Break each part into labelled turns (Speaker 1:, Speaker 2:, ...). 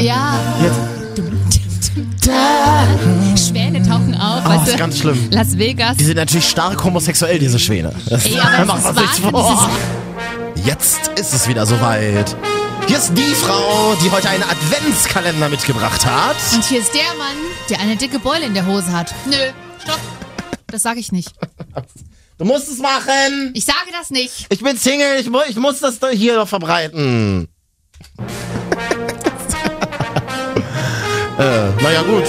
Speaker 1: Ja. Schwäne tauchen auf.
Speaker 2: Oh,
Speaker 1: weißt
Speaker 2: ist
Speaker 1: du?
Speaker 2: ganz schlimm.
Speaker 1: Las Vegas.
Speaker 2: Die sind natürlich stark homosexuell, diese Schwäne. Das
Speaker 1: Ey, aber es
Speaker 2: macht
Speaker 1: ist
Speaker 2: man sich
Speaker 1: Wahnsinn,
Speaker 2: vor. Jetzt ist es wieder soweit. Hier ist die Frau, die heute einen Adventskalender mitgebracht hat.
Speaker 1: Und hier ist der Mann, der eine dicke Beule in der Hose hat. Nö, stopp. Das sage ich nicht.
Speaker 2: Du musst es machen.
Speaker 1: Ich sage das nicht.
Speaker 2: Ich bin Single, ich, mu ich muss das da hier noch verbreiten. äh, naja gut.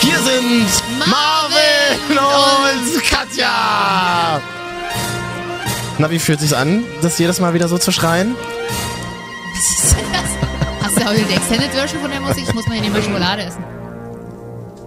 Speaker 2: Hier sind Marvin, und Katja. Na, wie fühlt sich's an, das jedes Mal wieder so zu schreien?
Speaker 1: Was ist denn das? Hast du heute die Extended Version von der Musik? Ich muss mal hier nebenbei Schokolade essen.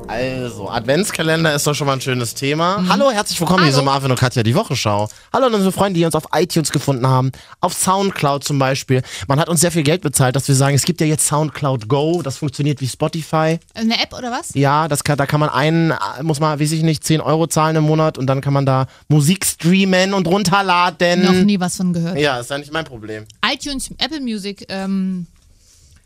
Speaker 2: Also, Adventskalender ist doch schon mal ein schönes Thema. Hallo, herzlich willkommen,
Speaker 1: Hallo.
Speaker 2: hier sind Marvin und Katja, die Wochenschau. Hallo an unsere Freunde, die uns auf iTunes gefunden haben, auf Soundcloud zum Beispiel. Man hat uns sehr viel Geld bezahlt, dass wir sagen, es gibt ja jetzt Soundcloud Go, das funktioniert wie Spotify.
Speaker 1: Eine App oder was?
Speaker 2: Ja, das kann, da kann man einen, äh, muss man, weiß ich nicht, 10 Euro zahlen im Monat und dann kann man da Musik streamen und runterladen.
Speaker 1: Noch nie was von gehört.
Speaker 2: Ja, ist ja nicht mein Problem.
Speaker 1: iTunes, Apple Music, ähm,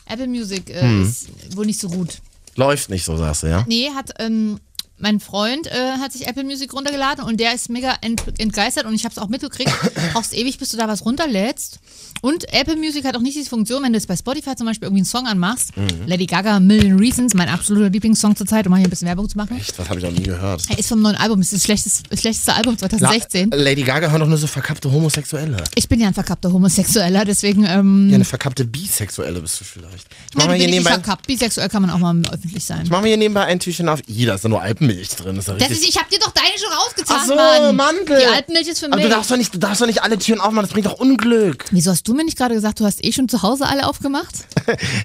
Speaker 1: Apple Music äh,
Speaker 2: Hm.
Speaker 1: ist wohl nicht so gut.
Speaker 2: Läuft nicht, so sagst du, ja?
Speaker 1: Nee, hat ähm, mein Freund äh, hat sich Apple Music runtergeladen und der ist mega ent entgeistert und ich habe es auch mitgekriegt. Brauchst ewig, bis du da was runterlädst. Und Apple Music hat auch nicht diese Funktion, wenn du jetzt bei Spotify zum Beispiel irgendwie einen Song anmachst.
Speaker 2: Mhm.
Speaker 1: Lady Gaga, Million Reasons, mein absoluter Lieblingssong zurzeit, um mal hier ein bisschen Werbung zu machen.
Speaker 2: Echt, das habe ich noch nie gehört.
Speaker 1: Er ist vom neuen Album, es ist das schlechteste, schlechteste Album 2016.
Speaker 2: Lady Gaga hören doch nur so verkappte Homosexuelle.
Speaker 1: Ich bin ja ein verkappter Homosexueller, deswegen ähm,
Speaker 2: Ja, eine verkappte Bisexuelle bist du vielleicht. Ich mach,
Speaker 1: nein,
Speaker 2: mal
Speaker 1: bin
Speaker 2: hier
Speaker 1: ich nicht
Speaker 2: nebenbei,
Speaker 1: verkappt. Bisexuell kann man auch mal öffentlich sein.
Speaker 2: ich mach mal hier nebenbei ein Tüchchen auf. I, da ist ja nur Alpenmilch drin. Ist ja
Speaker 1: Das
Speaker 2: richtig.
Speaker 1: ist, ich hab dir doch deine schon rausgetan,
Speaker 2: Ach so,
Speaker 1: Mann.
Speaker 2: Mandel.
Speaker 1: Die Alpenmilch ist für
Speaker 2: Aber
Speaker 1: mich.
Speaker 2: du darfst, doch nicht, du darfst doch nicht alle Türen aufmachen, das bringt doch Unglück.
Speaker 1: Wieso hast du mir nicht gerade gesagt, du hast eh schon zu Hause alle aufgemacht?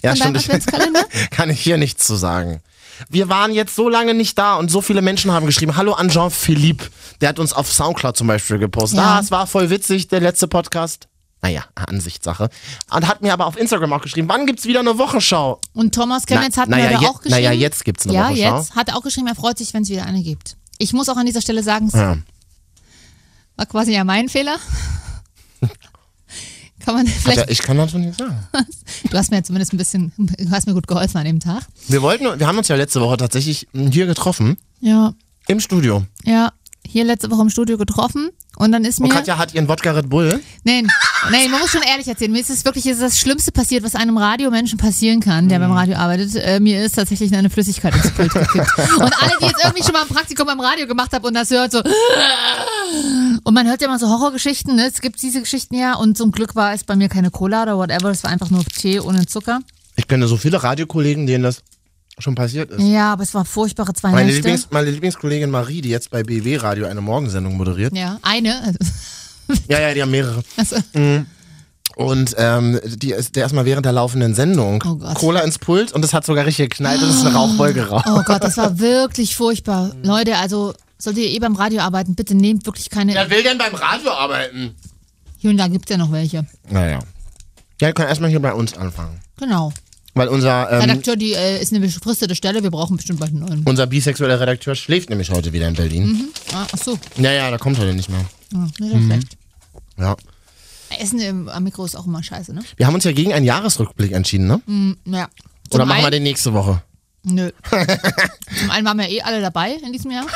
Speaker 2: Ja,
Speaker 1: Von deinem Adventskalender?
Speaker 2: Ich, kann ich hier nichts zu sagen. Wir waren jetzt so lange nicht da und so viele Menschen haben geschrieben. Hallo an Jean-Philippe. Der hat uns auf Soundcloud zum Beispiel gepostet.
Speaker 1: Ja.
Speaker 2: Ah, es war voll witzig, der letzte Podcast. Naja, Ansichtssache. Und hat mir aber auf Instagram auch geschrieben, wann gibt's wieder eine Wochenschau?
Speaker 1: Und Thomas Chemnitz
Speaker 2: Na-
Speaker 1: hat
Speaker 2: naja,
Speaker 1: mir da
Speaker 2: je-
Speaker 1: auch geschrieben.
Speaker 2: naja, jetzt gibt's eine
Speaker 1: Ja,
Speaker 2: Wochenschau.
Speaker 1: jetzt. Hat er auch geschrieben, er freut sich, wenn es wieder eine gibt. Ich muss auch an dieser Stelle sagen, es war quasi ja mein Fehler. Kann man vielleicht,
Speaker 2: Ja, ich kann das schon nicht sagen.
Speaker 1: du hast mir ja zumindest ein bisschen, du hast mir gut geholfen an dem Tag.
Speaker 2: Wir wollten, wir haben uns ja letzte Woche tatsächlich hier getroffen,
Speaker 1: Ja,
Speaker 2: im Studio.
Speaker 1: ja. Hier letzte Woche im Studio getroffen und dann ist mir.
Speaker 2: Und Katja hat ihren Wodka Red Bull.
Speaker 1: Nein, nein, man muss schon ehrlich erzählen. Mir ist es wirklich es ist das Schlimmste passiert, was einem Radiomenschen passieren kann, der
Speaker 2: Mhm.
Speaker 1: beim Radio arbeitet. Äh, mir ist tatsächlich eine Flüssigkeit ins Pult gekippt. Und alle, die jetzt irgendwie schon mal ein Praktikum beim Radio gemacht haben und das hört so. Und man hört ja immer so Horrorgeschichten, ne? Es gibt diese Geschichten ja. Und zum Glück war es bei mir keine Cola oder whatever. Es war einfach nur Tee ohne Zucker.
Speaker 2: Ich kenne so viele Radiokollegen, denen das schon passiert ist.
Speaker 1: Ja, aber es war furchtbare zwei
Speaker 2: Meine,
Speaker 1: Nächte.
Speaker 2: Lieblings, meine Lieblingskollegin Marie, die jetzt bei BW Radio eine Morgensendung moderiert.
Speaker 1: ja, eine.
Speaker 2: Ja, ja, die haben mehrere. Mhm.
Speaker 1: Also,
Speaker 2: Und ähm, die ist der erstmal während der laufenden Sendung
Speaker 1: Oh Gott.
Speaker 2: Cola ins Pult und es hat sogar richtig geknallt und es ist eine Rauchwolke raus.
Speaker 1: oh Gott, das war wirklich furchtbar.
Speaker 2: Mhm.
Speaker 1: Leute, also solltet ihr eh beim Radio arbeiten, bitte nehmt wirklich keine.
Speaker 2: Wer will denn beim Radio arbeiten?
Speaker 1: Hier und da gibt's ja noch welche.
Speaker 2: Naja. Ja, wir können erstmal hier bei uns anfangen.
Speaker 1: Genau.
Speaker 2: Weil unser, ähm,
Speaker 1: Redakteur, die äh, ist eine befristete Stelle, wir brauchen bestimmt bald einen neuen.
Speaker 2: unser bisexueller Redakteur schläft nämlich heute wieder in Berlin.
Speaker 1: Ah, ach so,
Speaker 2: Ja, ja, der kommt heute nicht mehr.
Speaker 1: ja, nicht so schlecht.
Speaker 2: Ja. Mhm.
Speaker 1: Essen im, am Mikro ist auch immer scheiße, ne?
Speaker 2: Wir haben uns ja gegen einen Jahresrückblick entschieden, ne?
Speaker 1: Hm, ja. Zum
Speaker 2: Oder machen wir
Speaker 1: einen,
Speaker 2: den nächste Woche?
Speaker 1: Nö. zum einen waren wir eh alle dabei in diesem Jahr.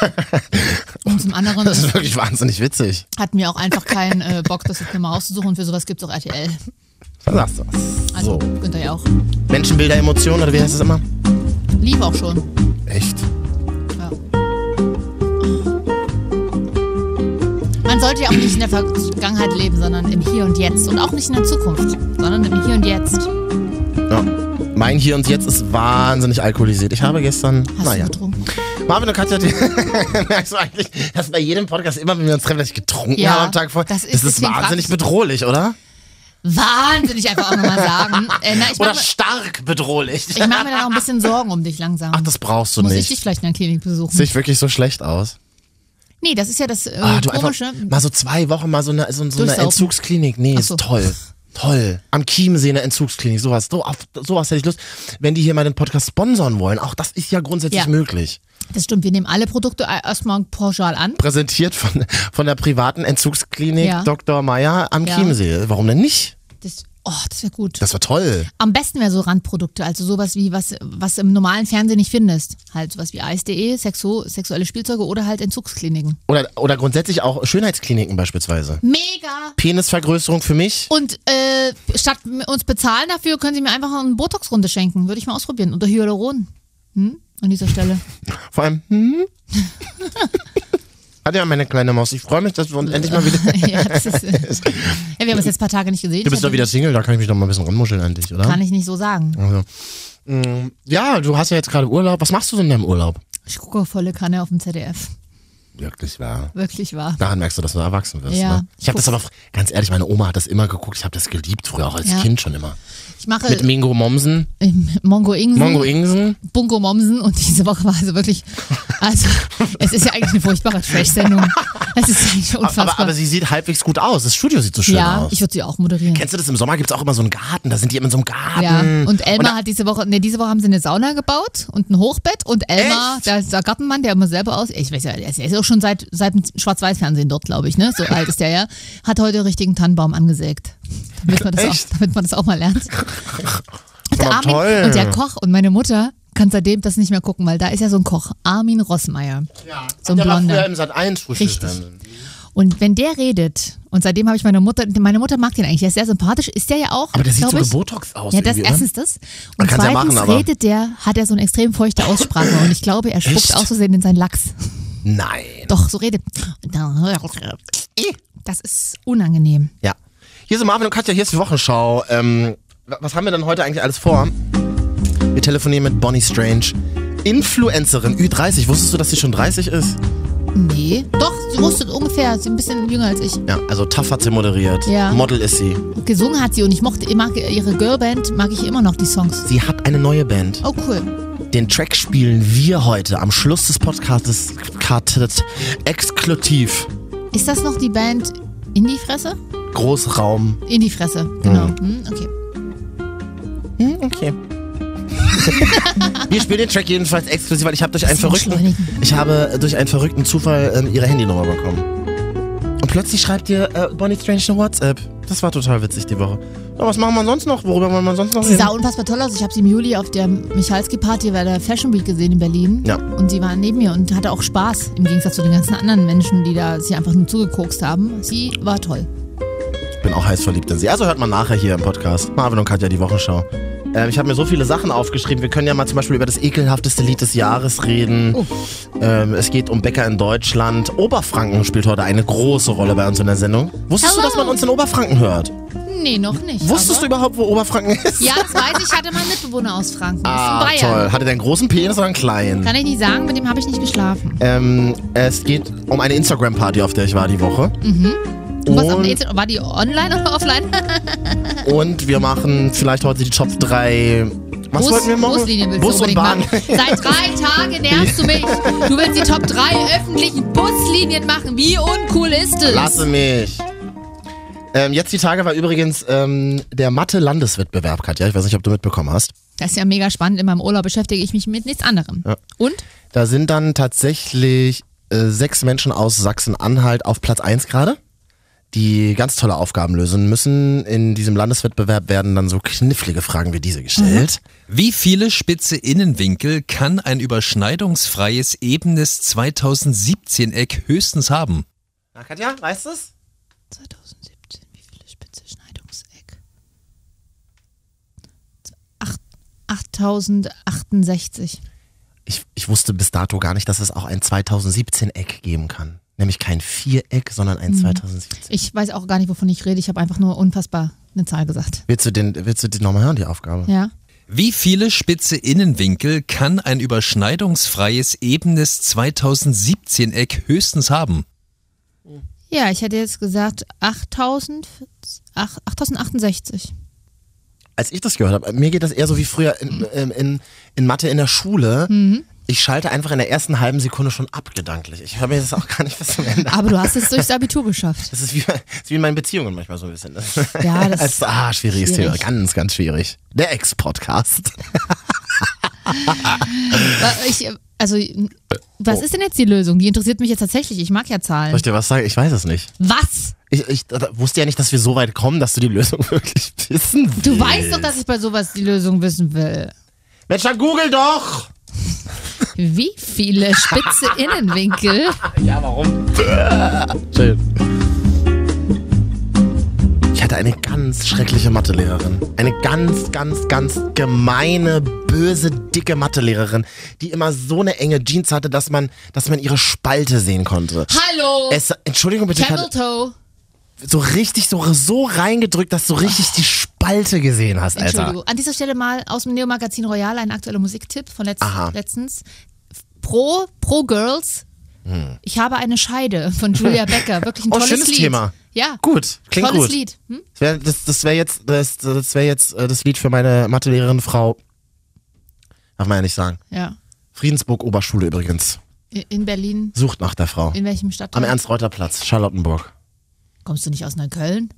Speaker 1: Und zum anderen
Speaker 2: Das ist wirklich wahnsinnig witzig.
Speaker 1: hatten wir auch einfach keinen äh, Bock, das jetzt nochmal rauszusuchen. Und für sowas gibt's auch RTL.
Speaker 2: Was sagst du?
Speaker 1: Also,
Speaker 2: So.
Speaker 1: könnt ihr ja auch.
Speaker 2: Menschenbilder, Emotionen oder wie heißt das immer?
Speaker 1: Lief auch schon.
Speaker 2: Echt?
Speaker 1: Ja. Man sollte ja auch nicht in der Vergangenheit leben, sondern im Hier und Jetzt. Und auch nicht in der Zukunft, sondern im Hier und Jetzt.
Speaker 2: Ja. Mein Hier und Jetzt ist wahnsinnig alkoholisiert. Ich habe gestern,
Speaker 1: Hast
Speaker 2: naja.
Speaker 1: du getrunken?
Speaker 2: Marvin und Katja, die- merkst du eigentlich, dass bei jedem Podcast immer, wenn wir uns treffen, dass ich getrunken
Speaker 1: Ja,
Speaker 2: habe am Tag vorher?
Speaker 1: das ist-
Speaker 2: das ist
Speaker 1: deswegen
Speaker 2: wahnsinnig
Speaker 1: frag ich-
Speaker 2: bedrohlich, oder?
Speaker 1: wahnsinnig einfach auch nochmal sagen. Äh, na, ich
Speaker 2: Oder
Speaker 1: mache mir,
Speaker 2: stark bedrohlich.
Speaker 1: ich mach mir dann auch ein bisschen Sorgen um dich langsam.
Speaker 2: Ach, das brauchst du
Speaker 1: Muss ich
Speaker 2: nicht.
Speaker 1: dich vielleicht in der Klinik besuchen?
Speaker 2: Sieht wirklich so schlecht aus.
Speaker 1: Nee, das ist ja das äh,
Speaker 2: Ah, du einfach
Speaker 1: komische.
Speaker 2: mal so zwei Wochen mal so eine, so, so eine
Speaker 1: Durchsaufen.
Speaker 2: Entzugsklinik. Nee,
Speaker 1: so.
Speaker 2: ist toll. Toll. Am Chiemsee eine Entzugsklinik, sowas. So auf sowas hätte ich Lust. Wenn die hier mal den Podcast sponsern wollen, auch das ist ja grundsätzlich
Speaker 1: Ja.
Speaker 2: möglich.
Speaker 1: Das stimmt, wir nehmen alle Produkte e- erstmal pauschal an.
Speaker 2: Präsentiert von, von der privaten Entzugsklinik
Speaker 1: Ja.
Speaker 2: Dr. Meyer am
Speaker 1: Ja.
Speaker 2: Chiemsee. Warum denn nicht?
Speaker 1: Das, Oh, das wäre gut.
Speaker 3: Das war toll.
Speaker 1: Am besten wäre so Randprodukte, also sowas wie, was, was im normalen Fernsehen nicht findest. Halt sowas wie Eis.de, Sexo, sexuelle Spielzeuge oder halt Entzugskliniken.
Speaker 2: Oder, oder grundsätzlich auch Schönheitskliniken beispielsweise.
Speaker 1: Mega!
Speaker 2: Penisvergrößerung für mich.
Speaker 1: Und äh, statt uns bezahlen dafür, können sie mir einfach eine Botox-Runde schenken. Würde ich mal ausprobieren. Unter Hyaluron. Hm? An dieser Stelle.
Speaker 2: Vor allem, hm? Hat ja meine kleine Maus. Ich freue mich, dass wir uns endlich mal wieder.
Speaker 1: ja, das ist, äh, ja, wir haben es jetzt ein paar Tage nicht gesehen.
Speaker 2: Du bist
Speaker 1: Ich
Speaker 2: doch
Speaker 1: hatte-
Speaker 2: wieder ne? Single, da kann ich mich doch mal ein bisschen ranmuscheln an dich, oder?
Speaker 1: Kann ich nicht so sagen.
Speaker 2: Ja, du hast ja jetzt gerade Urlaub. Was machst du denn in deinem Urlaub?
Speaker 1: Ich gucke volle Kanne auf dem ZDF.
Speaker 3: Wirklich wahr.
Speaker 1: Wirklich wahr.
Speaker 2: Daran merkst du, dass du erwachsen wirst.
Speaker 1: Ja.
Speaker 2: Ne? Ich habe das aber, fr- ganz ehrlich, meine Oma hat das immer geguckt. Ich habe das geliebt, früher auch als
Speaker 1: Ja. Äh.
Speaker 2: Kind schon immer.
Speaker 1: Ich mache
Speaker 2: Mit Mingo Mommsen,
Speaker 1: äh, Mongo Ingsen,
Speaker 2: Mongo Ingsen.
Speaker 1: Bunko Mommsen und diese Woche war also wirklich, also es ist ja eigentlich eine furchtbare Trash-Sendung. Es ist eigentlich unfassbar.
Speaker 2: Aber, aber sie sieht halbwegs gut aus. Das Studio sieht so schön
Speaker 1: ja,
Speaker 2: aus.
Speaker 1: ich würde sie auch moderieren.
Speaker 2: Kennst du das? Im Sommer gibt's auch immer so einen Garten. Da sind die immer in so einem Garten.
Speaker 1: Ja, und Elmar
Speaker 2: da-
Speaker 1: hat diese Woche, nee, diese Woche haben sie eine Sauna gebaut und ein Hochbett und Elmar, der, der Gartenmann, der immer selber aus, ich weiß ja, er ist- er ist auch schon seit, seit dem Schwarz-Weiß-Fernsehen dort, glaube ich, ne, so alt ist der ja, hat heute einen richtigen Tannenbaum angesägt. Damit man das, auch,
Speaker 2: Echt?
Speaker 1: damit man das auch mal lernt. Und
Speaker 2: mal
Speaker 1: der, Armin,
Speaker 2: toll.
Speaker 1: und der Koch und meine Mutter kann seitdem das nicht mehr gucken, weil da ist ja so ein Koch, Armin Rossmeier. Ja, so ein
Speaker 2: der war früher
Speaker 1: Blonder.
Speaker 2: im Sat 1 Frühstücksfernsehen.
Speaker 1: Und wenn der redet, und seitdem habe ich meine Mutter, meine Mutter mag den eigentlich, der ist sehr sympathisch, ist der ja auch.
Speaker 2: Aber der sieht
Speaker 1: glaub
Speaker 2: so
Speaker 1: ich,
Speaker 2: gebotox aus.
Speaker 1: ja, das
Speaker 2: irgendwie, oder?
Speaker 1: erstens das. Und
Speaker 2: kann's
Speaker 1: zweitens
Speaker 2: ja machen, aber-
Speaker 1: redet der, hat er so eine extrem feuchte Aussprache und ich glaube, er spuckt
Speaker 2: Echt?
Speaker 1: aus Versehen in seinen Lachs.
Speaker 2: Nein.
Speaker 1: Doch, so redet. Das ist unangenehm.
Speaker 2: Ja. Hier sind Marvin und Katja, hier ist die Wochenschau. Ähm, wa- was haben wir denn heute eigentlich alles vor? Wir telefonieren mit Bonnie Strange, Influencerin, Ü30. Wusstest du, dass sie schon 30 ist?
Speaker 1: Nee. Doch, sie wusste ungefähr, sie ist ein bisschen jünger als ich.
Speaker 2: Ja, also tough hat sie moderiert.
Speaker 1: Ja.
Speaker 2: Model ist sie.
Speaker 1: Gesungen hat sie und ich mochte, ich mag ihre Girlband, mag ich immer noch die Songs.
Speaker 2: Sie hat eine neue Band.
Speaker 1: Oh, cool.
Speaker 2: Den Track spielen wir heute am Schluss des Podcastes Quartett exklusiv.
Speaker 1: Ist das noch die Band In die Fresse?
Speaker 2: Großraum.
Speaker 1: In die Fresse, genau.
Speaker 2: Mhm.
Speaker 1: Hm, okay.
Speaker 2: Hm, okay. Wir spielen den Track jedenfalls exklusiv, weil ich habe durch einen
Speaker 1: Bisschen
Speaker 2: verrückten,
Speaker 1: beschleunigen.
Speaker 2: ich habe durch einen verrückten Zufall ähm, ihre Handynummer bekommen. Und plötzlich schreibt ihr äh, Bonnie Strange eine WhatsApp. Das war total witzig die Woche. Ja, was machen wir sonst noch? Worüber wollen wir sonst noch
Speaker 1: Sie
Speaker 2: reden?
Speaker 1: sah unfassbar toll aus. Ich habe sie im Juli auf der Michalski-Party bei der Fashion Week gesehen in Berlin.
Speaker 2: Ja.
Speaker 1: Und sie war neben mir und hatte auch Spaß, im Gegensatz zu den ganzen anderen Menschen, die da sie einfach nur zugekokst haben. Sie war toll.
Speaker 2: Ich bin auch heiß verliebt in sie. Also hört man nachher hier im Podcast. Marvin und Katja, die Wochenschau. Ähm, ich habe mir so viele Sachen aufgeschrieben. Wir können ja mal zum Beispiel über das ekelhafteste Lied des Jahres reden.
Speaker 1: Oh.
Speaker 2: Ähm, es geht um Bäcker in Deutschland. Oberfranken spielt heute eine große Rolle bei uns in der Sendung. Wusstest
Speaker 1: Hello.
Speaker 2: du, dass man uns in Oberfranken hört?
Speaker 1: Nee, noch nicht.
Speaker 2: Wusstest du
Speaker 1: aber
Speaker 2: überhaupt, wo Oberfranken ist?
Speaker 1: Ja, das weiß ich. Ich hatte meinen Mitbewohner aus Franken.
Speaker 2: Ah,
Speaker 1: ist in Bayern.
Speaker 2: toll. Hatte der einen großen Penis oder einen kleinen?
Speaker 1: Kann ich nicht sagen, mit dem habe ich nicht geschlafen.
Speaker 2: Ähm, es geht um eine Instagram-Party, auf der ich war die Woche.
Speaker 1: Mhm. Du warst auf
Speaker 2: Und-
Speaker 1: dem Internet- war die online oder offline?
Speaker 2: Und wir machen vielleicht heute die Top 3. Was
Speaker 1: Bus,
Speaker 2: wollten wir machen?
Speaker 1: Buslinien willst
Speaker 2: Bus
Speaker 1: du
Speaker 2: und
Speaker 1: unbedingt
Speaker 2: Bahn.
Speaker 1: machen. Seit drei Tagen nervst du mich. Du willst die Top 3 öffentlichen Buslinien machen. Wie uncool ist es?
Speaker 2: Lasse mich. Ähm, jetzt die Tage war übrigens ähm, der Mathe-Landeswettbewerb, Katja. Ich weiß nicht, ob du mitbekommen hast.
Speaker 1: Das ist ja mega spannend. In meinem Urlaub beschäftige ich mich mit nichts anderem. Und?
Speaker 2: Da sind dann tatsächlich äh, sechs Menschen aus Sachsen-Anhalt auf Platz 1 gerade, die ganz tolle Aufgaben lösen müssen. In diesem Landeswettbewerb werden dann so knifflige Fragen wie diese gestellt.
Speaker 4: Wie viele spitze Innenwinkel kann ein überschneidungsfreies ebenes 2017 Eck höchstens haben?
Speaker 2: Na, Katja, weißt du's?
Speaker 1: 2017, wie viele Spitze Schneidungseck? Acht- 8068.
Speaker 2: Ich, ich wusste bis dato gar nicht, dass es auch ein 2017-Eck geben kann. Nämlich kein Viereck, sondern ein 2017.
Speaker 1: Ich weiß auch gar nicht, wovon ich rede. Ich habe einfach nur unfassbar eine Zahl gesagt.
Speaker 2: Willst du den, willst du den nochmal hören, die Aufgabe?
Speaker 1: Ja?
Speaker 4: Wie viele spitze Innenwinkel kann ein überschneidungsfreies ebenes 2017 Eck höchstens haben?
Speaker 1: Ja, ich hätte jetzt gesagt 8000, ach- 8068.
Speaker 2: als ich das gehört habe, mir geht das eher so wie früher in, ähm, in, in Mathe in der Schule.
Speaker 1: Mhm.
Speaker 2: Ich schalte einfach in der ersten halben Sekunde schon ab, gedanklich. Ich höre mir das auch gar nicht bis zum Ende an.
Speaker 1: Aber du hast es durchs Abitur geschafft.
Speaker 2: Das ist wie, das ist wie in meinen Beziehungen manchmal so ein bisschen.
Speaker 1: Ja, das
Speaker 2: ist ah, schwieriges
Speaker 1: schwierig.
Speaker 2: Thema. Ganz, ganz schwierig. Der Ex-Podcast.
Speaker 1: Wa- Ich, also, was ist denn jetzt die Lösung? Die interessiert mich jetzt tatsächlich. Ich mag ja
Speaker 2: Soll
Speaker 1: Zahlen.
Speaker 2: ich dir was sagen? Ich weiß es nicht.
Speaker 1: Was?
Speaker 2: Ich, ich da- wusste ja nicht, dass wir so weit kommen, dass du die Lösung wirklich wissen willst.
Speaker 1: Du weißt doch, dass ich bei sowas die Lösung wissen will.
Speaker 2: Mensch, dann google doch!
Speaker 1: Wie viele spitze Innenwinkel
Speaker 2: Schön. Ich hatte eine ganz schreckliche Mathelehrerin. Eine ganz, ganz, ganz gemeine, böse, dicke Mathelehrerin, die immer so eine enge Jeans hatte, dass man, dass man ihre Spalte sehen konnte.
Speaker 1: Hallo!
Speaker 2: Es, Entschuldigung bitte, ich
Speaker 1: Camel
Speaker 2: hatte
Speaker 1: Toe.
Speaker 2: so richtig, so, so reingedrückt, dass du richtig die Spalte gesehen hast, Alter.
Speaker 1: Entschuldigung. An dieser Stelle mal aus dem Neo-Magazin Royal ein aktueller Musiktipp von letzt,
Speaker 2: Aha.
Speaker 1: letztens. Pro, pro Girls. Ich habe eine Scheide von Julia Becker. Wirklich ein
Speaker 2: Hm. Oh,
Speaker 1: tolles
Speaker 2: schönes
Speaker 1: Lied.
Speaker 2: Thema.
Speaker 1: Ja.
Speaker 2: Gut, klingt
Speaker 1: tolles
Speaker 2: gut.
Speaker 1: Lied. Hm?
Speaker 2: Das wäre das, das wär jetzt, das, das wär jetzt äh, das Lied für meine Mathelehrerin Frau. Darf man ja nicht sagen.
Speaker 1: Ja.
Speaker 2: Friedensburg Oberschule übrigens.
Speaker 1: In Berlin.
Speaker 2: Sucht nach der Frau.
Speaker 1: In welchem Stadt?
Speaker 2: Am Ernst-Reuter-Platz, Charlottenburg.
Speaker 1: Kommst du nicht aus Neukölln?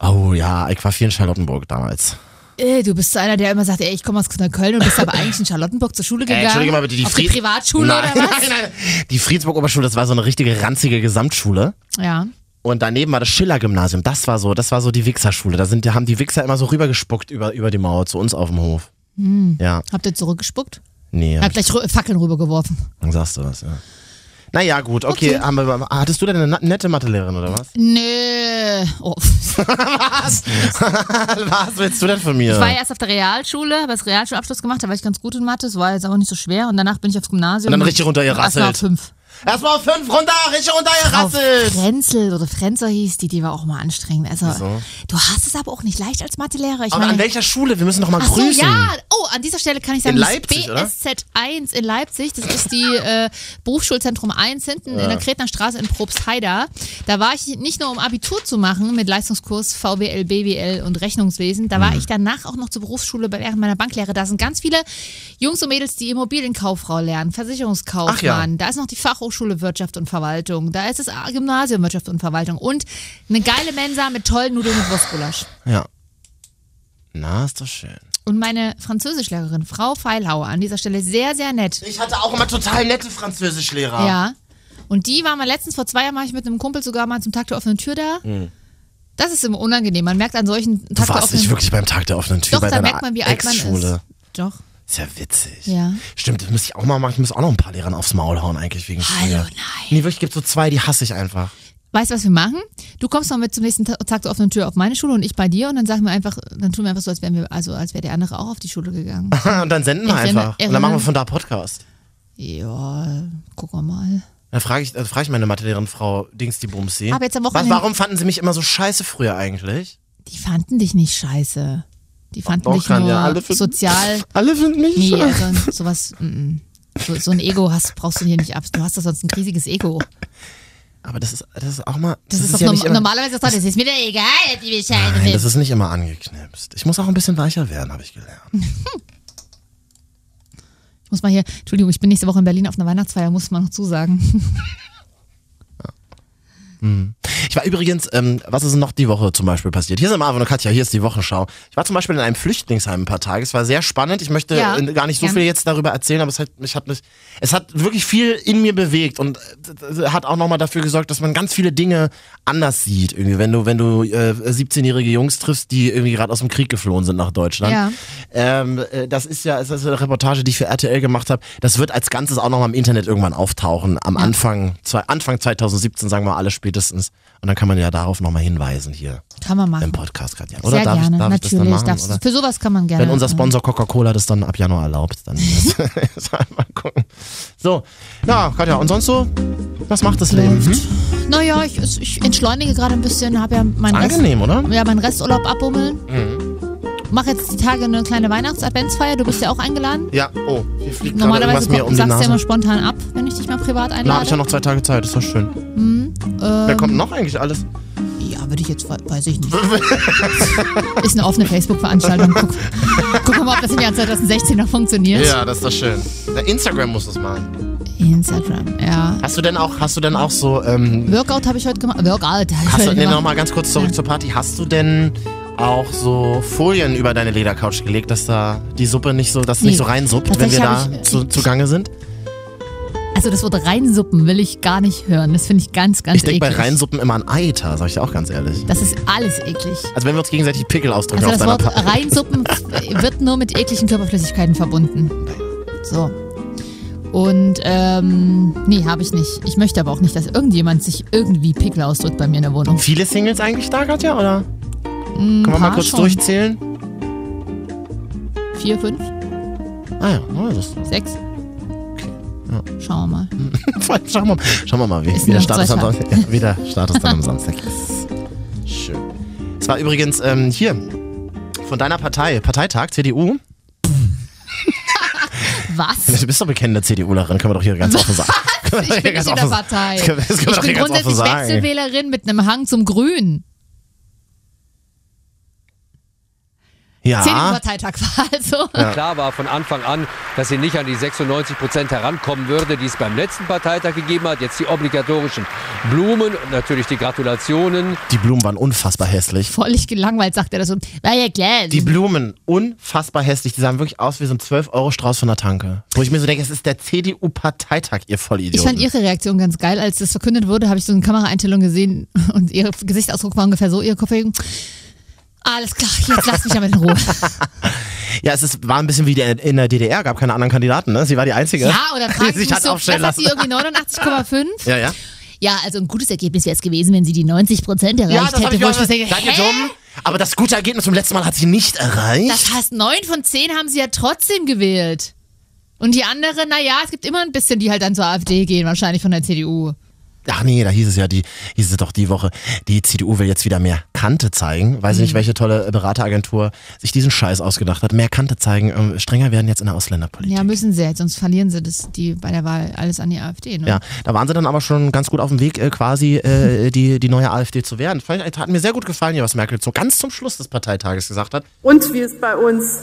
Speaker 2: Oh ja, ich war viel in Charlottenburg damals.
Speaker 1: Äh, du bist so einer, der immer sagt, ey, ich komme aus Neukölln und bist aber eigentlich in Charlottenburg zur Schule gegangen.
Speaker 2: Äh, Entschuldige mal bitte, die,
Speaker 1: Auf die
Speaker 2: Fried-
Speaker 1: Privatschule
Speaker 2: nein,
Speaker 1: oder was?
Speaker 2: Nein, nein, nein. Die Friedensburg-Oberschule, das war so eine richtige ranzige Gesamtschule.
Speaker 1: Ja.
Speaker 2: Und daneben war das Schiller-Gymnasium. Das war so, das war so die Wichserschule. Da sind, da haben die Wichser immer so rübergespuckt über, über die Mauer zu uns auf dem Hof.
Speaker 1: Hm.
Speaker 2: Ja,
Speaker 1: Habt ihr zurückgespuckt?
Speaker 2: nee. hab
Speaker 1: Habt gleich Rö- Fackeln rübergeworfen.
Speaker 2: Dann sagst du das, ja. Naja, gut, okay.
Speaker 1: Okay.
Speaker 2: Haben wir, hattest du denn eine na- nette Mathelehrerin oder was?
Speaker 1: Nö. Oh.
Speaker 2: was willst du denn von mir?
Speaker 1: Ich war ja erst auf der Realschule, habe das Realschulabschluss gemacht, da war ich ganz gut in Mathe, es war jetzt auch nicht so schwer. Und danach bin ich aufs Gymnasium.
Speaker 2: Und dann richtig runtergerasselt.
Speaker 1: Erstmal auf fünf.
Speaker 2: Erstmal auf fünf runter, richtig runter, ihr
Speaker 1: Auf
Speaker 2: Rassel!
Speaker 1: Frenzel oder Frenzer hieß die, die war auch mal anstrengend. Also, du hast es aber auch nicht leicht als Mathelehrer. Ich
Speaker 2: Aber an
Speaker 1: meine,
Speaker 2: welcher Schule? Wir müssen noch mal
Speaker 1: Ach so,
Speaker 2: grüßen.
Speaker 1: ja. Oh, an dieser Stelle kann ich sagen,
Speaker 2: In
Speaker 1: das
Speaker 2: Leipzig, oder?
Speaker 1: BSZ1 in Leipzig, das ist die äh, Berufsschulzentrum 1 hinten in der Kretner Straße in Probstheida. Da war ich nicht nur, um Abitur zu machen mit Leistungskurs VWL, BWL und Rechnungswesen, da
Speaker 2: Mhm.
Speaker 1: war ich danach auch noch zur Berufsschule bei- während meiner Banklehre. Da sind ganz viele Jungs und Mädels, die Immobilienkauffrau lernen, Versicherungskaufmann,
Speaker 2: Ach ja.
Speaker 1: da ist noch die Fachhochschule Wirtschaft und Verwaltung, da ist das Gymnasium Wirtschaft und Verwaltung und eine geile Mensa mit tollen Nudeln und Wurstgulasch.
Speaker 2: Ja. Na, ist doch schön.
Speaker 1: Und meine Französischlehrerin, Frau Feilhauer, an dieser Stelle sehr, sehr nett.
Speaker 2: Ich hatte auch immer total nette Französischlehrer.
Speaker 1: Ja. Und die war mal letztens, vor zwei Jahren war ich mit einem Kumpel sogar mal zum Tag der offenen Tür da. Das ist immer unangenehm. Man merkt an solchen Tag
Speaker 2: Du
Speaker 1: der
Speaker 2: Mhm. warst nicht
Speaker 1: offenen
Speaker 2: wirklich beim Tag der offenen Tür
Speaker 1: Doch,
Speaker 2: bei
Speaker 1: da
Speaker 2: deiner
Speaker 1: merkt man, wie alt man
Speaker 2: Ex-Schule.
Speaker 1: ist. Doch.
Speaker 2: Ist ja witzig.
Speaker 1: Ja.
Speaker 2: Stimmt, das müsste ich auch mal machen. Ich muss auch noch ein paar Lehrern aufs Maul hauen, eigentlich wegen
Speaker 1: Hallo,
Speaker 2: Schule.
Speaker 1: nein.
Speaker 2: Nee, wirklich, gibt so zwei, die hasse ich einfach.
Speaker 1: Weißt du, was wir machen? Du kommst mal mit zum nächsten Ta- Tag der offenen Tür auf meine Schule und ich bei dir und dann sagen wir einfach, dann tun wir einfach so, als wären wir, also als wäre der andere auch auf die Schule gegangen.
Speaker 2: Und dann senden wir
Speaker 1: Ich erinnere-
Speaker 2: einfach. Und dann machen wir
Speaker 1: erinnere-
Speaker 2: von da Podcast.
Speaker 1: ja, gucken wir mal.
Speaker 2: Dann frage ich, dann frage ich meine Mathelehrerin Frau Dings die Bumsi.
Speaker 1: Aber jetzt am
Speaker 2: was,
Speaker 1: Wochenende-
Speaker 2: warum fanden sie mich immer so scheiße früher eigentlich?
Speaker 1: Die fanden dich nicht scheiße. Die fanden
Speaker 2: Doch,
Speaker 1: dich
Speaker 2: kann
Speaker 1: nur
Speaker 2: ja. Alle finden-
Speaker 1: sozial
Speaker 2: Alle finden mich
Speaker 1: Nee,
Speaker 2: scheiße.
Speaker 1: also sowas, mm, mm. so, so ein Ego hast, brauchst du hier nicht ab. Du hast doch sonst ein riesiges Ego.
Speaker 2: Aber das ist, das ist auch mal.
Speaker 1: Das, ist,
Speaker 2: ja
Speaker 1: doch
Speaker 2: nicht
Speaker 1: norm
Speaker 2: immer,
Speaker 1: normalerweise sagt, das ist mir doch egal, ob die Bescheid
Speaker 2: Nein, das
Speaker 1: wissen.
Speaker 2: ist nicht immer angeknipst. Ich muss auch ein bisschen weicher werden, habe ich gelernt.
Speaker 1: Ich muss mal hier, Entschuldigung, ich bin nächste Woche in Berlin auf einer Weihnachtsfeier, muss man noch zusagen.
Speaker 2: Ich war übrigens, ähm, was ist noch die Woche zum Beispiel passiert? Hier sind Marvin und Katja, hier ist die Wochenschau. Ich war zum Beispiel in einem Flüchtlingsheim ein paar Tage. Es war sehr spannend. Ich möchte
Speaker 1: Ja,
Speaker 2: äh, gar nicht so
Speaker 1: gern.
Speaker 2: viel jetzt darüber erzählen, aber es hat, mich, hat mich, es hat wirklich viel in mir bewegt und äh, hat auch nochmal dafür gesorgt, dass man ganz viele Dinge anders sieht. Irgendwie, wenn du, wenn du äh, 17-jährige Jungs triffst, die irgendwie gerade aus dem Krieg geflohen sind nach Deutschland.
Speaker 1: Ja.
Speaker 2: Ähm, äh, das ist ja das ist eine Reportage, die ich für RTL gemacht habe. Das wird als Ganzes auch nochmal im Internet irgendwann auftauchen. Am Anfang, zwei, Anfang 2017, sagen wir alle spätestens. Und dann kann man ja darauf nochmal hinweisen hier
Speaker 1: Kann man machen.
Speaker 2: im Podcast gerade. Ja. Oder
Speaker 1: Sehr
Speaker 2: darf
Speaker 1: gerne,
Speaker 2: ich, darf ich das dann
Speaker 1: natürlich.
Speaker 2: machen?
Speaker 1: darfst du-
Speaker 2: Oder?
Speaker 1: für sowas kann man gerne.
Speaker 2: Wenn unser
Speaker 1: öffnen.
Speaker 2: Sponsor Coca-Cola das dann ab Januar erlaubt, dann halt mal gucken. So, na, Katja, und sonst so? Was macht das Leben? Hm?
Speaker 1: Naja, ich, ich entschleunige gerade ein bisschen, habe ja meinen Rest,
Speaker 2: Angenehm, Mhm. oder?
Speaker 1: ja, meinen Resturlaub abbummeln. Mach jetzt die Tage eine kleine Weihnachts-Adventsfeier, du bist ja auch eingeladen.
Speaker 2: Ja, oh, hier fliegt gerade
Speaker 1: Normalerweise
Speaker 2: irgendwas mir
Speaker 1: komm,
Speaker 2: um die
Speaker 1: sagst du ja immer
Speaker 2: Nase.
Speaker 1: spontan ab, wenn ich dich mal privat
Speaker 2: Na, hab ich ja
Speaker 1: einlade.
Speaker 2: noch zwei Tage Zeit, ist doch schön.
Speaker 1: Mhm, ähm,
Speaker 2: Wer kommt noch eigentlich alles?
Speaker 1: Ja, würde ich jetzt, we- weiß ich nicht. Ist eine offene Facebook-Veranstaltung. Guck, gucken wir mal, ob das im Jahr 2016 noch funktioniert.
Speaker 2: Ja, das ist doch schön. Der Instagram muss das machen.
Speaker 1: Instagram, ja.
Speaker 2: Hast du denn auch, hast du denn auch so, ähm,
Speaker 1: Workout habe ich heute gemacht. Workout habe ich
Speaker 2: hast du,
Speaker 1: heute
Speaker 2: nee,
Speaker 1: gemacht.
Speaker 2: nochmal ganz kurz zurück zur Party. Hast du denn auch so Folien über deine Ledercouch gelegt, dass da die Suppe nicht so, dass
Speaker 1: Nee. äh,
Speaker 2: nicht so reinsuppt, wenn wir
Speaker 1: Tatsächlich
Speaker 2: da
Speaker 1: hab ich-
Speaker 2: zu, zugange sind?
Speaker 1: Also das Wort reinsuppen will ich gar nicht hören. Das finde ich ganz, ganz
Speaker 2: Ich denke bei
Speaker 1: eklig.
Speaker 2: Reinsuppen immer an Eiter, sag ich dir auch ganz ehrlich.
Speaker 1: das ist alles eklig.
Speaker 2: Also wenn wir uns gegenseitig Pickel ausdrücken
Speaker 1: Also
Speaker 2: auf
Speaker 1: das Wort
Speaker 2: deiner Party.
Speaker 1: reinsuppen wird nur mit ekligen Körperflüssigkeiten verbunden. So. Und ähm, nee, habe ich nicht. Ich möchte aber auch nicht, dass irgendjemand sich irgendwie Pickel ausdrückt bei mir in der Wohnung.
Speaker 2: Viele Singles eigentlich da gerade, ja, oder?
Speaker 1: Ein
Speaker 2: Können wir mal
Speaker 1: Mm, paar
Speaker 2: kurz
Speaker 1: schon.
Speaker 2: durchzählen?
Speaker 1: Vier, fünf,
Speaker 2: Ah ja, oh, das
Speaker 1: sechs. Schauen wir mal.
Speaker 2: Schauen wir, mal- schauen wir mal, wie,
Speaker 1: Ist
Speaker 2: wie, der
Speaker 1: noch
Speaker 2: Status
Speaker 1: zwei
Speaker 2: am Samstag, ja, wie der Status dann am Samstag ist. Schön. Es war übrigens ähm, hier von deiner Partei, Parteitag, CDU.
Speaker 1: Was?
Speaker 2: Du bist doch bekennende CDUlerin, können wir doch hier ganz offen sagen. Können wir doch
Speaker 1: Ich
Speaker 2: hier
Speaker 1: bin nicht
Speaker 2: ganz
Speaker 1: in der
Speaker 2: offen-
Speaker 1: Partei.
Speaker 2: Das können wir- das können wir
Speaker 1: Ich
Speaker 2: doch hier
Speaker 1: bin
Speaker 2: ganz offen
Speaker 1: grundsätzlich
Speaker 2: sagen.
Speaker 1: Wechselwählerin mit einem Hang zum Grün.
Speaker 2: Ja,
Speaker 1: CDU-Parteitag war also.
Speaker 3: Klar war von Anfang an, dass sie nicht an die 96 Prozent herankommen würde, die es beim letzten Parteitag gegeben hat. Jetzt die obligatorischen Blumen und natürlich die Gratulationen.
Speaker 2: die Blumen waren unfassbar hässlich.
Speaker 1: Völlig gelangweilt, sagt er das so. War ja klar.
Speaker 2: Die Blumen, unfassbar hässlich. Die sahen wirklich aus wie so ein 12-Euro-Strauß von der Tanke. Wo ich mir so denke, es ist der CDU-Parteitag, ihr
Speaker 1: Ich
Speaker 2: Vollidioten.
Speaker 1: fand ihre Reaktion ganz geil. Als das verkündet wurde, habe ich so eine Kameraeinstellung gesehen und ihr Gesichtsausdruck war ungefähr so, ihr Kopf hing. Alles klar, jetzt lasst mich damit in Ruhe.
Speaker 2: ja, es ist, war ein bisschen wie der, in der DDR, gab keine anderen Kandidaten, ne? Sie war die Einzige,
Speaker 1: Ja, oder
Speaker 2: die
Speaker 1: fragt
Speaker 2: sich
Speaker 1: mich
Speaker 2: hat
Speaker 1: so, was
Speaker 2: aufstellen
Speaker 1: hat
Speaker 2: lassen.
Speaker 1: sie irgendwie 89,5?
Speaker 2: Ja, ja.
Speaker 1: Ja, also ein gutes Ergebnis wäre es gewesen, wenn sie die 90 Prozent erreicht
Speaker 2: hab
Speaker 1: hätte. Wo ich mir denke,
Speaker 2: Seid ihr
Speaker 1: hä?
Speaker 2: dumm? Aber das gute Ergebnis vom letzten Mal hat sie nicht erreicht.
Speaker 1: Das heißt, neun von zehn haben sie ja trotzdem gewählt. Und die anderen, naja, es gibt immer ein bisschen, die halt dann zur AfD gehen, wahrscheinlich von der CDU.
Speaker 2: Ach nee, da hieß es ja, die, hieß es doch die Woche, die CDU will jetzt wieder mehr Kante zeigen. Weiß ich
Speaker 1: Mhm.
Speaker 2: nicht, welche tolle Berateragentur sich diesen Scheiß ausgedacht hat. Mehr Kante zeigen, ähm, strenger werden jetzt in der Ausländerpolitik.
Speaker 1: Ja, müssen sie jetzt, sonst verlieren sie das, die bei der Wahl alles an die AfD. Ne?
Speaker 2: Ja, da waren sie dann aber schon ganz gut auf dem Weg, äh, quasi äh, die, die neue AfD zu werden. Fand ich, hat mir sehr gut gefallen, hier, was Merkel so ganz zum Schluss des Parteitages gesagt hat.
Speaker 5: Und wie es bei uns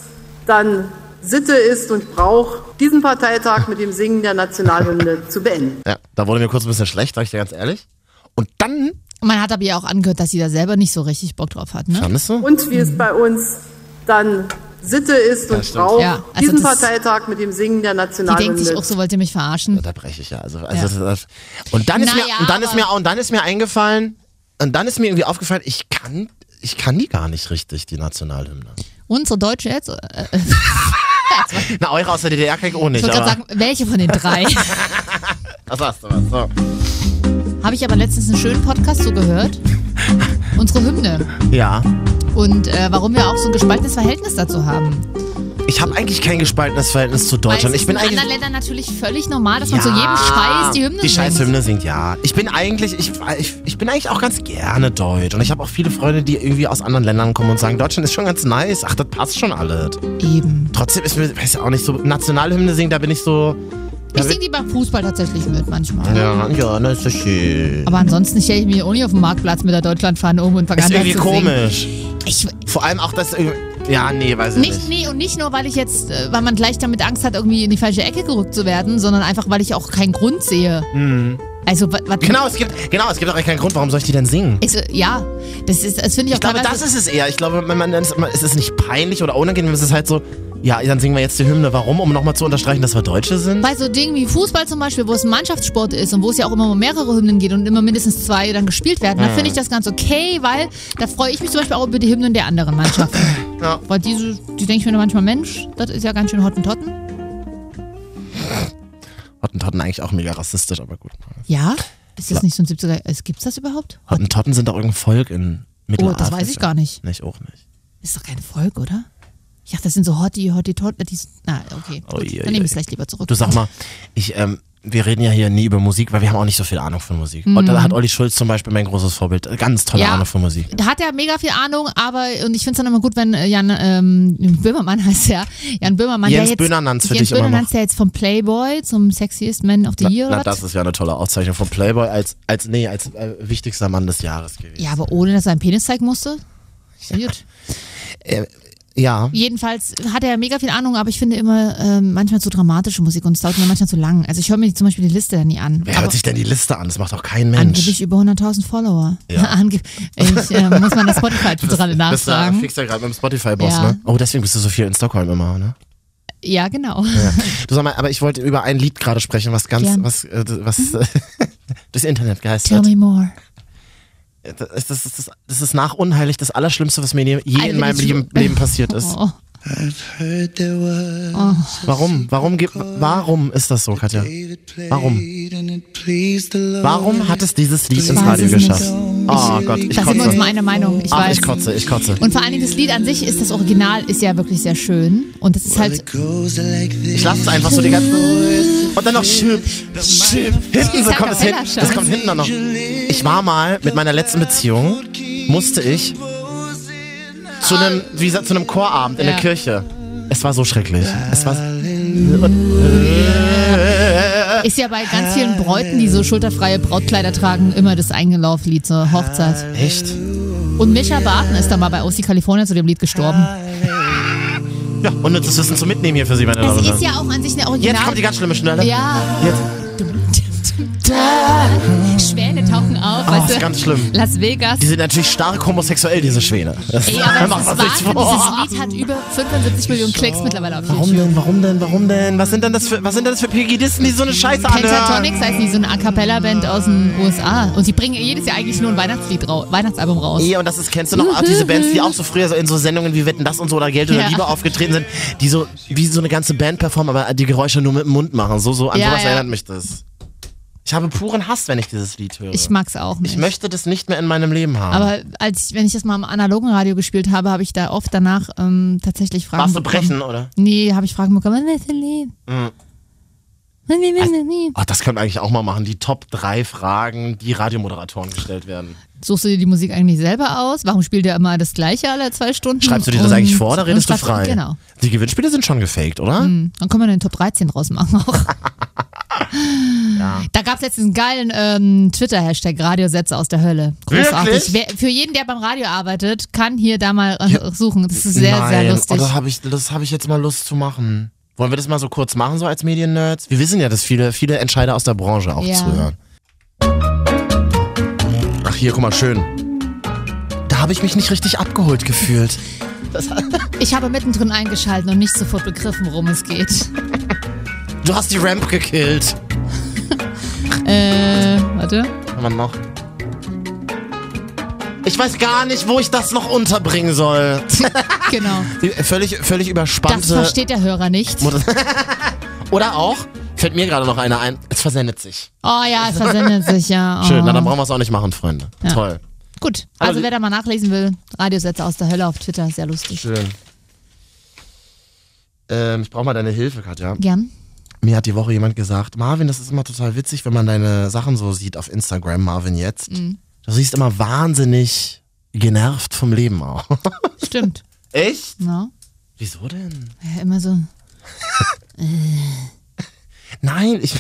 Speaker 5: dann Sitte ist und Brauch, diesen Parteitag mit dem Singen der Nationalhymne zu beenden.
Speaker 2: Ja, da wurde mir kurz ein bisschen schlecht, sag ich dir ganz ehrlich. Und
Speaker 1: Hm?
Speaker 2: dann,
Speaker 1: Man hat aber ja auch angehört, dass sie da selber nicht so richtig Bock drauf hat. Ne?
Speaker 2: fandest du?
Speaker 5: Und wie es bei uns dann Sitte ist und Brauch,
Speaker 1: Ja, also
Speaker 5: diesen
Speaker 1: das-
Speaker 5: Parteitag mit dem Singen der
Speaker 1: Die denkt sich
Speaker 5: Nationalhymne
Speaker 1: auch so, wollte mich verarschen.
Speaker 2: Da breche ich ja. Also, also Das, das, und dann ist
Speaker 1: Naja,
Speaker 2: mir und dann ist mir
Speaker 1: aber-
Speaker 2: und dann ist mir eingefallen und dann ist mir irgendwie aufgefallen, ich kann ich kann die gar nicht richtig die Nationalhymne.
Speaker 1: Unsere Deutsche jetzt? Äh, äh,
Speaker 2: Na eure aus der DDR kann ich auch
Speaker 1: ich
Speaker 2: nicht.
Speaker 1: wollte
Speaker 2: Aber,
Speaker 1: gerade sagen, welche von den drei?
Speaker 2: das hast du was. So.
Speaker 1: Habe ich aber letztens einen schönen Podcast so gehört. Unsere Hymne.
Speaker 2: Ja,
Speaker 1: Und äh, warum wir auch so ein gespaltenes Verhältnis dazu haben.
Speaker 2: ich habe eigentlich kein gespaltenes Verhältnis zu
Speaker 1: Weil es
Speaker 2: Deutschland. Ich
Speaker 1: ist
Speaker 2: bin
Speaker 1: in
Speaker 2: eigentlich
Speaker 1: anderen Ländern natürlich völlig normal, dass
Speaker 2: ja,
Speaker 1: man zu jedem Scheiß die Hymne
Speaker 2: Die scheiß
Speaker 1: singt.
Speaker 2: Hymne singt, ja. Ich bin eigentlich, ich, ich, ich bin eigentlich auch ganz gerne deutsch. Und ich habe auch viele Freunde, die irgendwie aus anderen Ländern kommen und sagen, Deutschland ist schon ganz nice. Ach, das passt schon alles.
Speaker 1: Eben.
Speaker 2: Trotzdem ist mir, weiß ja auch nicht, so Nationalhymne singen, da bin ich so.
Speaker 1: Ich singe die beim Fußball tatsächlich mit manchmal.
Speaker 2: Ja, ja, das ist so schön.
Speaker 1: Aber ansonsten stelle ich mich auch nicht auf dem Marktplatz mit der Deutschlandfahne um und fange
Speaker 2: ist
Speaker 1: an, da
Speaker 2: irgendwie
Speaker 1: zu singen.
Speaker 2: komisch.
Speaker 1: Ich,
Speaker 2: Vor allem auch das. irgendwie- Ja, nee, weiß ich
Speaker 1: Nicht,
Speaker 2: nicht.
Speaker 1: nee, und nicht nur, weil ich jetzt, äh, weil man gleich damit Angst hat, irgendwie in die falsche Ecke gerückt zu werden, sondern einfach, weil ich auch keinen Grund sehe. Also, was.
Speaker 2: Mhm. Genau, es gibt, genau, es gibt auch echt keinen Grund, warum soll ich die denn singen?
Speaker 1: Ist, äh, ja, das ist, das finde ich auch
Speaker 2: Ich glaube,
Speaker 1: teilweise-
Speaker 2: das ist es eher. Ich glaube, wenn man, es ist es nicht peinlich oder unangenehm, es ist halt so, ja, dann singen wir jetzt die Hymne. Warum? Um nochmal zu unterstreichen, dass wir Deutsche sind?
Speaker 1: bei so Dingen wie Fußball zum Beispiel, wo es ein Mannschaftssport ist und wo es ja auch immer um mehrere Hymnen geht und immer mindestens zwei dann gespielt werden, da finde ich das ganz okay, weil da freue ich mich zum Beispiel auch über die Hymnen der anderen Mannschaften.
Speaker 2: Ja.
Speaker 1: Weil die, so- die denke ich mir nur manchmal, Mensch, das ist ja ganz schön Hottentotten.
Speaker 2: Hottentotten eigentlich auch mega rassistisch, aber gut.
Speaker 1: Ja? Ist das nicht so ein 70er? Es- Gibt's das überhaupt?
Speaker 2: Hottentotten sind doch irgendein Volk in Mittelafrika.
Speaker 1: Oh, das weiß ich gar nicht.
Speaker 2: Nicht, auch nicht.
Speaker 1: Ist doch kein Volk, oder? Ich dachte, das sind so Hottie, Hottie, Tot. äh, Die, sind- na, okay.
Speaker 2: Oh,
Speaker 1: gut.
Speaker 2: je,
Speaker 1: Dann nehme ich
Speaker 2: je.
Speaker 1: es gleich lieber zurück.
Speaker 2: Du sag mal, ich, ähm, wir reden ja hier nie über Musik, weil wir haben auch nicht so viel Ahnung von Musik. Und da hat Olli Schulz zum Beispiel mein großes Vorbild. Ganz tolle
Speaker 1: Mhm. Ja.
Speaker 2: Ahnung von Musik.
Speaker 1: Da hat er mega viel Ahnung, aber und ich finde es dann immer gut, wenn äh, Jan ähm, Böhmermann heißt er, Jan Böhmermann,
Speaker 2: Jens
Speaker 1: der jetzt,
Speaker 2: Böhmermanns für
Speaker 1: Jens
Speaker 2: dich immer noch.
Speaker 1: Böhmermanns, der jetzt vom Playboy zum Sexiest Man of the Year
Speaker 2: Na,
Speaker 1: oder
Speaker 2: das
Speaker 1: was?
Speaker 2: ist ja eine tolle Auszeichnung von Playboy als, als nee, als äh, wichtigster Mann des Jahres gewesen.
Speaker 1: Ja, aber ohne, dass er einen Penis zeigen musste. Gut.
Speaker 2: Ja.
Speaker 1: Jedenfalls hat er mega viel Ahnung, aber ich finde immer ähm, manchmal zu dramatische Musik und es dauert mir manchmal zu lang. Also ich höre mir zum Beispiel die Liste dann nie an.
Speaker 2: Wer
Speaker 1: aber
Speaker 2: hört sich denn die Liste an? Das macht doch kein
Speaker 1: angeblich
Speaker 2: Mensch.
Speaker 1: über 100.000 Follower.
Speaker 2: Ja.
Speaker 1: Ange ich, äh, muss man das Spotify dran
Speaker 2: Bist du-
Speaker 1: nachfragen.
Speaker 2: Bist du fix ja gerade mit dem Spotify-Boss,
Speaker 1: Ja.
Speaker 2: ne? Oh, deswegen bist du so viel in Stockholm immer, ne?
Speaker 1: Ja, genau.
Speaker 2: Du sag mal, aber ich wollte über ein Lied gerade sprechen, was ganz,
Speaker 1: Gern.
Speaker 2: was, äh, was äh, durchs Internet
Speaker 1: Mhm. Tell
Speaker 2: geistert.
Speaker 1: me more.
Speaker 2: Das, das, das, das ist nach unheilig das Allerschlimmste, was mir je
Speaker 1: I
Speaker 2: in meinem
Speaker 1: really
Speaker 2: Leben,
Speaker 1: do-
Speaker 2: Leben passiert ist.
Speaker 1: Oh.
Speaker 2: Warum? Warum, gibt, warum ist das so, Katja? Warum? Warum hat es dieses Lied ins
Speaker 1: weiß
Speaker 2: Radio
Speaker 1: es
Speaker 2: geschafft?
Speaker 1: nicht.
Speaker 2: Oh Gott, ich
Speaker 1: Da sind wir uns mal
Speaker 2: kotze.
Speaker 1: einer Meinung. Ich
Speaker 2: Ach,
Speaker 1: weiß.
Speaker 2: ich kotze, ich kotze.
Speaker 1: Und vor allen Dingen das Lied an sich ist das Original ist ja wirklich sehr schön und das ist halt
Speaker 2: Ich lasse es einfach so die ganze Und dann noch Schip, Schip. Hinten so
Speaker 1: A
Speaker 2: kommt es hin.
Speaker 1: cappella schon.
Speaker 2: Das kommt hinten dann noch. Ich war mal mit meiner letzten Beziehung, musste ich zu einem, wie gesagt, zu einem Chorabend in der
Speaker 1: Ja.
Speaker 2: Kirche. Es war so schrecklich. Es war.
Speaker 1: ist ja bei ganz vielen Bräuten, die so schulterfreie Brautkleider tragen, immer das eigene Lauflied zur Hochzeit.
Speaker 2: Echt?
Speaker 1: Und Misha Barton ist da mal bei OC California zu dem Lied gestorben.
Speaker 2: Ja, unnützes Wissen zum Mitnehmen hier für Sie, meine
Speaker 1: Das
Speaker 2: Damen und
Speaker 1: ist
Speaker 2: Herren.
Speaker 1: ja auch an sich eine Original.
Speaker 2: Jetzt kommt die ganz schlimme Schnelle.
Speaker 1: ja.
Speaker 2: Jetzt.
Speaker 1: Schwäne tauchen auf.
Speaker 2: Oh,
Speaker 1: weißt
Speaker 2: ist
Speaker 1: du?
Speaker 2: ganz schlimm.
Speaker 1: Las Vegas.
Speaker 2: Die sind natürlich stark homosexuell, diese Schwäne. Das
Speaker 1: Ey, aber
Speaker 2: macht
Speaker 1: das
Speaker 2: man
Speaker 1: ist
Speaker 2: sich vor.
Speaker 1: Wahnsinn. Dieses Lied hat über 75 Millionen Klicks mittlerweile auf
Speaker 2: Warum
Speaker 1: YouTube.
Speaker 2: denn, warum denn, warum denn? Was sind denn das für, was sind denn das für Pegidisten, die so eine Scheiße anhören?
Speaker 1: Pentatonics heißt die, so eine A-Cappella-Band aus den USA. Und die bringen jedes Jahr eigentlich nur ein Weihnachtslied rau Weihnachtsalbum raus.
Speaker 2: Ja, Eh, und das ist, kennst du noch auch diese Bands, die auch so früher so in so Sendungen wie Wetten, das und so oder Geld oder
Speaker 1: Ja.
Speaker 2: Liebe aufgetreten sind, die so wie so eine ganze Band performen, aber die Geräusche nur mit dem Mund machen. So, so, an
Speaker 1: Ja,
Speaker 2: sowas
Speaker 1: ja.
Speaker 2: erinnert mich das. Ich habe puren Hass, wenn ich dieses Lied höre.
Speaker 1: Ich mag's auch nicht.
Speaker 2: Ich möchte das nicht mehr in meinem Leben haben.
Speaker 1: aber als wenn ich das mal im analogen Radio gespielt habe, habe ich da oft danach ähm, tatsächlich Fragen
Speaker 2: Warst du
Speaker 1: bekommen.
Speaker 2: brechen, oder?
Speaker 1: Nee, habe ich Fragen bekommen. Mhm.
Speaker 2: Ach, das können wir eigentlich auch mal machen. Die Top 3 Fragen, die Radiomoderatoren gestellt werden.
Speaker 1: Suchst du dir die Musik eigentlich selber aus? Warum spielt ihr immer das Gleiche alle zwei Stunden?
Speaker 2: Schreibst du dir das
Speaker 1: Und-
Speaker 2: eigentlich vor oder
Speaker 1: und
Speaker 2: redest du
Speaker 1: schreibst-
Speaker 2: frei?
Speaker 1: Genau.
Speaker 2: Die Gewinnspiele sind schon gefaked, oder?
Speaker 1: Hm, Dann können wir den Top 13 draus machen auch. Da gab es letztens einen geilen ähm, Twitter-Hashtag Radiosätze aus der Hölle. Großartig.
Speaker 2: Wirklich?
Speaker 1: Wer, für jeden, der beim Radio arbeitet, kann hier da mal äh, suchen. Das ist sehr,
Speaker 2: Nein.
Speaker 1: sehr lustig.
Speaker 2: Oh, da hab ich, das habe ich jetzt mal Lust zu machen. Wollen wir das mal so kurz machen, so als Mediennerds? Wir wissen ja, dass viele, viele Entscheider aus der Branche auch
Speaker 1: Ja.
Speaker 2: zuhören. Ach, hier, guck mal, schön. Da habe ich mich nicht richtig abgeholt gefühlt.
Speaker 1: Ich habe mittendrin eingeschalten und nicht sofort begriffen, worum es geht.
Speaker 2: Du hast die Ramp gekillt.
Speaker 1: Äh, warte.
Speaker 2: Kann man noch? Ich weiß gar nicht, wo ich das noch unterbringen soll.
Speaker 1: Genau.
Speaker 2: Die Völlig, völlig
Speaker 1: Das
Speaker 2: überspannte.
Speaker 1: versteht der Hörer nicht. Oh
Speaker 2: Oder auch, fällt mir gerade noch einer ein, es versendet sich.
Speaker 1: Oh ja, es versendet sich, ja. Oh.
Speaker 2: Schön, na, dann brauchen wir es auch nicht machen, Freunde. Toll.
Speaker 1: Gut,
Speaker 2: Aber
Speaker 1: also
Speaker 2: die-
Speaker 1: wer da mal nachlesen will, Radiosätze aus der Hölle auf Twitter, sehr lustig.
Speaker 2: Schön. Ähm, ich brauche mal deine Hilfe, Katja.
Speaker 1: Gern.
Speaker 2: Mir hat die Woche jemand gesagt, Marvin, das ist immer total witzig, wenn man deine Sachen so sieht auf Instagram, Marvin jetzt. Du siehst immer wahnsinnig genervt vom Leben aus.
Speaker 1: Stimmt.
Speaker 2: Echt?
Speaker 1: Ja.
Speaker 2: Wieso denn?
Speaker 1: Ja, Immer so.
Speaker 2: Nein, ich,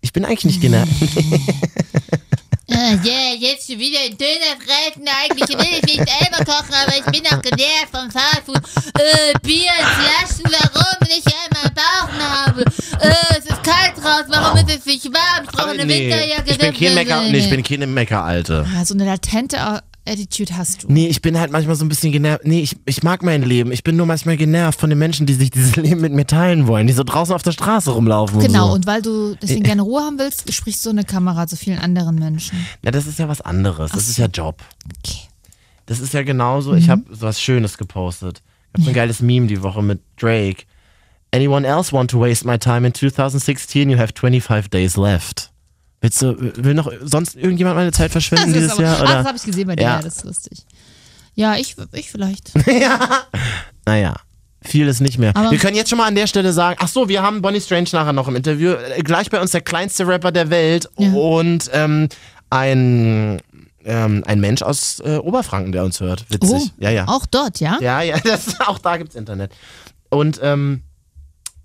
Speaker 2: ich bin eigentlich nicht genervt.
Speaker 6: Ah, Ja, jetzt schon wieder einen Döner fressen. Eigentlich will ich nicht selber kochen, aber ich bin auch genervt vom Fahrfood. Äh, Bier in Flaschen, warum will ich einmal Bauchen habe? Äh, es ist kalt draußen, warum ist es nicht warm? Ich brauche eine Winterjacke.
Speaker 2: ich bin kein Mecker,
Speaker 1: nee,
Speaker 2: nee, ich
Speaker 1: nee.
Speaker 2: bin kein Mecker, Alte.
Speaker 1: Ah, so eine latente Attitude hast du.
Speaker 2: Nee, ich bin halt manchmal so ein bisschen genervt. Nee, ich, ich mag mein Leben. Ich bin nur manchmal genervt von den Menschen, die sich dieses Leben mit mir teilen wollen, die so draußen auf der Straße rumlaufen.
Speaker 1: Genau,
Speaker 2: Und
Speaker 1: und weil du deswegen
Speaker 2: äh.
Speaker 1: gerne Ruhe haben willst, sprichst du eine Kamera zu vielen anderen Menschen.
Speaker 2: so. Ja, das ist ja was anderes. Das ist ja Job.
Speaker 1: Okay.
Speaker 2: Das ist ja genauso.
Speaker 1: Mhm.
Speaker 2: Ich habe was Schönes gepostet. Ich habe so ein geiles Meme die Woche mit Drake. Anyone else want to waste my time in 2016? You have 25 days left. Willst du, will noch sonst irgendjemand meine Zeit verschwenden
Speaker 1: Das ist
Speaker 2: dieses
Speaker 1: aber-
Speaker 2: Jahr?
Speaker 1: ah, das
Speaker 2: Oder?
Speaker 1: habe ich gesehen bei dir,
Speaker 2: Ja.
Speaker 1: ja, das ist lustig. Ja, ich, ich vielleicht.
Speaker 2: Naja, viel ist nicht mehr.
Speaker 1: Aber-
Speaker 2: wir können jetzt schon mal an der Stelle sagen, ach so, wir haben Bonnie Strange nachher noch im Interview. Äh, Gleich bei uns der kleinste Rapper der Welt
Speaker 1: Ja.
Speaker 2: und ähm, ein, ähm, ein Mensch aus äh, Oberfranken, der uns hört. Witzig.
Speaker 1: Oh,
Speaker 2: ja, ja.
Speaker 1: Auch dort, ja?
Speaker 2: Ja, ja, das, auch da gibt's Internet. Und ähm,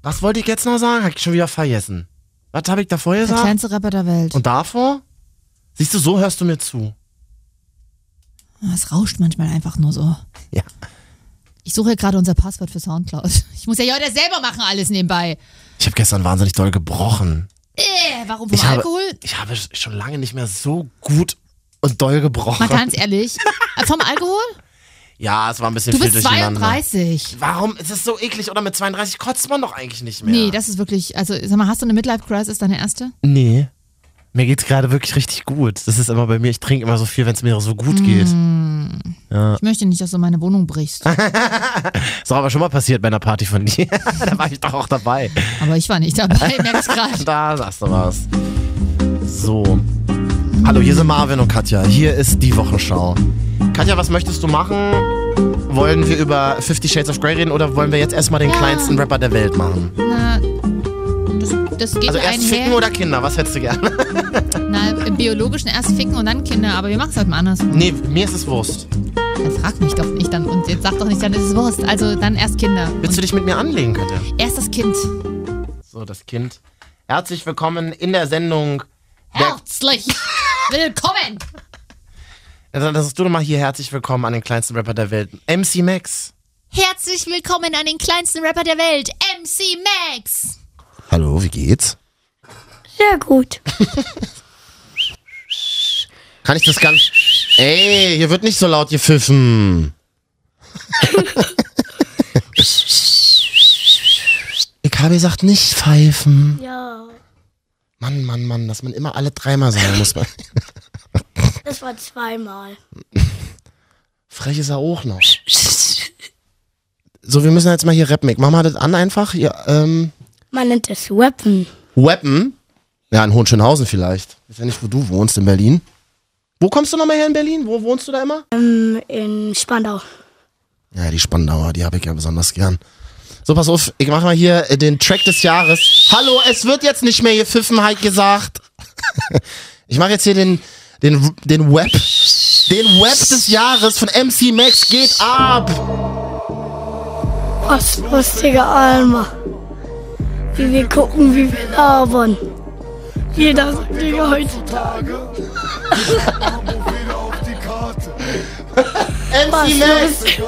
Speaker 2: was wollte ich jetzt noch sagen? Hab ich schon wieder vergessen. Was habe ich davor
Speaker 1: Der
Speaker 2: gesagt?
Speaker 1: kleinste Rapper der Welt.
Speaker 2: Und davor? Siehst du, so hörst du mir zu.
Speaker 1: Ah, Es rauscht manchmal einfach nur so.
Speaker 2: Ja.
Speaker 1: Ich suche ja gerade unser Passwort für Soundcloud. Ich muss ja heute selber machen alles nebenbei.
Speaker 2: Ich habe gestern wahnsinnig doll gebrochen.
Speaker 1: Äh, warum vom
Speaker 2: Ich habe,
Speaker 1: Alkohol?
Speaker 2: ich habe schon lange nicht mehr so gut und doll gebrochen.
Speaker 1: Mal ganz ehrlich. äh, Vom Alkohol?
Speaker 2: Ja, es war ein bisschen
Speaker 1: Du
Speaker 2: viel
Speaker 1: bist
Speaker 2: durcheinander.
Speaker 1: 32.
Speaker 2: Warum ist es so eklig? Oder mit 32 kotzt man doch eigentlich nicht mehr.
Speaker 1: Nee, das ist wirklich, also sag mal, hast du eine Midlife-Crisis, deine erste?
Speaker 2: Nee. Mir geht's gerade wirklich richtig gut. Das ist immer bei mir, ich trinke immer so viel, wenn es mir so
Speaker 1: Mm.
Speaker 2: gut geht.
Speaker 1: Ich möchte nicht, dass du meine Wohnung brichst.
Speaker 2: Ist doch aber schon mal passiert bei einer Party von dir. da war ich doch auch dabei.
Speaker 1: Aber ich war nicht dabei, merk ich gerade.
Speaker 2: Da sagst du was. So. Hallo, hier sind Marvin und Katja. Hier ist die Wochenschau. Katja, was möchtest du machen? Wollen wir über Fifty Shades of Grey reden oder wollen wir jetzt erstmal den kleinsten Rapper der Welt machen?
Speaker 1: Na, das, das geht
Speaker 2: Also
Speaker 1: einher.
Speaker 2: erst Ficken oder Kinder, was hättest du gerne?
Speaker 1: Na, im biologischen erst ficken und dann Kinder, aber wir machen es halt mal andersrum.
Speaker 2: Nee, mir ist es Wurst.
Speaker 1: Dann frag mich doch nicht dann und jetzt sag doch nicht, dann ist es Wurst. Also dann erst Kinder.
Speaker 2: Willst du dich mit mir anlegen, Katja?
Speaker 1: Erst das Kind.
Speaker 2: So, das Kind. Herzlich willkommen in der Sendung. Der,
Speaker 1: Herzlich willkommen!
Speaker 2: also, das ist du nochmal hier. Herzlich willkommen an den kleinsten Rapper der Welt, MC Max.
Speaker 6: Herzlich willkommen an den kleinsten Rapper der Welt, MC Max.
Speaker 2: Hallo, wie geht's?
Speaker 7: Sehr gut.
Speaker 2: Kann ich das gar nicht. Ey, hier wird nicht so laut gepfiffen. ich habe gesagt, nicht pfeifen.
Speaker 7: Ja,
Speaker 2: Mann, Mann, Mann, dass man immer alle dreimal sagen muss.
Speaker 7: das war zweimal.
Speaker 2: Frech ist er auch noch. So, wir müssen jetzt mal hier rappen. Ich mach mal das an einfach. Ja, ähm,
Speaker 7: Man nennt es Weapon.
Speaker 2: Weapon. Ja, in Hohenschönhausen vielleicht. Ich weiß ja nicht, wo du wohnst in Berlin. Wo kommst du nochmal her in Berlin? Wo wohnst du da immer?
Speaker 7: In Spandau.
Speaker 2: Ja, die Spandauer, die habe ich ja besonders gern. So, pass auf, ich mache mal hier äh, den Track des Jahres. Hallo, es wird jetzt nicht mehr gepfiffen, halt gesagt. ich mache jetzt hier den, den, den Web, den Web des Jahres von MC Max geht ab.
Speaker 7: Was lustige Alma. Wie wir gucken, wie wir labern. Jeder sagt Digga heutzutage.
Speaker 2: MC Max.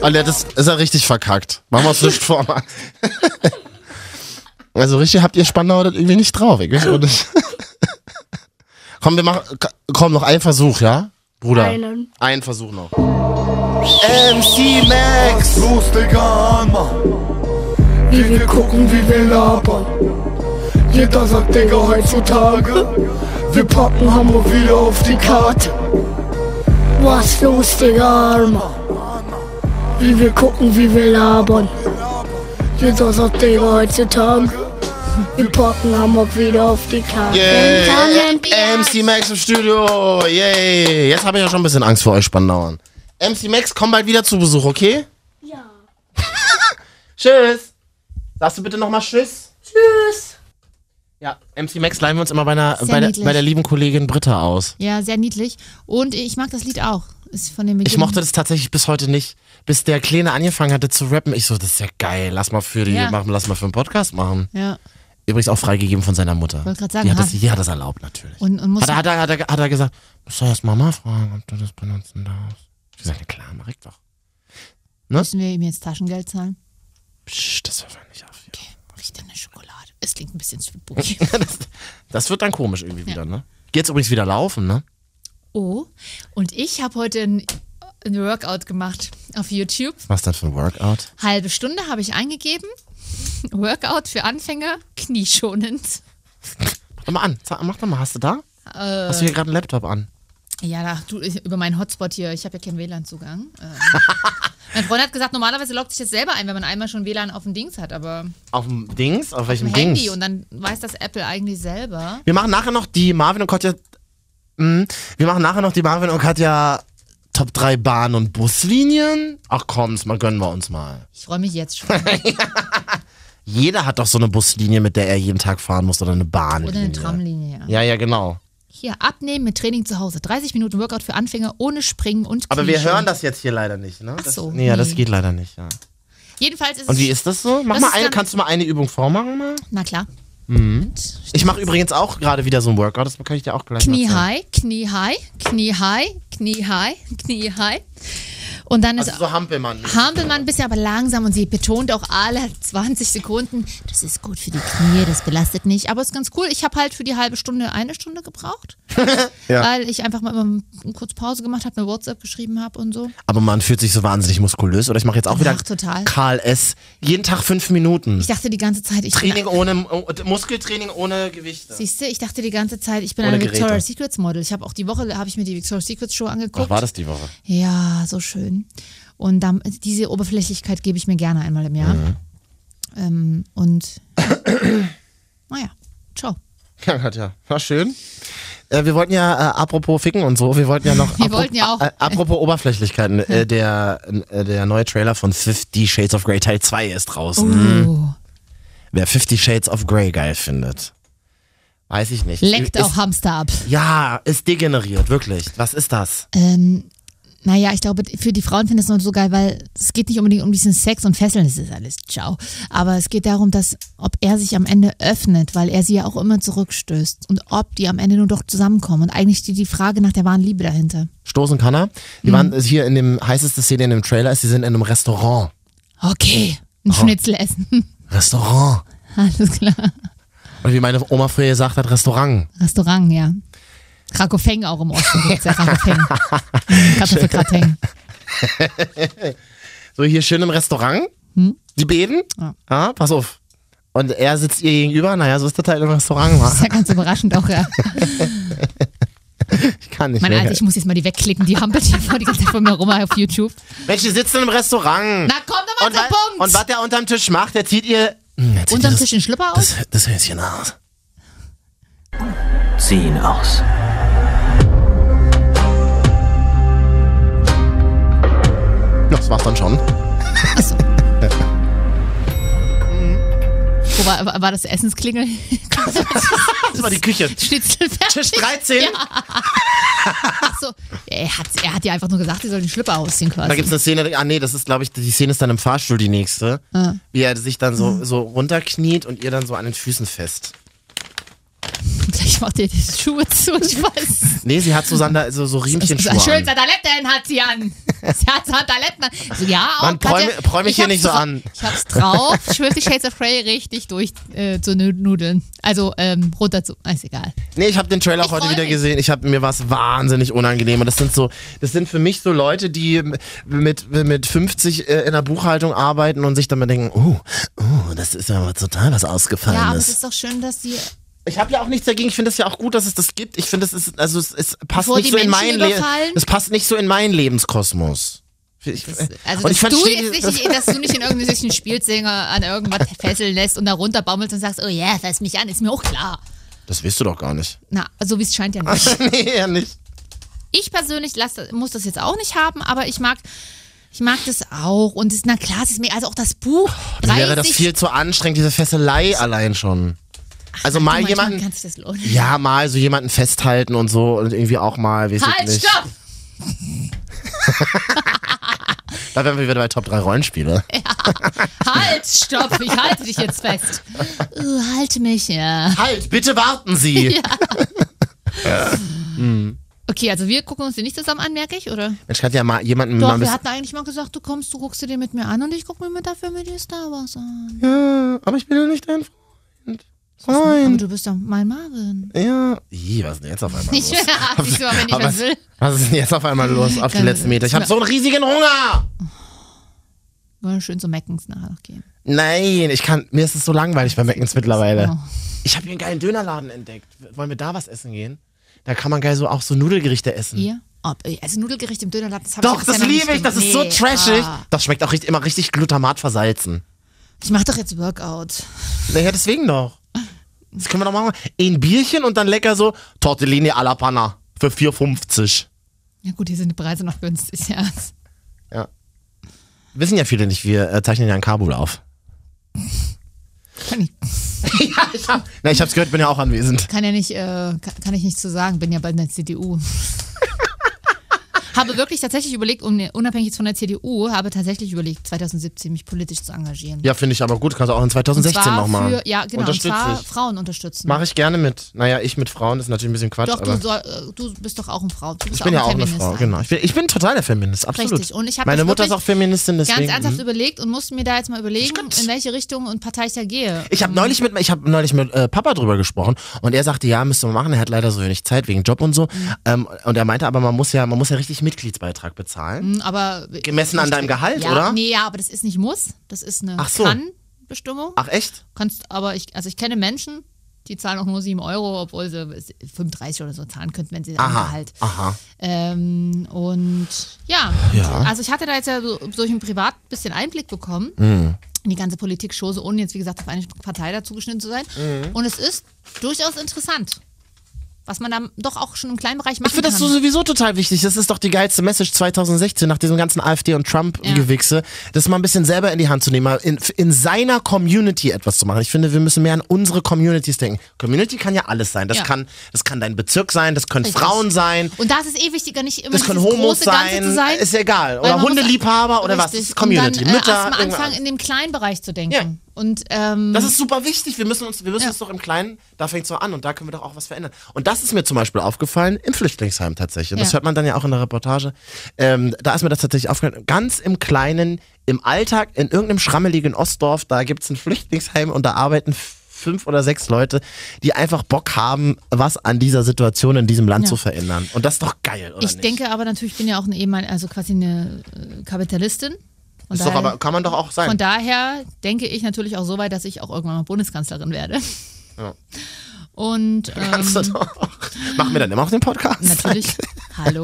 Speaker 2: Alter, das ist er richtig verkackt. Machen wir uns nicht vor. Mann. also richtig habt ihr Spandauer das irgendwie nicht drauf. Ich weiß auch nicht. komm, wir machen, komm, noch ein Versuch, ja? Bruder.
Speaker 7: Einen.
Speaker 2: Ein Versuch noch. MC Max!
Speaker 8: Los, Digga, an, Mann. Wie wir gucken, wie wir labern. Jeder sagt, Digga, heutzutage. Wir packen Hamburg wieder auf die Karte.
Speaker 7: Was lustige Alma. Wie wir gucken, wie wir labern. Jeder sagt Digga heutzutage. Wir packen Hamburg wieder auf die Karte.
Speaker 2: Yay! MC Max im Studio! Yay! Jetzt habe ich ja schon ein bisschen Angst vor euch Spandauern. MC Max, komm bald wieder zu Besuch, okay?
Speaker 7: Ja.
Speaker 2: Tschüss! Sagst du bitte nochmal Tschüss? Tschüss! Ja, MC Max leihen wir uns immer bei, einer, bei, der,
Speaker 1: niedlich.
Speaker 2: bei der lieben Kollegin Britta aus.
Speaker 1: Ja, sehr niedlich. Und ich mag das Lied auch. Ist von dem
Speaker 2: Ich
Speaker 1: Beginn-
Speaker 2: mochte das tatsächlich bis heute nicht. Bis der Kleine angefangen hatte zu rappen, ich so, das ist ja geil, lass mal für die,
Speaker 1: Ja.
Speaker 2: mach, lass mal für einen Podcast machen.
Speaker 1: Ja.
Speaker 2: Übrigens auch freigegeben von seiner Mutter.
Speaker 1: Wollte grad sagen,
Speaker 2: die, hat das,
Speaker 1: ha-
Speaker 2: die hat das erlaubt, natürlich.
Speaker 1: Und, und muss
Speaker 2: Hat er, hat, er, hat, er, hat er gesagt, musst du erst Mama fragen, ob du das benutzen darfst. Ich gesagt, ja klar, mach ich doch.
Speaker 1: müssen wir ihm jetzt Taschengeld zahlen?
Speaker 2: Psch, das hört man nicht auf. hier.
Speaker 1: Riecht eine Schokolade. Es klingt ein bisschen spooky.
Speaker 2: Das, das wird dann komisch irgendwie wieder, ne? Geht's übrigens wieder laufen, ne?
Speaker 1: oh, und ich habe heute ein, ein Workout gemacht auf YouTube.
Speaker 2: Was denn für ein Workout?
Speaker 1: Halbe Stunde habe ich eingegeben. Workout für Anfänger, knieschonend.
Speaker 2: Mach mal an, zeig- mach doch mal, hast du da?
Speaker 1: Äh.
Speaker 2: Hast du hier gerade einen Laptop an?
Speaker 1: Ja, da, du, ich, über meinen Hotspot hier, ich habe ja keinen WLAN-Zugang. Ähm, mein Freund hat gesagt, normalerweise loggt sich das selber ein, wenn man einmal schon WLAN auf dem Dings hat, aber
Speaker 2: Auf dem Dings? Auf welchem
Speaker 1: im
Speaker 2: Dings?
Speaker 1: Handy und dann weiß das Apple eigentlich selber.
Speaker 2: Wir machen nachher noch die Marvin und Katja. Mm, wir machen nachher noch die Marvin und Katja Top 3 Bahn- und Buslinien. Ach komm, das mal gönnen wir uns mal.
Speaker 1: Ich freue mich jetzt schon.
Speaker 2: Jeder hat doch so eine Buslinie, mit der er jeden Tag fahren muss oder eine Bahn.
Speaker 1: Oder eine Tramlinie, ja.
Speaker 2: Ja, ja, genau.
Speaker 1: Hier, abnehmen mit Training zu Hause. 30 Minuten Workout für Anfänger ohne Springen und
Speaker 2: Aber wir
Speaker 1: Knieschonung.
Speaker 2: hören das jetzt hier leider nicht, ne?
Speaker 1: Ach so,
Speaker 2: Das, nee, ja, das
Speaker 1: nee.
Speaker 2: geht leider nicht, ja.
Speaker 1: Jedenfalls ist
Speaker 2: Und wie
Speaker 1: es.
Speaker 2: ist das so? Mach
Speaker 1: Das
Speaker 2: mal
Speaker 1: ist
Speaker 2: eine,
Speaker 1: dann-
Speaker 2: kannst du mal eine Übung vormachen mal?
Speaker 1: Na klar.
Speaker 2: Mhm.
Speaker 1: Moment.
Speaker 2: Ich mache übrigens auch gerade wieder so ein Workout, das kann ich dir auch gleich mal
Speaker 1: Knie
Speaker 2: zeigen.
Speaker 1: high, Knie high, Knie high, Knie high, Knie high. Und dann ist
Speaker 2: Also so Hampelmann.
Speaker 1: Hampelmann ein bisschen, aber langsam und sie betont auch alle 20 Sekunden, das ist gut für die Knie, das belastet nicht, aber ist ganz cool. Ich habe halt für die halbe Stunde eine Stunde gebraucht,
Speaker 2: Ja.
Speaker 1: weil ich einfach mal immer kurz Pause gemacht habe, eine WhatsApp geschrieben habe und so.
Speaker 2: Aber man fühlt sich so wahnsinnig muskulös. Oder ich mache jetzt auch wieder
Speaker 1: Ach, total.
Speaker 2: KLS. Jeden Tag fünf Minuten.
Speaker 1: Ich dachte die ganze Zeit, ich bin,
Speaker 2: Training ohne, oh, Muskeltraining ohne Gewichte.
Speaker 1: siehste, ich dachte die ganze Zeit, ich bin
Speaker 2: Ohne
Speaker 1: eine
Speaker 2: Geräte.
Speaker 1: Victoria's Secrets Model. Ich habe auch die Woche habe ich mir die Victoria's Secrets Show angeguckt.
Speaker 2: Ach, war das die Woche?
Speaker 1: Ja, so schön. Und dann, diese Oberflächlichkeit gebe ich mir gerne einmal im Jahr. Ähm, und naja, ciao.
Speaker 2: Ja, Gott, ja. War schön. Äh, wir wollten ja, äh, apropos Ficken und so, wir wollten ja noch.
Speaker 1: Wir
Speaker 2: apro-
Speaker 1: wollten ja auch-
Speaker 2: Äh, apropos Oberflächlichkeiten, äh, der, äh, der neue Trailer von Fifty Shades of Grey Teil 2 ist draußen.
Speaker 1: Oh.
Speaker 2: Wer Fifty Shades of Grey geil findet, weiß ich nicht.
Speaker 1: Leckt
Speaker 2: ist,
Speaker 1: auch Hamster ab.
Speaker 2: Ja, ist degeneriert, wirklich. Was ist das?
Speaker 1: Ähm, naja, ich glaube, für die Frauen finden das nur so geil, weil es geht nicht unbedingt um diesen Sex und Fesseln, das ist alles, ciao. Aber es geht darum, dass, ob er sich am Ende öffnet, weil er sie ja auch immer zurückstößt und ob die am Ende nur doch zusammenkommen. Und eigentlich steht die Frage nach der wahren Liebe dahinter.
Speaker 2: Stoßen kann er.
Speaker 1: Mhm.
Speaker 2: Die waren ist hier in dem heißeste Szene in dem Trailer ist, sie sind in einem Restaurant.
Speaker 1: Okay, ein Schnitzel essen.
Speaker 2: Restaurant.
Speaker 1: alles klar.
Speaker 2: Oder wie meine Oma früher gesagt hat, Restaurant.
Speaker 1: Restaurant, ja. Krakofeng auch im Osten gibt's ja Krakofeng. Kartoffelkrateng.
Speaker 2: So hier schön im Restaurant.
Speaker 1: Hm.
Speaker 2: Die beten. Ja. pass auf. Und er sitzt ihr gegenüber. Naja, so ist das halt im Restaurant. wa?
Speaker 1: Das ist ja ganz überraschend auch, ja.
Speaker 2: Ich kann nicht
Speaker 1: Mein
Speaker 2: mehr.
Speaker 1: Alter, ich muss jetzt mal die wegklicken, die hampelt hier vor die ganze Zeit von mir rum auf YouTube.
Speaker 2: Mensch, die sitzen im Restaurant.
Speaker 1: Na komm doch mal
Speaker 2: und,
Speaker 1: zum
Speaker 2: wa-
Speaker 1: Punkt!
Speaker 2: und was der unterm Tisch macht, der zieht ihr... Hm, der zieht
Speaker 1: Unterm
Speaker 2: ihr
Speaker 1: Tisch den Schlipper aus?
Speaker 2: das, das, das Höschen aus.
Speaker 9: Zieh ihn aus.
Speaker 2: Das war's dann schon.
Speaker 1: Achso. Wo war, war- war das Essensklingel?
Speaker 2: Das war die Küche.
Speaker 1: Schnitzel
Speaker 2: Tisch
Speaker 1: fertig?
Speaker 2: 13.
Speaker 1: Achso. Er hat, er hat ja einfach nur gesagt, sie soll den Schlipper ausziehen
Speaker 2: Da
Speaker 1: quasi.
Speaker 2: gibt's eine Szene, ah nee, das ist, glaube ich, die Szene ist dann im Fahrstuhl die nächste,
Speaker 1: Ah.
Speaker 2: wie er sich dann so, so runterkniet und ihr dann so an den Füßen fest.
Speaker 1: Gleich macht ihr die Schuhe zu, ich weiß.
Speaker 2: Nee, sie hat so, Sander, so, so Riemchenschuhe an.
Speaker 1: Schön, Sandaletten hat sie an. Sie hat Sandaletten an. So, ja, auch,
Speaker 2: Mann,
Speaker 1: hat
Speaker 2: prall
Speaker 1: ja-
Speaker 2: mi- prall mich
Speaker 1: ich
Speaker 2: hier
Speaker 1: hab's
Speaker 2: nicht so
Speaker 1: dra-
Speaker 2: an.
Speaker 1: Ich hab's drauf. Ich will die Shades of Grey richtig durch äh, zu nu- Nudeln. Also ähm, runter zu. Ist egal.
Speaker 2: Nee, ich habe den Trailer auch
Speaker 1: Ich
Speaker 2: heute
Speaker 1: freu
Speaker 2: wieder
Speaker 1: mich.
Speaker 2: gesehen. Ich hab, mir war's wahnsinnig unangenehm. Und das sind so, das sind für mich so Leute, die mit, mit 50 äh, in der Buchhaltung arbeiten und sich dann mal denken, oh, oh, das ist ja mal total was
Speaker 1: Ja, aber es
Speaker 2: Ausgefallenes.
Speaker 1: ist doch schön, dass sie
Speaker 2: ich habe ja auch nichts dagegen. Ich finde es ja auch gut, dass es das gibt. Ich finde, es ist, also es, es passt
Speaker 1: Bevor
Speaker 2: nicht
Speaker 1: die
Speaker 2: so in
Speaker 1: Menschen
Speaker 2: meinen Le-
Speaker 1: überfallen?
Speaker 2: Es passt nicht so in meinen Lebenskosmos. Ich,
Speaker 1: Also,
Speaker 2: Äh, und
Speaker 1: dass,
Speaker 2: ich fand
Speaker 1: du
Speaker 2: Steffi-
Speaker 1: jetzt nicht, dass du nicht in irgendwelchen Spielsänger an irgendwas fesseln lässt und da runterbaumelst und sagst, oh ja, fass mich an, ist mir auch klar.
Speaker 2: Das weißt du doch gar nicht.
Speaker 1: Na, so wie es scheint ja nicht.
Speaker 2: nee, ja nicht.
Speaker 1: Ich persönlich lasse, muss das jetzt auch nicht haben, aber ich mag, ich mag das auch. Und es, na klar, es ist mir, also auch das Buch. 30,
Speaker 2: Mir wäre das viel zu anstrengend, diese Fesselei allein schon. Also mal
Speaker 1: Manchmal
Speaker 2: jemanden,
Speaker 1: Oh Kann sich das lohnen.
Speaker 2: ja, mal so jemanden festhalten und so und irgendwie auch mal, weiß ich
Speaker 1: Halt,
Speaker 2: nicht.
Speaker 1: stopp!
Speaker 2: Da wären wir wieder bei Top 3 Rollenspiele.
Speaker 1: Halt, stopp! Ich halte dich jetzt fest. Uh, halte mich, ja.
Speaker 2: Halt, bitte warten Sie.
Speaker 1: Okay, also wir gucken uns den nicht zusammen an, merke ich, oder?
Speaker 2: Mensch, kann ja mal jemanden mal
Speaker 1: Doch,
Speaker 2: ein
Speaker 1: wir
Speaker 2: bisschen,
Speaker 1: hatten eigentlich mal gesagt, du kommst, du guckst dir den mit mir an und ich gucke mir mit dafür mit dir Star Wars an.
Speaker 2: ja, aber ich bin ja nicht dein Freund.
Speaker 1: Aber
Speaker 2: Freund.
Speaker 1: du bist doch mein Marvin.
Speaker 2: Ja. Ih, was ist denn jetzt auf einmal
Speaker 1: Ich
Speaker 2: los?
Speaker 1: siehst du mal, wenn ich
Speaker 2: Aber
Speaker 1: was will.
Speaker 2: Was ist denn jetzt auf einmal los auf die
Speaker 1: Dann-
Speaker 2: letzten Meter? Ich habe so einen riesigen Hunger.
Speaker 1: Wollen wir schön so Meckens nachher noch
Speaker 2: Hm.
Speaker 1: gehen.
Speaker 2: Nein, ich kann. Mir ist es so langweilig bei Meckens mittlerweile.
Speaker 1: Oh.
Speaker 2: Ich habe hier einen geilen Dönerladen entdeckt. Wollen wir da was essen gehen? Da kann man geil so auch so Nudelgerichte essen.
Speaker 1: Ihr? Ob, also Nudelgericht im Dönerladen, das habe ich
Speaker 2: Doch,
Speaker 1: bisher
Speaker 2: das
Speaker 1: noch nicht
Speaker 2: liebe ich. Das ist so
Speaker 1: gemacht.
Speaker 2: trashig.
Speaker 1: Ah.
Speaker 2: Das schmeckt auch richtig, immer richtig Glutamat versalzen.
Speaker 1: Ich mache doch jetzt Workout.
Speaker 2: Naja, deswegen doch. Das können wir doch machen. Ein Bierchen und dann lecker so Tortellini alla Panna für 4,50.
Speaker 1: Ja gut, hier sind die Preise noch günstig, ja.
Speaker 2: Wissen ja viele nicht, wir äh, zeichnen ja in Kabul auf.
Speaker 1: Kann ich,
Speaker 2: ja, ich, hab, na, ich hab's gehört, bin ja auch anwesend.
Speaker 1: kann ja nicht, äh, kann, kann ich nicht zu sagen, bin ja bei der CDU. Habe wirklich tatsächlich überlegt, um, unabhängig jetzt von der CDU, habe tatsächlich überlegt, 2017 mich politisch zu engagieren.
Speaker 2: Ja, um finde ich aber gut. Kannst du auch in
Speaker 1: Und
Speaker 2: 2016
Speaker 1: zwar
Speaker 2: nochmal.
Speaker 1: für- Ja, genau. Und
Speaker 2: Unterstütze
Speaker 1: zwar
Speaker 2: ich.
Speaker 1: Frauen unterstützen.
Speaker 2: Mache ich gerne mit. Naja, ich mit Frauen ist natürlich ein bisschen Quatsch,
Speaker 1: Doch, du,
Speaker 2: aber
Speaker 1: soll, äh, du bist doch auch eine Frau. Du bist
Speaker 2: ich bin ja auch eine
Speaker 1: Feminist
Speaker 2: Frau.
Speaker 1: eigentlich.
Speaker 2: Genau. Ich bin, ich bin total der Feminist, absolut.
Speaker 1: Richtig. Und ich hab
Speaker 2: Meine
Speaker 1: mich
Speaker 2: Mutter ist
Speaker 1: wirklich
Speaker 2: auch Feministin, deswegen.
Speaker 1: Ganz ernsthaft
Speaker 2: mhm.
Speaker 1: überlegt und musste mir da jetzt mal überlegen, in welche Richtung und Partei ich da gehe.
Speaker 2: ich habe neulich mit, ich hab neulich mit äh, Papa drüber gesprochen und er sagte, ja, müsste man machen. Er hat leider so wenig Zeit wegen Job und so.
Speaker 1: Mhm.
Speaker 2: Ähm, und er meinte, aber man muss ja, man muss ja richtig Mitgliedsbeitrag bezahlen.
Speaker 1: Hm, Aber
Speaker 2: Gemessen an deinem Gehalt,
Speaker 1: ja,
Speaker 2: oder?
Speaker 1: Nee, ja, aber das ist nicht muss. Das ist eine
Speaker 2: Ach so.
Speaker 1: Kann-Bestimmung.
Speaker 2: Ach echt?
Speaker 1: Kannst, aber ich, also ich kenne Menschen, die zahlen auch nur 7 Euro, obwohl sie 35 oder so zahlen könnten, wenn sie dann
Speaker 2: Aha.
Speaker 1: Gehalt.
Speaker 2: Aha.
Speaker 1: Ähm, und ja. also ich hatte da jetzt ja so, durch ein Privat bisschen Einblick bekommen
Speaker 2: Mhm.
Speaker 1: in die ganze Politik-Chose, ohne jetzt, wie gesagt, auf eine Partei dazu geschnitten zu sein.
Speaker 2: Mhm.
Speaker 1: Und es ist durchaus interessant, was man dann doch auch schon im kleinen Bereich machen
Speaker 2: Ich finde das
Speaker 1: kann.
Speaker 2: so sowieso total wichtig. Das ist doch die geilste Message 2016 nach diesem ganzen AfD und Trump-Gewichse, das mal ein bisschen selber in die Hand zu nehmen, mal in, in seiner Community etwas zu machen. Ich finde, wir müssen mehr an unsere Communities denken. Community kann ja alles sein. Das,
Speaker 1: Ja.
Speaker 2: kann, das kann dein Bezirk sein, das können
Speaker 1: Richtig.
Speaker 2: Frauen sein,
Speaker 1: und da ist es eh wichtiger, nicht immer
Speaker 2: das können
Speaker 1: dieses
Speaker 2: Homos
Speaker 1: große Ganze
Speaker 2: sein,
Speaker 1: zu sein.
Speaker 2: ist ja egal.
Speaker 1: Weil
Speaker 2: Oder
Speaker 1: man muss-
Speaker 2: Hundeliebhaber oder was. Das
Speaker 1: Richtig.
Speaker 2: ist Community.
Speaker 1: Und dann, äh,
Speaker 2: Mütter.
Speaker 1: erst mal
Speaker 2: irgendwas.
Speaker 1: anfangen, in dem kleinen Bereich zu denken.
Speaker 2: Ja.
Speaker 1: Und ähm,
Speaker 2: Das ist super wichtig. Wir müssen uns, wir müssen
Speaker 1: Ja.
Speaker 2: uns doch im Kleinen, da fängt es an und da können wir doch auch was verändern. Und das ist mir zum Beispiel aufgefallen im Flüchtlingsheim tatsächlich. Und das
Speaker 1: Ja.
Speaker 2: hört man dann ja auch in der Reportage. Ähm, da ist mir das tatsächlich aufgefallen. Ganz im Kleinen, im Alltag, in irgendeinem schrammeligen Ostdorf, da gibt es ein Flüchtlingsheim und da arbeiten fünf oder sechs Leute, die einfach Bock haben, was an dieser Situation in diesem Land zu verändern. Und das ist doch geil, oder
Speaker 1: ich
Speaker 2: nicht?
Speaker 1: denke aber natürlich, ich bin ja auch eine ehemalige, also quasi eine äh, Kapitalistin. Von
Speaker 2: ist doch
Speaker 1: daher-
Speaker 2: aber, kann man doch auch sein.
Speaker 1: Von daher denke ich natürlich auch so weit, dass ich auch irgendwann mal Bundeskanzlerin werde. Und
Speaker 2: Kannst du
Speaker 1: ähm,
Speaker 2: doch. Machen wir dann immer noch den Podcast?
Speaker 1: natürlich, hallo.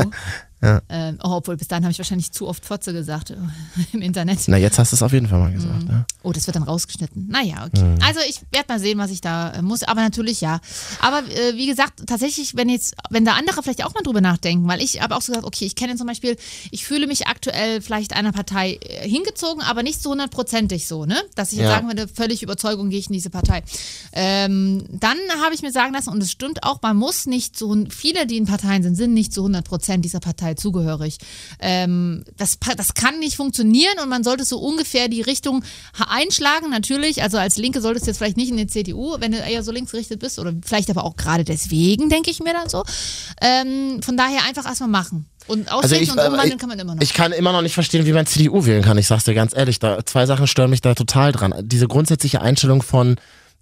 Speaker 1: Ähm, oh, obwohl, bis dahin habe ich wahrscheinlich zu oft Fotze gesagt äh, im Internet.
Speaker 2: Na, jetzt hast du es auf jeden Fall mal gesagt. Ja.
Speaker 1: Oh, das wird dann rausgeschnitten. Naja, okay. Also ich werde mal sehen, was ich da äh, muss. Aber natürlich ja. Aber äh, wie gesagt, tatsächlich, wenn jetzt, wenn da andere vielleicht auch mal drüber nachdenken, weil ich habe auch so gesagt, okay, ich kenne zum Beispiel, ich fühle mich aktuell vielleicht einer Partei äh, hingezogen, aber nicht so hundertprozentig so, ne? Dass ich jetzt
Speaker 2: Ja.
Speaker 1: sagen würde, völlig Überzeugung gehe ich in diese Partei. Ähm, dann habe ich mir sagen lassen, und es stimmt auch, man muss nicht so, viele, die in Parteien sind, sind nicht zu 100 Prozent dieser Partei zugehörig. Ähm, das, pa- das kann nicht funktionieren und man sollte so ungefähr die Richtung ha- einschlagen. Natürlich, also als Linke solltest du jetzt vielleicht nicht in die CDU, wenn du eher so linksgerichtet bist, oder vielleicht aber auch gerade deswegen, denke ich mir dann so. Ähm, von daher einfach erstmal machen. Und ausdenken und
Speaker 2: äh,
Speaker 1: umwandeln kann man immer noch.
Speaker 2: Ich kann immer noch nicht verstehen, wie man CDU wählen kann. Ich sag's dir ganz ehrlich, da zwei Sachen stören mich da total dran. Diese grundsätzliche Einstellung von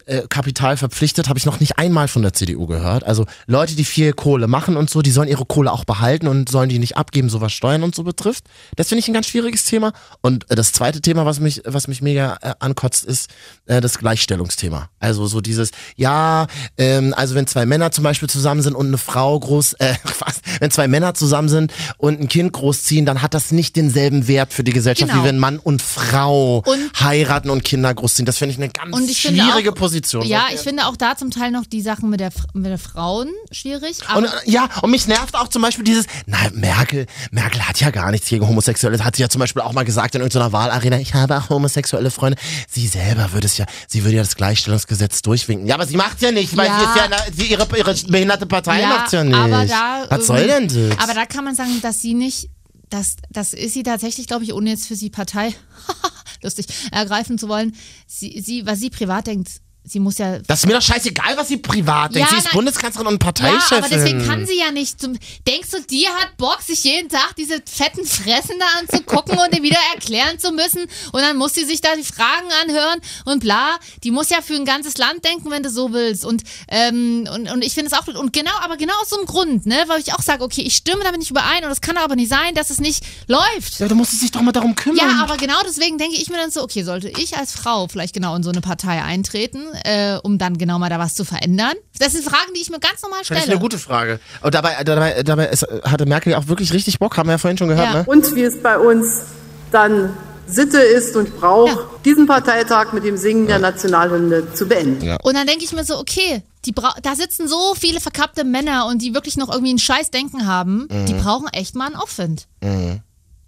Speaker 2: äh, Kapital verpflichtet, habe ich noch nicht einmal von der CDU gehört. Also Leute, die viel Kohle machen und so, die sollen ihre Kohle auch behalten und sollen die nicht abgeben, so was Steuern und so betrifft. Das finde ich ein ganz schwieriges Thema. Und äh, das zweite Thema, was mich, was mich mega äh, ankotzt, ist äh, das Gleichstellungsthema. Also so dieses, ja, ähm, also wenn zwei Männer zum Beispiel zusammen sind und eine Frau groß, äh, was, wenn zwei Männer zusammen sind und ein Kind großziehen, dann hat das nicht denselben Wert für die Gesellschaft,
Speaker 1: Genau.
Speaker 2: wie wenn Mann und Frau
Speaker 1: Und-
Speaker 2: heiraten und Kinder großziehen. Das finde ich eine ganz
Speaker 1: Und ich finde
Speaker 2: schwierige
Speaker 1: auch-
Speaker 2: Position. ne?
Speaker 1: ja, ich finde auch da zum Teil noch die Sachen mit der, Fr- mit der Frauen schwierig. Aber
Speaker 2: Und, äh, ja, und mich nervt auch zum Beispiel dieses, na, Merkel, Merkel hat ja gar nichts gegen Homosexuelle, Das hat sie ja zum Beispiel auch mal gesagt in irgendeiner Wahlarena, ich habe auch homosexuelle Freunde. Sie selber würde es ja, sie würde ja das Gleichstellungsgesetz durchwinken. Ja, aber sie macht's ja nicht, weil
Speaker 1: Ja.
Speaker 2: sie ist ja, na, sie, ihre, ihre behinderte Partei macht's ja nicht.
Speaker 1: Aber da,
Speaker 2: Was soll denn
Speaker 1: ähm,
Speaker 2: das?
Speaker 1: Aber da kann man sagen, dass sie nicht, dass, das ist sie tatsächlich, glaube ich, ohne jetzt für sie Partei, lustig, ergreifen zu wollen, sie, sie, was sie privat denkt, sie muss ja
Speaker 2: das ist mir doch scheißegal, was sie privat denkt.
Speaker 1: Ja,
Speaker 2: sie ist
Speaker 1: na-
Speaker 2: Bundeskanzlerin und
Speaker 1: ja,
Speaker 2: Parteichefin.
Speaker 1: aber deswegen kann sie ja nicht zum. Denkst du, die hat Bock, sich jeden Tag diese fetten Fressen da anzugucken und dir wieder erklären zu müssen? Und dann muss sie sich da die Fragen anhören und bla. Die muss ja für ein ganzes Land denken, wenn du so willst. Und, ähm, und, und ich finde es auch. Und genau, aber genau aus so einem Grund, ne? Weil ich auch sage, okay, ich stimme damit nicht überein und es kann aber nicht sein, dass es nicht läuft.
Speaker 2: ja, du musst dich doch mal darum kümmern.
Speaker 1: Ja, aber genau deswegen denke ich mir dann so, okay, sollte ich als Frau vielleicht genau in so eine Partei eintreten, äh, um dann genau mal da was zu verändern? Das sind Fragen, die ich mir ganz normal stelle.
Speaker 2: das ist eine gute Frage. Und dabei, dabei, dabei ist, äh, hatte Merkel ja auch wirklich richtig Bock, haben wir ja vorhin schon gehört,
Speaker 1: Ja.
Speaker 2: ne?
Speaker 5: Und wie es bei uns dann Sitte ist und Brauch,
Speaker 1: Ja.
Speaker 5: diesen Parteitag mit dem Singen der Nationalhymne zu beenden.
Speaker 1: Und dann denke ich mir so, okay, die bra da sitzen so viele verkappte Männer und die wirklich noch irgendwie ein scheiß Denken haben,
Speaker 2: Mhm.
Speaker 1: die brauchen echt mal einen Aufwind.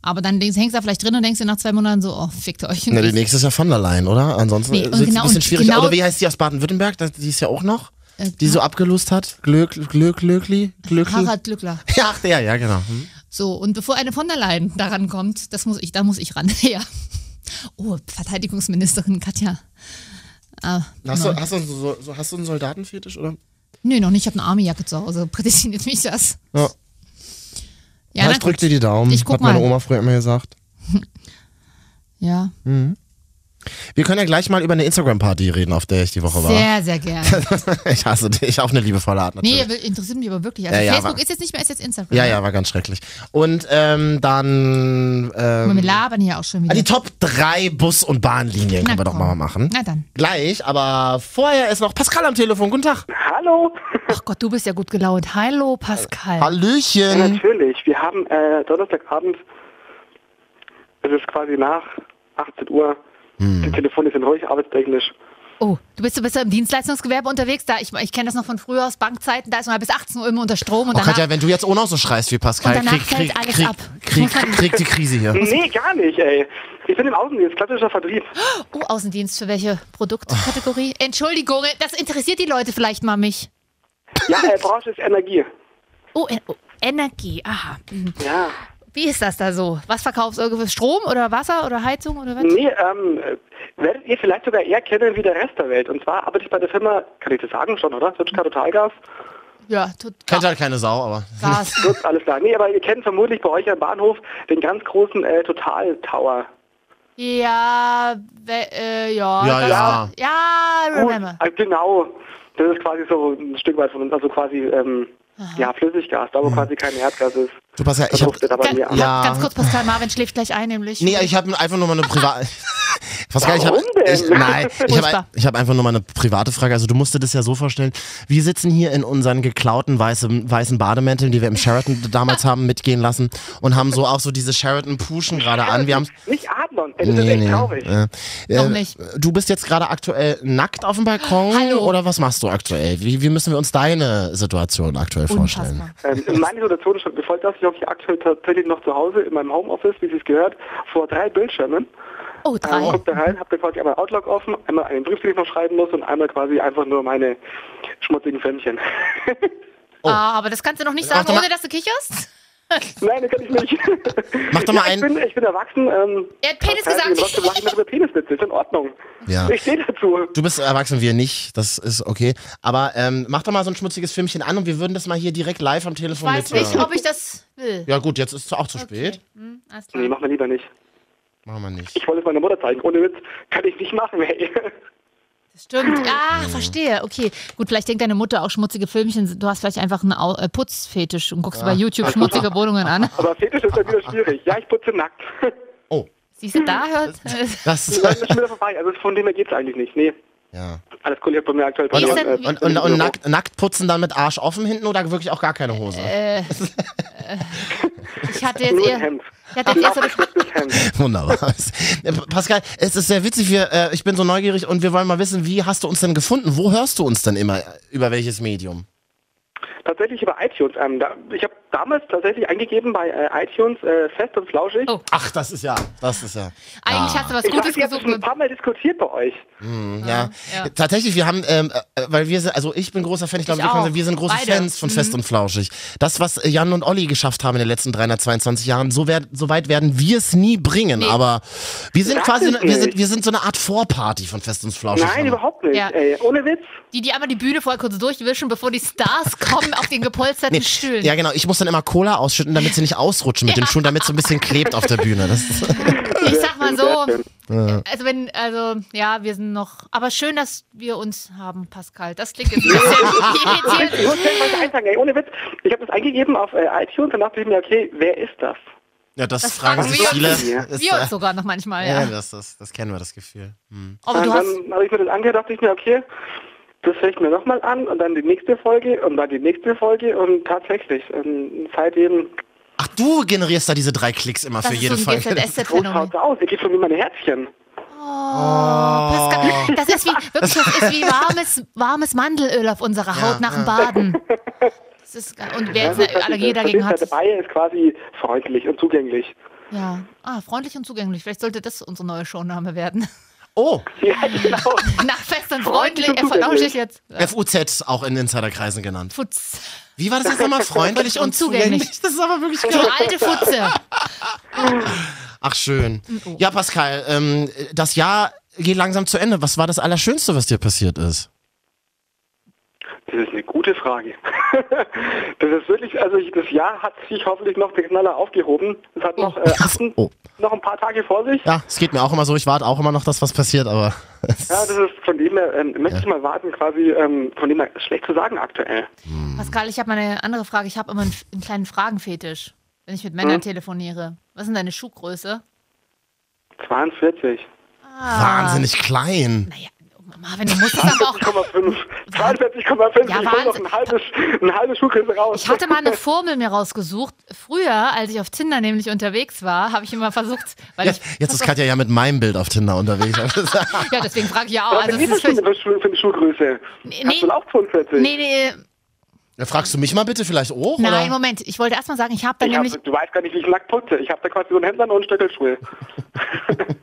Speaker 1: Aber dann denkst- hängst du da vielleicht drin und denkst dir nach zwei Monaten so, oh, fickt euch.
Speaker 2: Na, die nächste ist ja von der Leyen, oder? Ansonsten
Speaker 1: Nee,
Speaker 2: nee,
Speaker 1: und
Speaker 2: ist es
Speaker 1: genau-
Speaker 2: ein bisschen
Speaker 1: und
Speaker 2: schwierig.
Speaker 1: genau-
Speaker 2: oder wie heißt die aus Baden-Württemberg? Das- Die ist ja auch noch,
Speaker 1: Äh,
Speaker 2: die so abgelust hat. Glück, Glück, Glöckli, Glöckli.
Speaker 1: Harald Glückler.
Speaker 2: Ja, ach, der, ja, genau. Hm.
Speaker 1: So, und bevor eine von der Leyen daran kommt, das muss ich, da muss ich ran. Ja. Oh, Verteidigungsministerin Katja. Ah,
Speaker 2: Hast,
Speaker 1: no.
Speaker 2: du, hast, du, so, so, hast du einen Soldatenfetisch, oder?
Speaker 1: Nö, noch nicht. Ich habe eine Armejacke zu Hause. Prädestiniert mich das.
Speaker 2: Ja.
Speaker 1: Ja,
Speaker 2: ich
Speaker 1: na
Speaker 2: drück
Speaker 1: gut.
Speaker 2: dir die Daumen,
Speaker 1: Ich guck
Speaker 2: hat meine
Speaker 1: mal.
Speaker 2: Oma früher immer gesagt.
Speaker 1: Ja,
Speaker 2: Wir können ja gleich mal über eine Instagram-Party reden, auf der ich die Woche
Speaker 1: sehr, sehr gerne.
Speaker 2: war. Ich hasse dich, auf eine liebevolle Art natürlich.
Speaker 1: Nee, aber interessiert mich aber wirklich. Also
Speaker 2: Ja, ja,
Speaker 1: Facebook
Speaker 2: aber-
Speaker 1: ist jetzt nicht mehr, ist jetzt Instagram.
Speaker 2: Ja, ja, war ganz schrecklich. Und ähm, dann
Speaker 1: Aber wir
Speaker 2: ähm,
Speaker 1: labern hier auch schon
Speaker 2: ah,
Speaker 1: wieder.
Speaker 2: die Top 3 Bus- und Bahnlinien
Speaker 1: Na,
Speaker 2: können wir doch
Speaker 1: komm.
Speaker 2: mal machen.
Speaker 1: Na dann.
Speaker 2: Gleich, aber vorher ist noch Pascal am Telefon. Guten Tag.
Speaker 9: Hallo.
Speaker 1: Ach Gott, du bist ja gut gelaunt. Hallo, Pascal.
Speaker 2: Hallöchen.
Speaker 9: Natürlich, wir haben äh, Donnerstagabend, es ist quasi nach 18 Uhr, die Telefone sind ruhig, arbeitstechnisch.
Speaker 1: Oh, du bist, du bist ja im Dienstleistungsgewerbe unterwegs. Da, ich ich kenne das noch von früher aus Bankzeiten. Da ist man bis 18 Uhr immer unter Strom und
Speaker 2: Oh,
Speaker 1: danach...
Speaker 2: Katja, wenn du jetzt auch noch so schreist wie Pascal,
Speaker 1: Und danach
Speaker 2: krieg,
Speaker 1: fällt
Speaker 2: krieg,
Speaker 1: alles
Speaker 2: krieg,
Speaker 1: ab.
Speaker 2: krieg,
Speaker 1: Muss halt man-
Speaker 2: krieg die Krise hier.
Speaker 9: Nee, gar nicht, ey. Ich bin im Außendienst, klassischer Vertrieb.
Speaker 1: oh, Außendienst, für welche
Speaker 2: Oh.
Speaker 1: Produktkategorie? Entschuldigung, das interessiert die Leute vielleicht mal mich.
Speaker 9: Ja, äh, Branche ist Energie.
Speaker 1: Oh, en oh Energie, aha. Mhm.
Speaker 9: Ja.
Speaker 1: Wie ist das da so? Was verkaufst du? Strom oder Wasser oder Heizung oder was?
Speaker 9: Nee, ähm, äh, werdet ihr vielleicht sogar eher kennen wie der Rest der Welt. Und zwar arbeite ich bei der Firma, kann ich das sagen schon, oder? Sutschka Totalgas.
Speaker 1: Ja, total.
Speaker 2: Kennt halt keine Sau, aber.
Speaker 1: Gas.
Speaker 9: Gut, alles klar. Nee, aber ihr kennt vermutlich bei euch am Bahnhof den ganz großen äh, Total Tower.
Speaker 1: Ja, we- äh, ja.
Speaker 2: Ja,
Speaker 1: das-
Speaker 2: ja.
Speaker 1: Ja,
Speaker 9: Gut,
Speaker 1: remember.
Speaker 9: äh, genau. Das ist quasi so ein Stück weit von uns, also quasi ähm, ja, Flüssiggas, da wo quasi kein Erdgas ist.
Speaker 2: Hm. Du, Pascal, ich hab,
Speaker 9: Verdunstet aber
Speaker 1: Ganz,
Speaker 9: nie an.
Speaker 2: Ja.
Speaker 1: ganz kurz, Pascal Marvin schläft gleich ein, nämlich.
Speaker 2: Nee, ich habe einfach nur mal eine private. Pascal, ich habe
Speaker 9: Warum denn?
Speaker 2: ich, nein, ich habe
Speaker 1: Furchtbar.
Speaker 2: ich hab einfach nur mal eine private Frage. Also du musst dir das ja so vorstellen. Wir sitzen hier in unseren geklauten weißen, weißen Bademänteln, die wir im Sheraton damals haben mitgehen lassen und haben so auch so diese Sheraton Puschen gerade an. Wir haben
Speaker 9: Nicht Adlon, ey, das ist echt traurig.
Speaker 2: Äh,
Speaker 1: Noch
Speaker 2: äh,
Speaker 1: nicht.
Speaker 2: Du bist jetzt gerade aktuell nackt auf dem Balkon
Speaker 1: Hallo.
Speaker 2: oder was machst du aktuell? Wie, wie müssen wir uns deine Situation aktuell vorstellen?
Speaker 1: Unfassbar.
Speaker 9: Ähm, meine Situation schon befolgt das, ich hoffe, ich aktuell tatsächlich noch zu Hause in meinem Homeoffice, wie Sie es gehört, vor drei Bildschirmen.
Speaker 1: Oh,
Speaker 9: Ähm,
Speaker 1: drei.
Speaker 9: guck da rein, hab da quasi einmal Outlook offen, einmal einen Brief, den ich noch schreiben muss und einmal quasi einfach nur meine schmutzigen Fämmchen.
Speaker 1: Ah, aber das kannst du noch nicht sagen,
Speaker 2: doch oh. mal-
Speaker 1: ohne dass du kicherst?
Speaker 9: Nein, das kann ich nicht.
Speaker 2: Mach doch mal
Speaker 9: ja,
Speaker 2: einen-
Speaker 9: ich bin, ich bin erwachsen. Ähm,
Speaker 1: Er hat Penis
Speaker 9: kann
Speaker 1: gesagt.
Speaker 9: Trotzdem lachen, wenn über Peniswitze, ist in Ordnung.
Speaker 2: Ja.
Speaker 9: Ich stehe dazu.
Speaker 2: Du bist erwachsen, wir nicht. Das ist okay. Aber ähm, mach doch mal so ein schmutziges Filmchen an und wir würden das mal hier direkt live am
Speaker 1: Ich
Speaker 2: Telefon
Speaker 1: weiß nicht,
Speaker 2: mithören.
Speaker 1: ob ich das will.
Speaker 2: Ja gut, jetzt ist es auch zu spät.
Speaker 1: Hm, alles klar.
Speaker 9: Nee, machen wir lieber nicht.
Speaker 2: Machen wir nicht.
Speaker 9: Ich wollte es meiner Mutter zeigen. Ohne Witz kann ich nicht machen, ey.
Speaker 1: Stimmt. Ah, verstehe. Okay. Gut, vielleicht denkt deine Mutter auch schmutzige Filmchen. sind- Du hast vielleicht einfach einen Au- äh, Putzfetisch und guckst bei YouTube schmutzige Wohnungen an.
Speaker 9: Aber Fetisch ist dann wieder schwierig. Ja, ich putze nackt.
Speaker 2: Oh,
Speaker 1: Siehst du, da hört. äh,
Speaker 2: das ist...
Speaker 9: Dann ist schon wieder vorbei. Also von dem her geht's eigentlich nicht. Nee.
Speaker 2: Ja.
Speaker 9: Alles cool, ich hab bei mir aktuell
Speaker 1: ist
Speaker 9: Ballon,
Speaker 1: denn-
Speaker 9: äh,
Speaker 2: Und, und, und nackt, nackt putzen dann mit Arsch offen hinten oder wirklich auch gar keine Hose?
Speaker 1: Ich hatte jetzt
Speaker 9: Nur ein
Speaker 1: eher.
Speaker 9: Hemd.
Speaker 1: Ich hatte jetzt eher so eine
Speaker 9: Das Hemd.
Speaker 2: Wunderbar. Äh, Pascal, es ist sehr witzig, wir, äh, ich bin so neugierig und wir wollen mal wissen, wie hast du uns denn gefunden? Wo hörst du uns denn immer? Über welches Medium?
Speaker 9: Tatsächlich über iTunes. Ähm, da, ich habe damals tatsächlich eingegeben bei äh, iTunes äh, fest und flauschig.
Speaker 1: Oh,
Speaker 2: Ach, das ist ja, das ist ja.
Speaker 1: Eigentlich hast du was
Speaker 9: ich
Speaker 1: Gutes
Speaker 9: dachte, ihr habt das
Speaker 1: gesucht. ne?
Speaker 9: schon ein paar Mal diskutiert bei euch.
Speaker 1: Ah,
Speaker 2: Ja. tatsächlich, wir haben, ähm, äh, weil wir sind, also ich bin großer Fan, ich glaube,
Speaker 1: Ich
Speaker 2: wir, können
Speaker 1: auch.
Speaker 2: sagen, wir sind große
Speaker 1: Beide. Mhm.
Speaker 2: Fans von Fest und Flauschig. Das, was äh, Jan und Olli geschafft haben in den letzten 322 Jahren, so, wer- so weit werden wir es nie bringen, aber wir sind
Speaker 9: Sag
Speaker 2: quasi,
Speaker 9: es
Speaker 2: wir sind,
Speaker 9: nicht.
Speaker 2: wir sind so eine Art Vorparty von Fest und Flauschig.
Speaker 9: Nein, überhaupt nicht.
Speaker 1: Ja.
Speaker 9: Ey, ohne Witz.
Speaker 1: Die, die einmal die Bühne vorher kurz durchwischen, bevor die Stars kommen auf den gepolsterten Stühlen.
Speaker 2: Ja, genau. Ich muss dann immer Cola ausschütten, damit sie nicht ausrutschen mit den Schuhen, damit es so ein bisschen klebt auf der Bühne. Das ist,
Speaker 1: ich sag mal so,
Speaker 9: Sehr schön.
Speaker 1: also wenn, also ja, wir sind noch, aber schön, dass wir uns haben, Pascal. Das klingt jetzt ein bisschen
Speaker 9: Ich
Speaker 1: irritierend.
Speaker 9: muss gleich was einsagen, ey, ohne Witz. Ich habe das eingegeben auf äh, iTunes und dachte ich mir, okay, wer ist das?
Speaker 1: Oh,
Speaker 2: ja, das,
Speaker 1: fragen
Speaker 2: fragen
Speaker 1: fragen
Speaker 2: sich
Speaker 1: sich wir
Speaker 2: viele.
Speaker 1: uns-
Speaker 9: viele.
Speaker 1: Wir uns sogar noch manchmal,
Speaker 2: ja,
Speaker 1: ja.
Speaker 2: das, das, das kennen wir, das Gefühl.
Speaker 1: Aber
Speaker 9: und
Speaker 1: du hast,
Speaker 9: dann habe ich mir das angehört, dachte ich mir, okay, das höre ich mir nochmal an und dann die nächste Folge und dann die nächste Folge und tatsächlich, ähm, seitdem
Speaker 2: Ach, du generierst da diese drei Klicks immer
Speaker 1: das
Speaker 2: für
Speaker 1: ist so
Speaker 2: jede
Speaker 1: ein
Speaker 2: Folge.
Speaker 9: groß
Speaker 1: GZSZ-Phänomen.
Speaker 9: schaut's aus, ihr geht schon wie meine Herzchen. Oh.
Speaker 2: Oh.
Speaker 1: Pascal, das ist wie, wirklich, das ist wie warmes, warmes Mandelöl auf unserer Haut nach dem Baden. Das ist, ge- und wer jetzt
Speaker 9: Also,
Speaker 1: eine Allergie
Speaker 9: das
Speaker 1: dagegen
Speaker 9: ist
Speaker 1: hat,
Speaker 9: da dabei ist quasi freundlich und zugänglich.
Speaker 1: ja. Ah, freundlich und zugänglich. Vielleicht sollte das unsere neue Showname werden.
Speaker 2: Oh,
Speaker 9: Ja, genau.
Speaker 1: Nach fest und
Speaker 9: Freundlich
Speaker 1: freundlich.
Speaker 9: und
Speaker 1: Äh, vertausche ich
Speaker 9: zugänglich.
Speaker 1: jetzt. Äh,
Speaker 2: FUZ, auch in Insiderkreisen genannt.
Speaker 1: Futz.
Speaker 2: Wie war das jetzt nochmal? Freundlich und zugänglich. Das ist aber wirklich
Speaker 1: Du
Speaker 2: geil.
Speaker 1: alte Futze.
Speaker 2: Ach, schön.
Speaker 1: Mhm. Oh.
Speaker 2: Ja, Pascal, ähm, das Jahr geht langsam zu Ende. Was war das Allerschönste, was dir passiert ist?
Speaker 9: Das ist eine gute Frage. das ist wirklich, also ich, das Jahr hat sich hoffentlich noch der Knaller aufgehoben. Es hat noch, äh, achten,
Speaker 2: Oh.
Speaker 9: noch ein paar Tage vor sich.
Speaker 2: Ja, es geht mir auch immer so. Ich warte auch immer noch, dass was passiert, aber.
Speaker 9: Ja, das ist von dem her, ähm, möchte ich mal warten, quasi, ähm, von dem her ist schlecht zu sagen aktuell.
Speaker 1: Pascal, ich habe mal eine andere Frage. Ich habe immer einen, einen kleinen Fragenfetisch, wenn ich mit Männern telefoniere. Was ist denn deine Schuhgröße?
Speaker 9: 42.
Speaker 1: Ah.
Speaker 2: Wahnsinnig klein.
Speaker 1: Naja, Marvin, du musst es aber auch.
Speaker 9: 42,5. 42,5.
Speaker 1: Ja,
Speaker 9: ich hol noch
Speaker 1: Wahnsinn.
Speaker 9: ein halbes, ein halbes Schuhkissen raus.
Speaker 1: Ich hatte mal eine Formel mir rausgesucht. Früher, als ich auf Tinder nämlich unterwegs war, habe ich immer versucht, weil
Speaker 2: Ja,
Speaker 1: ich.
Speaker 2: jetzt ist Katja ja mit meinem Bild auf Tinder unterwegs.
Speaker 1: Ja, deswegen frage ich ja auch.
Speaker 9: Was
Speaker 1: Also,
Speaker 9: also,
Speaker 1: es ist
Speaker 9: ist denn
Speaker 1: vielleicht,
Speaker 9: für, für, für eine Schuhgröße?
Speaker 1: Nee,
Speaker 9: Hast du
Speaker 1: nee.
Speaker 9: auch 42?
Speaker 1: nee, nee,
Speaker 2: Ja, fragst du mich mal bitte vielleicht auch?
Speaker 1: nein,
Speaker 2: oder?
Speaker 1: Moment. Ich wollte erst mal sagen, ich habe da
Speaker 9: Ich hab,
Speaker 1: nämlich.
Speaker 9: du weißt gar nicht, wie ich nackt putze. Ich habe da quasi so einen Hemd an und einen Stöckelschuh.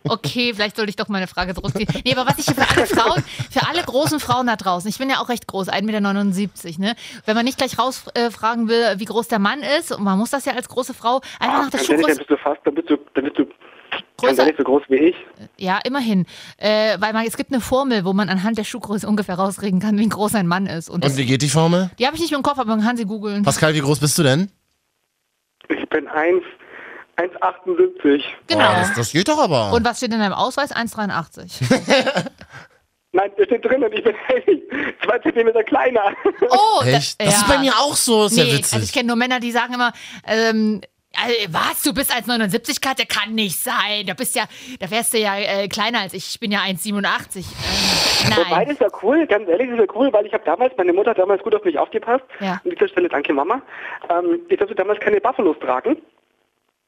Speaker 1: Okay, vielleicht sollte ich doch meine Frage zurückziehen. Nee, aber was ich hier für alle Frauen, für alle großen Frauen da draußen, ich bin ja auch recht groß, 1,79 Meter, ne? Wenn man nicht gleich rausfragen äh, fragen will, wie groß der Mann ist, und man muss das ja als große Frau, einfach nach Ah, der
Speaker 9: Ganz ehrlich, Also dann
Speaker 1: Schuhgröße,
Speaker 9: bist du fast, dann bist du, dann bist du ganz
Speaker 1: Größer.
Speaker 9: ehrlich so groß wie ich.
Speaker 1: ja, immerhin. Äh, weil man, es gibt eine Formel, wo man anhand der Schuhgröße ungefähr rauskriegen kann, wie groß ein Mann ist. Und, das,
Speaker 2: Und wie geht die Formel?
Speaker 1: die habe ich nicht mehr im Kopf, aber man kann sie googeln.
Speaker 2: Pascal, wie groß bist du denn?
Speaker 9: Ich bin 1, 1,78.
Speaker 1: Genau.
Speaker 2: Boah, Ah, das, das geht doch aber.
Speaker 1: und was steht in deinem Ausweis? 1,83.
Speaker 9: Nein, der steht drin und ich bin hey, zwei Zentimeter kleiner.
Speaker 1: Oh,
Speaker 2: Echt? Das ist bei mir auch so. Ist ja
Speaker 1: Nee,
Speaker 2: witzig.
Speaker 1: also ich kenne nur Männer, die sagen immer, ähm, äh, was, du bist als 79 Katja? Kann nicht sein. Da bist ja, da wärst du ja äh, kleiner als ich. Ich bin ja 1,87. Ähm,
Speaker 9: Wobei,
Speaker 1: nein.
Speaker 9: das ist ja cool, ganz ehrlich, das ist ja cool, weil ich habe damals, meine Mutter hat damals gut auf mich aufgepasst.
Speaker 1: Ja.
Speaker 9: An dieser Stelle danke, Mama. Ähm, ich durfte damals keine Buffalos tragen.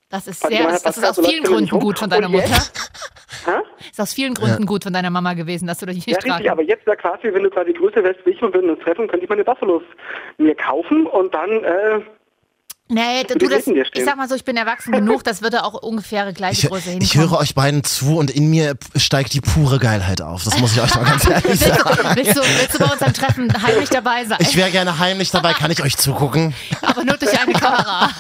Speaker 1: Das ist
Speaker 9: Also
Speaker 1: sehr,
Speaker 9: meine
Speaker 1: das, das ist
Speaker 9: Pascal,
Speaker 1: aus
Speaker 9: so läuft
Speaker 1: vielen
Speaker 9: sie mir
Speaker 1: Gründen
Speaker 9: nicht rum.
Speaker 1: gut von deiner
Speaker 9: Und jetzt?
Speaker 1: Mutter.
Speaker 9: Hä?
Speaker 1: Ist aus vielen Gründen gut von deiner Mama gewesen, dass du dich nicht
Speaker 9: Ja,
Speaker 1: tragen.
Speaker 9: richtig, aber jetzt ja quasi, wenn du quasi größer wärst wie ich und würden uns treffen, könnte ich meine Buffalos mir kaufen und dann, äh,
Speaker 1: nee,
Speaker 9: die
Speaker 1: du, das,
Speaker 9: Reden hier
Speaker 1: ich
Speaker 9: stehen.
Speaker 1: sag mal so, ich bin erwachsen genug, das würde auch ungefähr gleiche
Speaker 2: Ich,
Speaker 1: Größe hinkommen.
Speaker 2: ich höre euch beiden zu und in mir steigt die pure Geilheit auf. Das muss ich euch mal ganz ehrlich
Speaker 1: willst,
Speaker 2: sagen.
Speaker 1: du, willst, du, willst du bei unserem Treffen heimlich dabei sein?
Speaker 2: Ich wäre gerne heimlich dabei, kann ich euch zugucken.
Speaker 1: aber nur durch eine Kamera.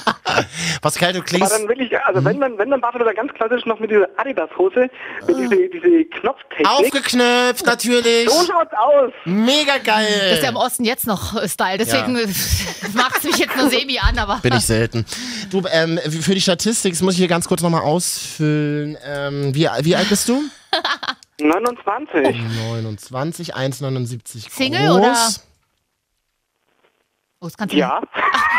Speaker 2: Pascal, du
Speaker 9: war
Speaker 2: klingst.
Speaker 9: dann wirklich, also
Speaker 1: Mhm.
Speaker 9: wenn dann, wenn dann Buffalo dann ganz klassisch noch mit dieser Adidas-Hose,
Speaker 1: Ah.
Speaker 9: mit diese, diese Knopftechnik.
Speaker 2: Aufgeknöpft, natürlich.
Speaker 9: So schaut's aus.
Speaker 1: Mhm.
Speaker 2: Mega
Speaker 1: Das ist ja
Speaker 2: geil.
Speaker 1: im Osten jetzt noch äh, Style, deswegen macht es mich jetzt nur semi an, aber
Speaker 2: Bin ich selten. Du, ähm, für die Statistik, das muss ich hier ganz kurz nochmal ausfüllen. Ähm, wie, wie alt bist du?
Speaker 9: 29.
Speaker 2: 29, 1,79 groß.
Speaker 1: Single oder? Oh, das kannst du
Speaker 9: Ja.
Speaker 1: nicht.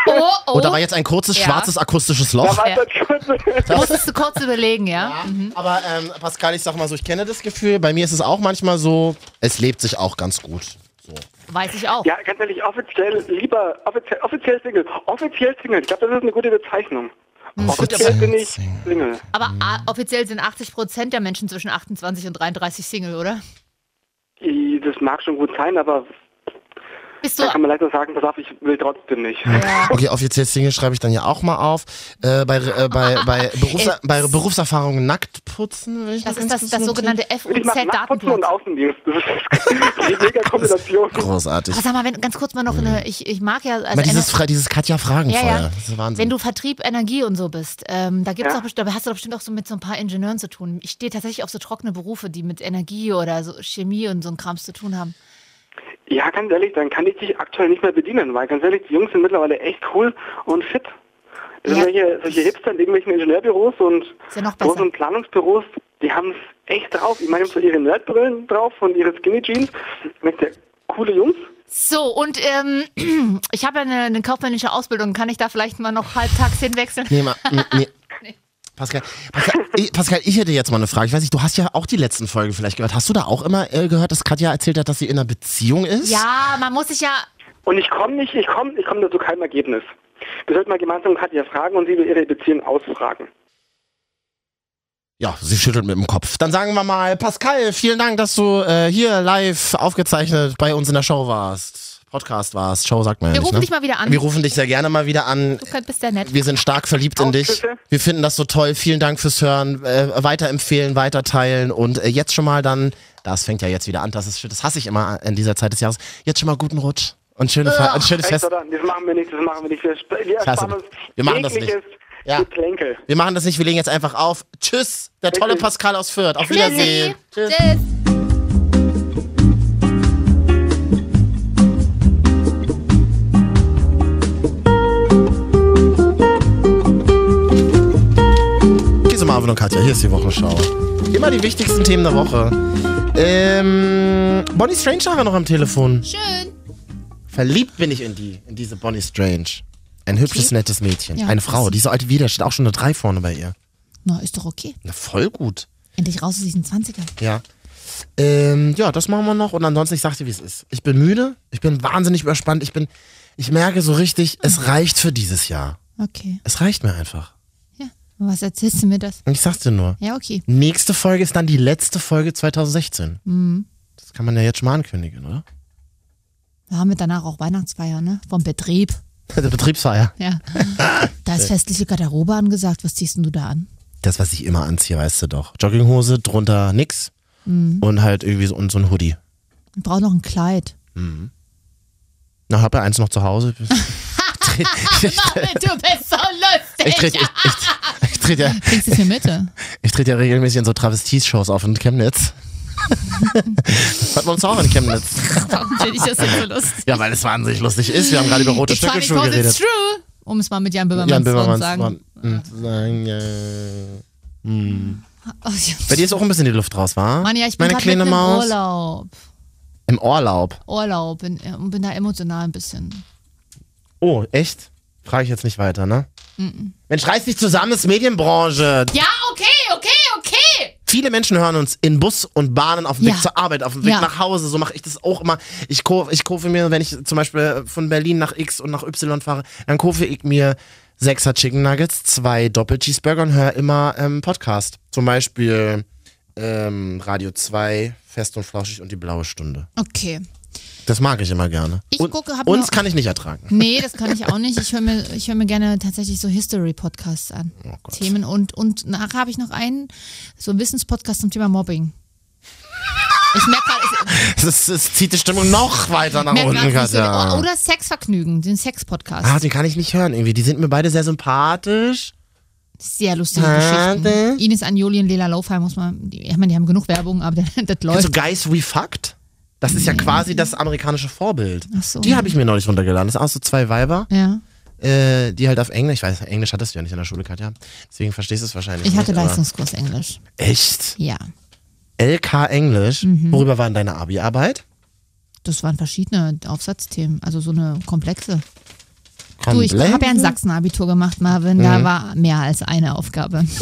Speaker 1: Oh, oh.
Speaker 2: Oh, da war jetzt ein kurzes,
Speaker 1: Ja.
Speaker 2: schwarzes, akustisches
Speaker 9: Da
Speaker 2: Loch.
Speaker 9: war das kurz.
Speaker 1: Musstest du kurz überlegen, ja?
Speaker 2: Ja, aber ähm, Pascal, ich sag mal so, ich kenne das Gefühl. Bei mir ist es auch manchmal so, es lebt sich auch ganz gut. So.
Speaker 1: Weiß ich auch.
Speaker 9: Ja, ganz ehrlich, offiziell, lieber, offiziell, offiziell Single. Offiziell Single, ich glaube, das ist eine gute Bezeichnung. Hm. Offiziell bin ich Single.
Speaker 1: Aber a- offiziell sind 80 Prozent der Menschen zwischen 28 und 33 Single, oder?
Speaker 9: I, Das mag schon gut sein, aber
Speaker 1: Bist du.
Speaker 9: da kann man leider sagen, pass auf, ich will trotzdem nicht.
Speaker 2: Okay, offiziell Single schreibe ich dann ja auch mal auf. Äh, bei, äh, bei, bei, Berufs
Speaker 1: Ey.
Speaker 2: bei Berufserfahrung nackt putzen. will ich
Speaker 1: Äh, Das
Speaker 2: noch
Speaker 1: ist
Speaker 2: ganz
Speaker 1: das,
Speaker 2: kurz
Speaker 1: das
Speaker 2: notieren.
Speaker 1: sogenannte
Speaker 9: Ich mache Nachtputzen und
Speaker 1: FUZ-Datenplatz.
Speaker 9: Außendienst. Das ist eine mega Kombination.
Speaker 2: Großartig.
Speaker 1: Aber sag mal, wenn, ganz kurz mal noch eine. Ich, ich mag ja. Also
Speaker 2: Mal dieses,
Speaker 1: eine-
Speaker 2: Fra- dieses Katja-Fragenfeuer.
Speaker 1: Ja, ja.
Speaker 2: Das ist Wahnsinn.
Speaker 1: Wenn du Vertrieb, Energie und so bist, ähm, da gibt's
Speaker 9: Ja.
Speaker 1: doch bestimmt, da hast du doch bestimmt auch so mit so ein paar Ingenieuren zu tun. Ich stehe tatsächlich auf so trockene Berufe, die mit Energie oder so Chemie und so ein Krams zu tun haben.
Speaker 9: Ja, ganz ehrlich, dann kann ich dich aktuell nicht mehr bedienen, weil ganz ehrlich, die Jungs sind mittlerweile echt cool und fit. Es sind
Speaker 1: Ja.
Speaker 9: Solche, solche Hipster in irgendwelchen Ingenieurbüros und
Speaker 1: Ist ja noch besser.
Speaker 9: großen Planungsbüros, die haben es echt drauf. Ich meine, die haben so ihre Nerdbrillen drauf und ihre Skinny Jeans. Mit der coole Jungs.
Speaker 1: So, und ähm, ich habe ja eine, eine kaufmännische Ausbildung. Kann ich da vielleicht mal noch halbtags hinwechseln?
Speaker 2: Nee, ma, m- nee. Pascal, Pascal, ich, Pascal, ich hätte jetzt mal eine Frage. Ich weiß nicht, du hast ja auch die letzten Folgen vielleicht gehört. Hast du da auch immer äh, gehört, dass Katja erzählt hat, dass sie in einer Beziehung ist?
Speaker 1: Ja, man muss sich ja.
Speaker 9: Und ich komme nicht, ich komme ich komm da zu keinem Ergebnis. Wir sollten mal gemeinsam Katja fragen und sie über ihre Beziehung ausfragen.
Speaker 2: Ja, sie schüttelt mit dem Kopf. Dann sagen wir mal, Pascal, vielen Dank, dass du äh, hier live aufgezeichnet bei uns in der Show warst. Podcast warst. Show sagt man ja
Speaker 1: Wir
Speaker 2: nicht,
Speaker 1: rufen
Speaker 2: ne?
Speaker 1: dich mal wieder an.
Speaker 2: Wir rufen dich sehr gerne mal wieder an.
Speaker 1: Du könnt- bist ja nett.
Speaker 2: Wir sind stark verliebt
Speaker 9: Oh,
Speaker 2: in dich.
Speaker 9: Aufschlüsse.
Speaker 2: Wir finden das so toll. Vielen Dank fürs Hören. Äh, weiterempfehlen, weiterteilen und äh, jetzt schon mal dann, das fängt ja jetzt wieder an, das, ist, das hasse ich immer in dieser Zeit des Jahres, jetzt schon mal guten Rutsch und, schöne Fe- und schönes
Speaker 9: Ah, Echt,
Speaker 2: Fest.
Speaker 9: oder? Das machen wir nicht, das machen wir nicht. Wir, sp- wir
Speaker 2: Klasse.
Speaker 9: sparen uns
Speaker 2: Wir machen das
Speaker 9: jegliches
Speaker 2: Ja.
Speaker 9: Geplänkel.
Speaker 2: Wir machen das nicht, wir legen jetzt einfach auf. Tschüss, der tolle
Speaker 9: Richtig.
Speaker 2: Pascal aus Fürth. Auf Wiedersehen. Tschüss.
Speaker 1: Tschüss.
Speaker 2: Diese Marvin und Katja, hier ist die Wochenschau. Immer die wichtigsten Themen der Woche. Ähm, Bonnie Strange haben wir noch am Telefon.
Speaker 1: Schön.
Speaker 2: Verliebt bin ich in die, in diese Bonnie Strange. Ein hübsches, nettes Mädchen.
Speaker 1: Ja,
Speaker 2: eine Frau, die so alt wie der, steht auch schon eine 3 vorne bei ihr.
Speaker 1: Na, ist doch okay.
Speaker 2: Na, voll gut.
Speaker 1: Endlich raus aus diesen 20ern.
Speaker 2: Ja. Ähm, ja, das machen wir noch und ansonsten, ich sag dir, wie es ist. Ich bin müde, ich bin wahnsinnig überspannt, ich bin, ich merke so richtig, es reicht für dieses Jahr.
Speaker 1: Okay.
Speaker 2: Es reicht mir einfach.
Speaker 1: Ja. Was erzählst du mir das?
Speaker 2: Und ich sag's dir nur.
Speaker 1: Ja, okay.
Speaker 2: Nächste Folge ist dann die letzte Folge 2016. Das kann man ja jetzt schon mal ankündigen, oder?
Speaker 1: Wir haben wir danach auch Weihnachtsfeier, ne? Vom Betrieb.
Speaker 2: Der Betriebsfeier.
Speaker 1: Ja. Da ist festliche Garderobe angesagt. Was ziehst denn du da an?
Speaker 2: Das, was ich immer anziehe, weißt du doch. Jogginghose, drunter nix. Und halt irgendwie so, und so ein Hoodie.
Speaker 1: Ich brauche noch ein Kleid.
Speaker 2: Na, hab ja eins noch zu Hause. Ich,
Speaker 1: du bist so lustig.
Speaker 2: ich, trete- ich, ich, ich trete ja,
Speaker 1: Bringst du es mir mit? äh?
Speaker 2: ich trete ja regelmäßig in so Travestie-Shows auf in Chemnitz. Hat man uns auch in Chemnitz.
Speaker 1: Warum finde ich das jetzt so lustig?
Speaker 2: Ja, weil es wahnsinnig lustig ist. Wir haben gerade über rote
Speaker 1: It's funny
Speaker 2: Stöckelschuhe
Speaker 1: because it's
Speaker 2: geredet.
Speaker 1: true. Um es mal mit Jan Böhmermann
Speaker 2: Jan Hm.
Speaker 1: zu
Speaker 2: Böhmermann.
Speaker 1: sagen.
Speaker 2: sagen, äh,
Speaker 1: Oh, ja.
Speaker 2: Bei dir ist auch ein bisschen die Luft raus, war?
Speaker 1: Mann, ja, ich bin
Speaker 2: Meine
Speaker 1: gerade
Speaker 2: kleine
Speaker 1: im
Speaker 2: Maus.
Speaker 1: Urlaub.
Speaker 2: Im Urlaub.
Speaker 1: Urlaub bin, und bin da emotional ein bisschen.
Speaker 2: Oh, echt? Frage ich jetzt nicht weiter, ne? Mensch, reiß dich zusammen, ist Medienbranche.
Speaker 1: Ja, okay, okay, okay.
Speaker 2: Viele Menschen hören uns in Bus und Bahnen auf dem
Speaker 1: Ja.
Speaker 2: Weg zur Arbeit, auf dem Weg
Speaker 1: Ja.
Speaker 2: nach Hause. So mache ich das auch immer. Ich kurve ich kurve mir, wenn ich zum Beispiel von Berlin nach X und nach Y fahre, dann kurve ich mir sechser Chicken Nuggets, zwei Doppel-Cheeseburger und höre immer ähm, Podcast. Zum Beispiel ähm, Radio 2, Fest und Flauschig und die Blaue Stunde.
Speaker 1: Okay.
Speaker 2: Das mag ich immer gerne.
Speaker 1: Ich
Speaker 2: und,
Speaker 1: gucke, hab
Speaker 2: uns
Speaker 1: mir-
Speaker 2: kann ich nicht ertragen.
Speaker 1: Nee, das kann ich auch nicht. Ich höre mir, ich hör mir gerne tatsächlich so History-Podcasts an.
Speaker 2: Oh
Speaker 1: Themen und, und nachher habe ich noch einen, so einen Wissenspodcast zum Thema Mobbing. Ich merke gerade,
Speaker 2: Es, es zieht die Stimmung noch weiter nach
Speaker 1: ich merk
Speaker 2: unten,
Speaker 1: grad, wie so,
Speaker 2: Katja.
Speaker 1: oh, oder Sexvergnügen, den Sex-Podcast.
Speaker 2: Ah, den kann ich nicht hören irgendwie. Die sind mir beide sehr sympathisch.
Speaker 1: Sehr lustige
Speaker 2: Warte.
Speaker 1: Geschichten. Ines Anjoli und Lela Laufheim muss man, die, ich meine, die haben genug Werbung, aber das
Speaker 2: Kennst du
Speaker 1: läuft.
Speaker 2: Guys We Fucked? Das ist ja quasi das amerikanische Vorbild.
Speaker 1: Ach so.
Speaker 2: Die habe ich mir neulich runtergeladen. Das sind auch so zwei Weiber,
Speaker 1: Ja,
Speaker 2: äh, die halt auf Englisch, ich weiß, Englisch hattest du ja nicht in der Schule, Katja. Deswegen verstehst du es wahrscheinlich
Speaker 1: ich hatte
Speaker 2: nicht. aber-
Speaker 1: Leistungskurs Englisch.
Speaker 2: Echt?
Speaker 1: Ja,
Speaker 2: LK Englisch?
Speaker 1: Mhm.
Speaker 2: Worüber war denn deine Abi-Arbeit?
Speaker 1: das waren verschiedene Aufsatzthemen, also so eine komplexe. Du, ich
Speaker 2: Komplett?
Speaker 1: habe ja ein Sachsen-Abitur gemacht, Marvin.
Speaker 2: Mhm.
Speaker 1: Da war mehr als eine Aufgabe.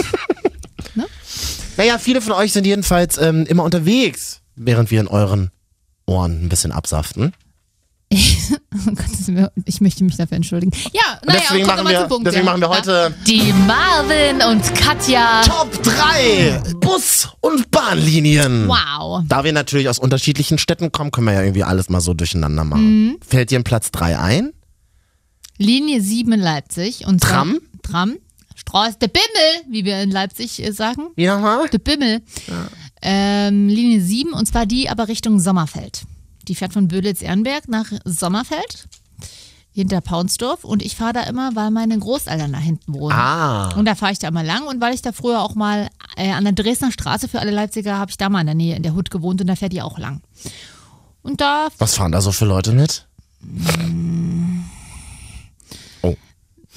Speaker 2: Naja, viele von euch sind jedenfalls ähm, immer unterwegs, während wir in euren Ohren ein bisschen absaften.
Speaker 1: Oh Gott, das ist mir- ich möchte mich dafür entschuldigen. Ja, naja,
Speaker 2: deswegen
Speaker 1: kommt
Speaker 2: machen
Speaker 1: immer
Speaker 2: wir,
Speaker 1: zum Punkt,
Speaker 2: deswegen
Speaker 1: ja.
Speaker 2: machen wir heute
Speaker 1: Die Marvin und Katja.
Speaker 2: Top 3 Bus- und Bahnlinien.
Speaker 1: Wow.
Speaker 2: Da wir natürlich aus unterschiedlichen Städten kommen, können wir ja irgendwie alles mal so durcheinander machen. Fällt dir ein Platz 3 ein?
Speaker 1: Linie 7 in Leipzig. Und
Speaker 2: Tram?
Speaker 1: Tram. Straße. Der Bimmel, wie wir in Leipzig äh, sagen.
Speaker 2: Wie nochmal?
Speaker 1: Der Bimmel. Ähm, Linie 7 und zwar die aber Richtung Sommerfeld. Die fährt von Böditz-Ehrenberg nach Sommerfeld. Hinter Paunsdorf und ich fahre da immer, weil meine Großeltern da hinten wohnen.
Speaker 2: Ah.
Speaker 1: Und da fahre ich da immer lang und weil ich da früher auch mal äh, an der Dresdner Straße für alle Leipziger habe ich da mal in der Nähe in der Hut gewohnt und da fährt die auch lang. Und da
Speaker 2: Was fahren da so viele Leute mit?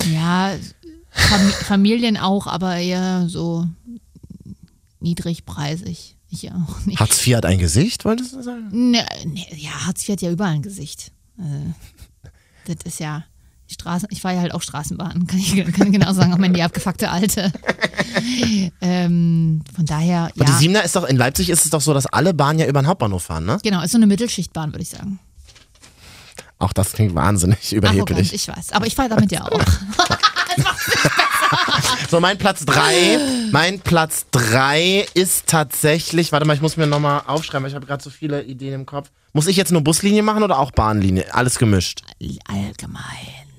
Speaker 1: Ja, Fam Familien auch, aber eher so niedrigpreisig. Ich auch nicht.
Speaker 2: Hartz IV hat ein Gesicht, wolltest du sagen?
Speaker 1: Ne, ne, ja, Hartz IV hat ja überall ein Gesicht. Äh, das ist ja. Straßen, ich war ja halt auch Straßenbahn, kann ich kann genau sagen, auch meine die abgefuckte Alte. ähm, von daher,
Speaker 2: Aber
Speaker 1: ja.
Speaker 2: die Siebener ist doch, in Leipzig ist es doch so, dass alle Bahnen ja über den Hauptbahnhof fahren, ne?
Speaker 1: Genau, ist so eine Mittelschichtbahn, würde ich sagen.
Speaker 2: Auch das klingt wahnsinnig überheblich.
Speaker 1: Arrogant, ich weiß. Aber ich fahre damit ja auch.
Speaker 2: So, mein Platz 3. Mein Platz 3 ist tatsächlich. Warte mal, ich muss mir nochmal aufschreiben, weil ich habe gerade so viele Ideen im Kopf. Muss ich jetzt nur Buslinie machen oder auch Bahnlinie? Alles gemischt.
Speaker 1: Allgemein.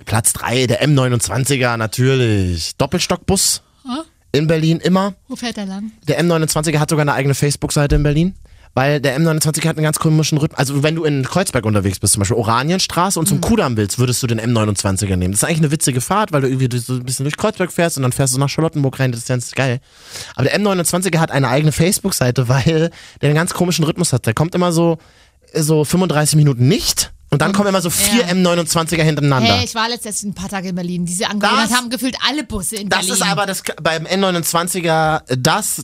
Speaker 2: Platz 3, der M29er, natürlich. Doppelstockbus. In Berlin immer.
Speaker 1: Wo fährt er lang?
Speaker 2: Der M29er hat sogar eine eigene Facebook-Seite in Berlin. Weil der M29 hat einen ganz komischen Rhythmus. Also wenn du in Kreuzberg unterwegs bist, zum Beispiel Oranienstraße
Speaker 1: Mhm.
Speaker 2: und zum Kudamm willst, würdest du den M29er nehmen. Das ist eigentlich eine witzige Fahrt, weil du irgendwie so ein bisschen durch Kreuzberg fährst und dann fährst du nach Charlottenburg rein. Das ist ganz geil. Aber der M29er hat eine eigene Facebook-Seite, weil der einen ganz komischen Rhythmus hat. Der kommt immer so, so 35 Minuten nicht und dann kommen immer so vier
Speaker 1: Mhm. Ja.
Speaker 2: M29er hintereinander.
Speaker 1: Hey, Äh, ich war letztens ein paar Tage in Berlin. Diese Angelegenheit
Speaker 2: Das-
Speaker 1: haben gefühlt alle Busse in
Speaker 2: Das
Speaker 1: Berlin.
Speaker 2: ist aber das beim N29er das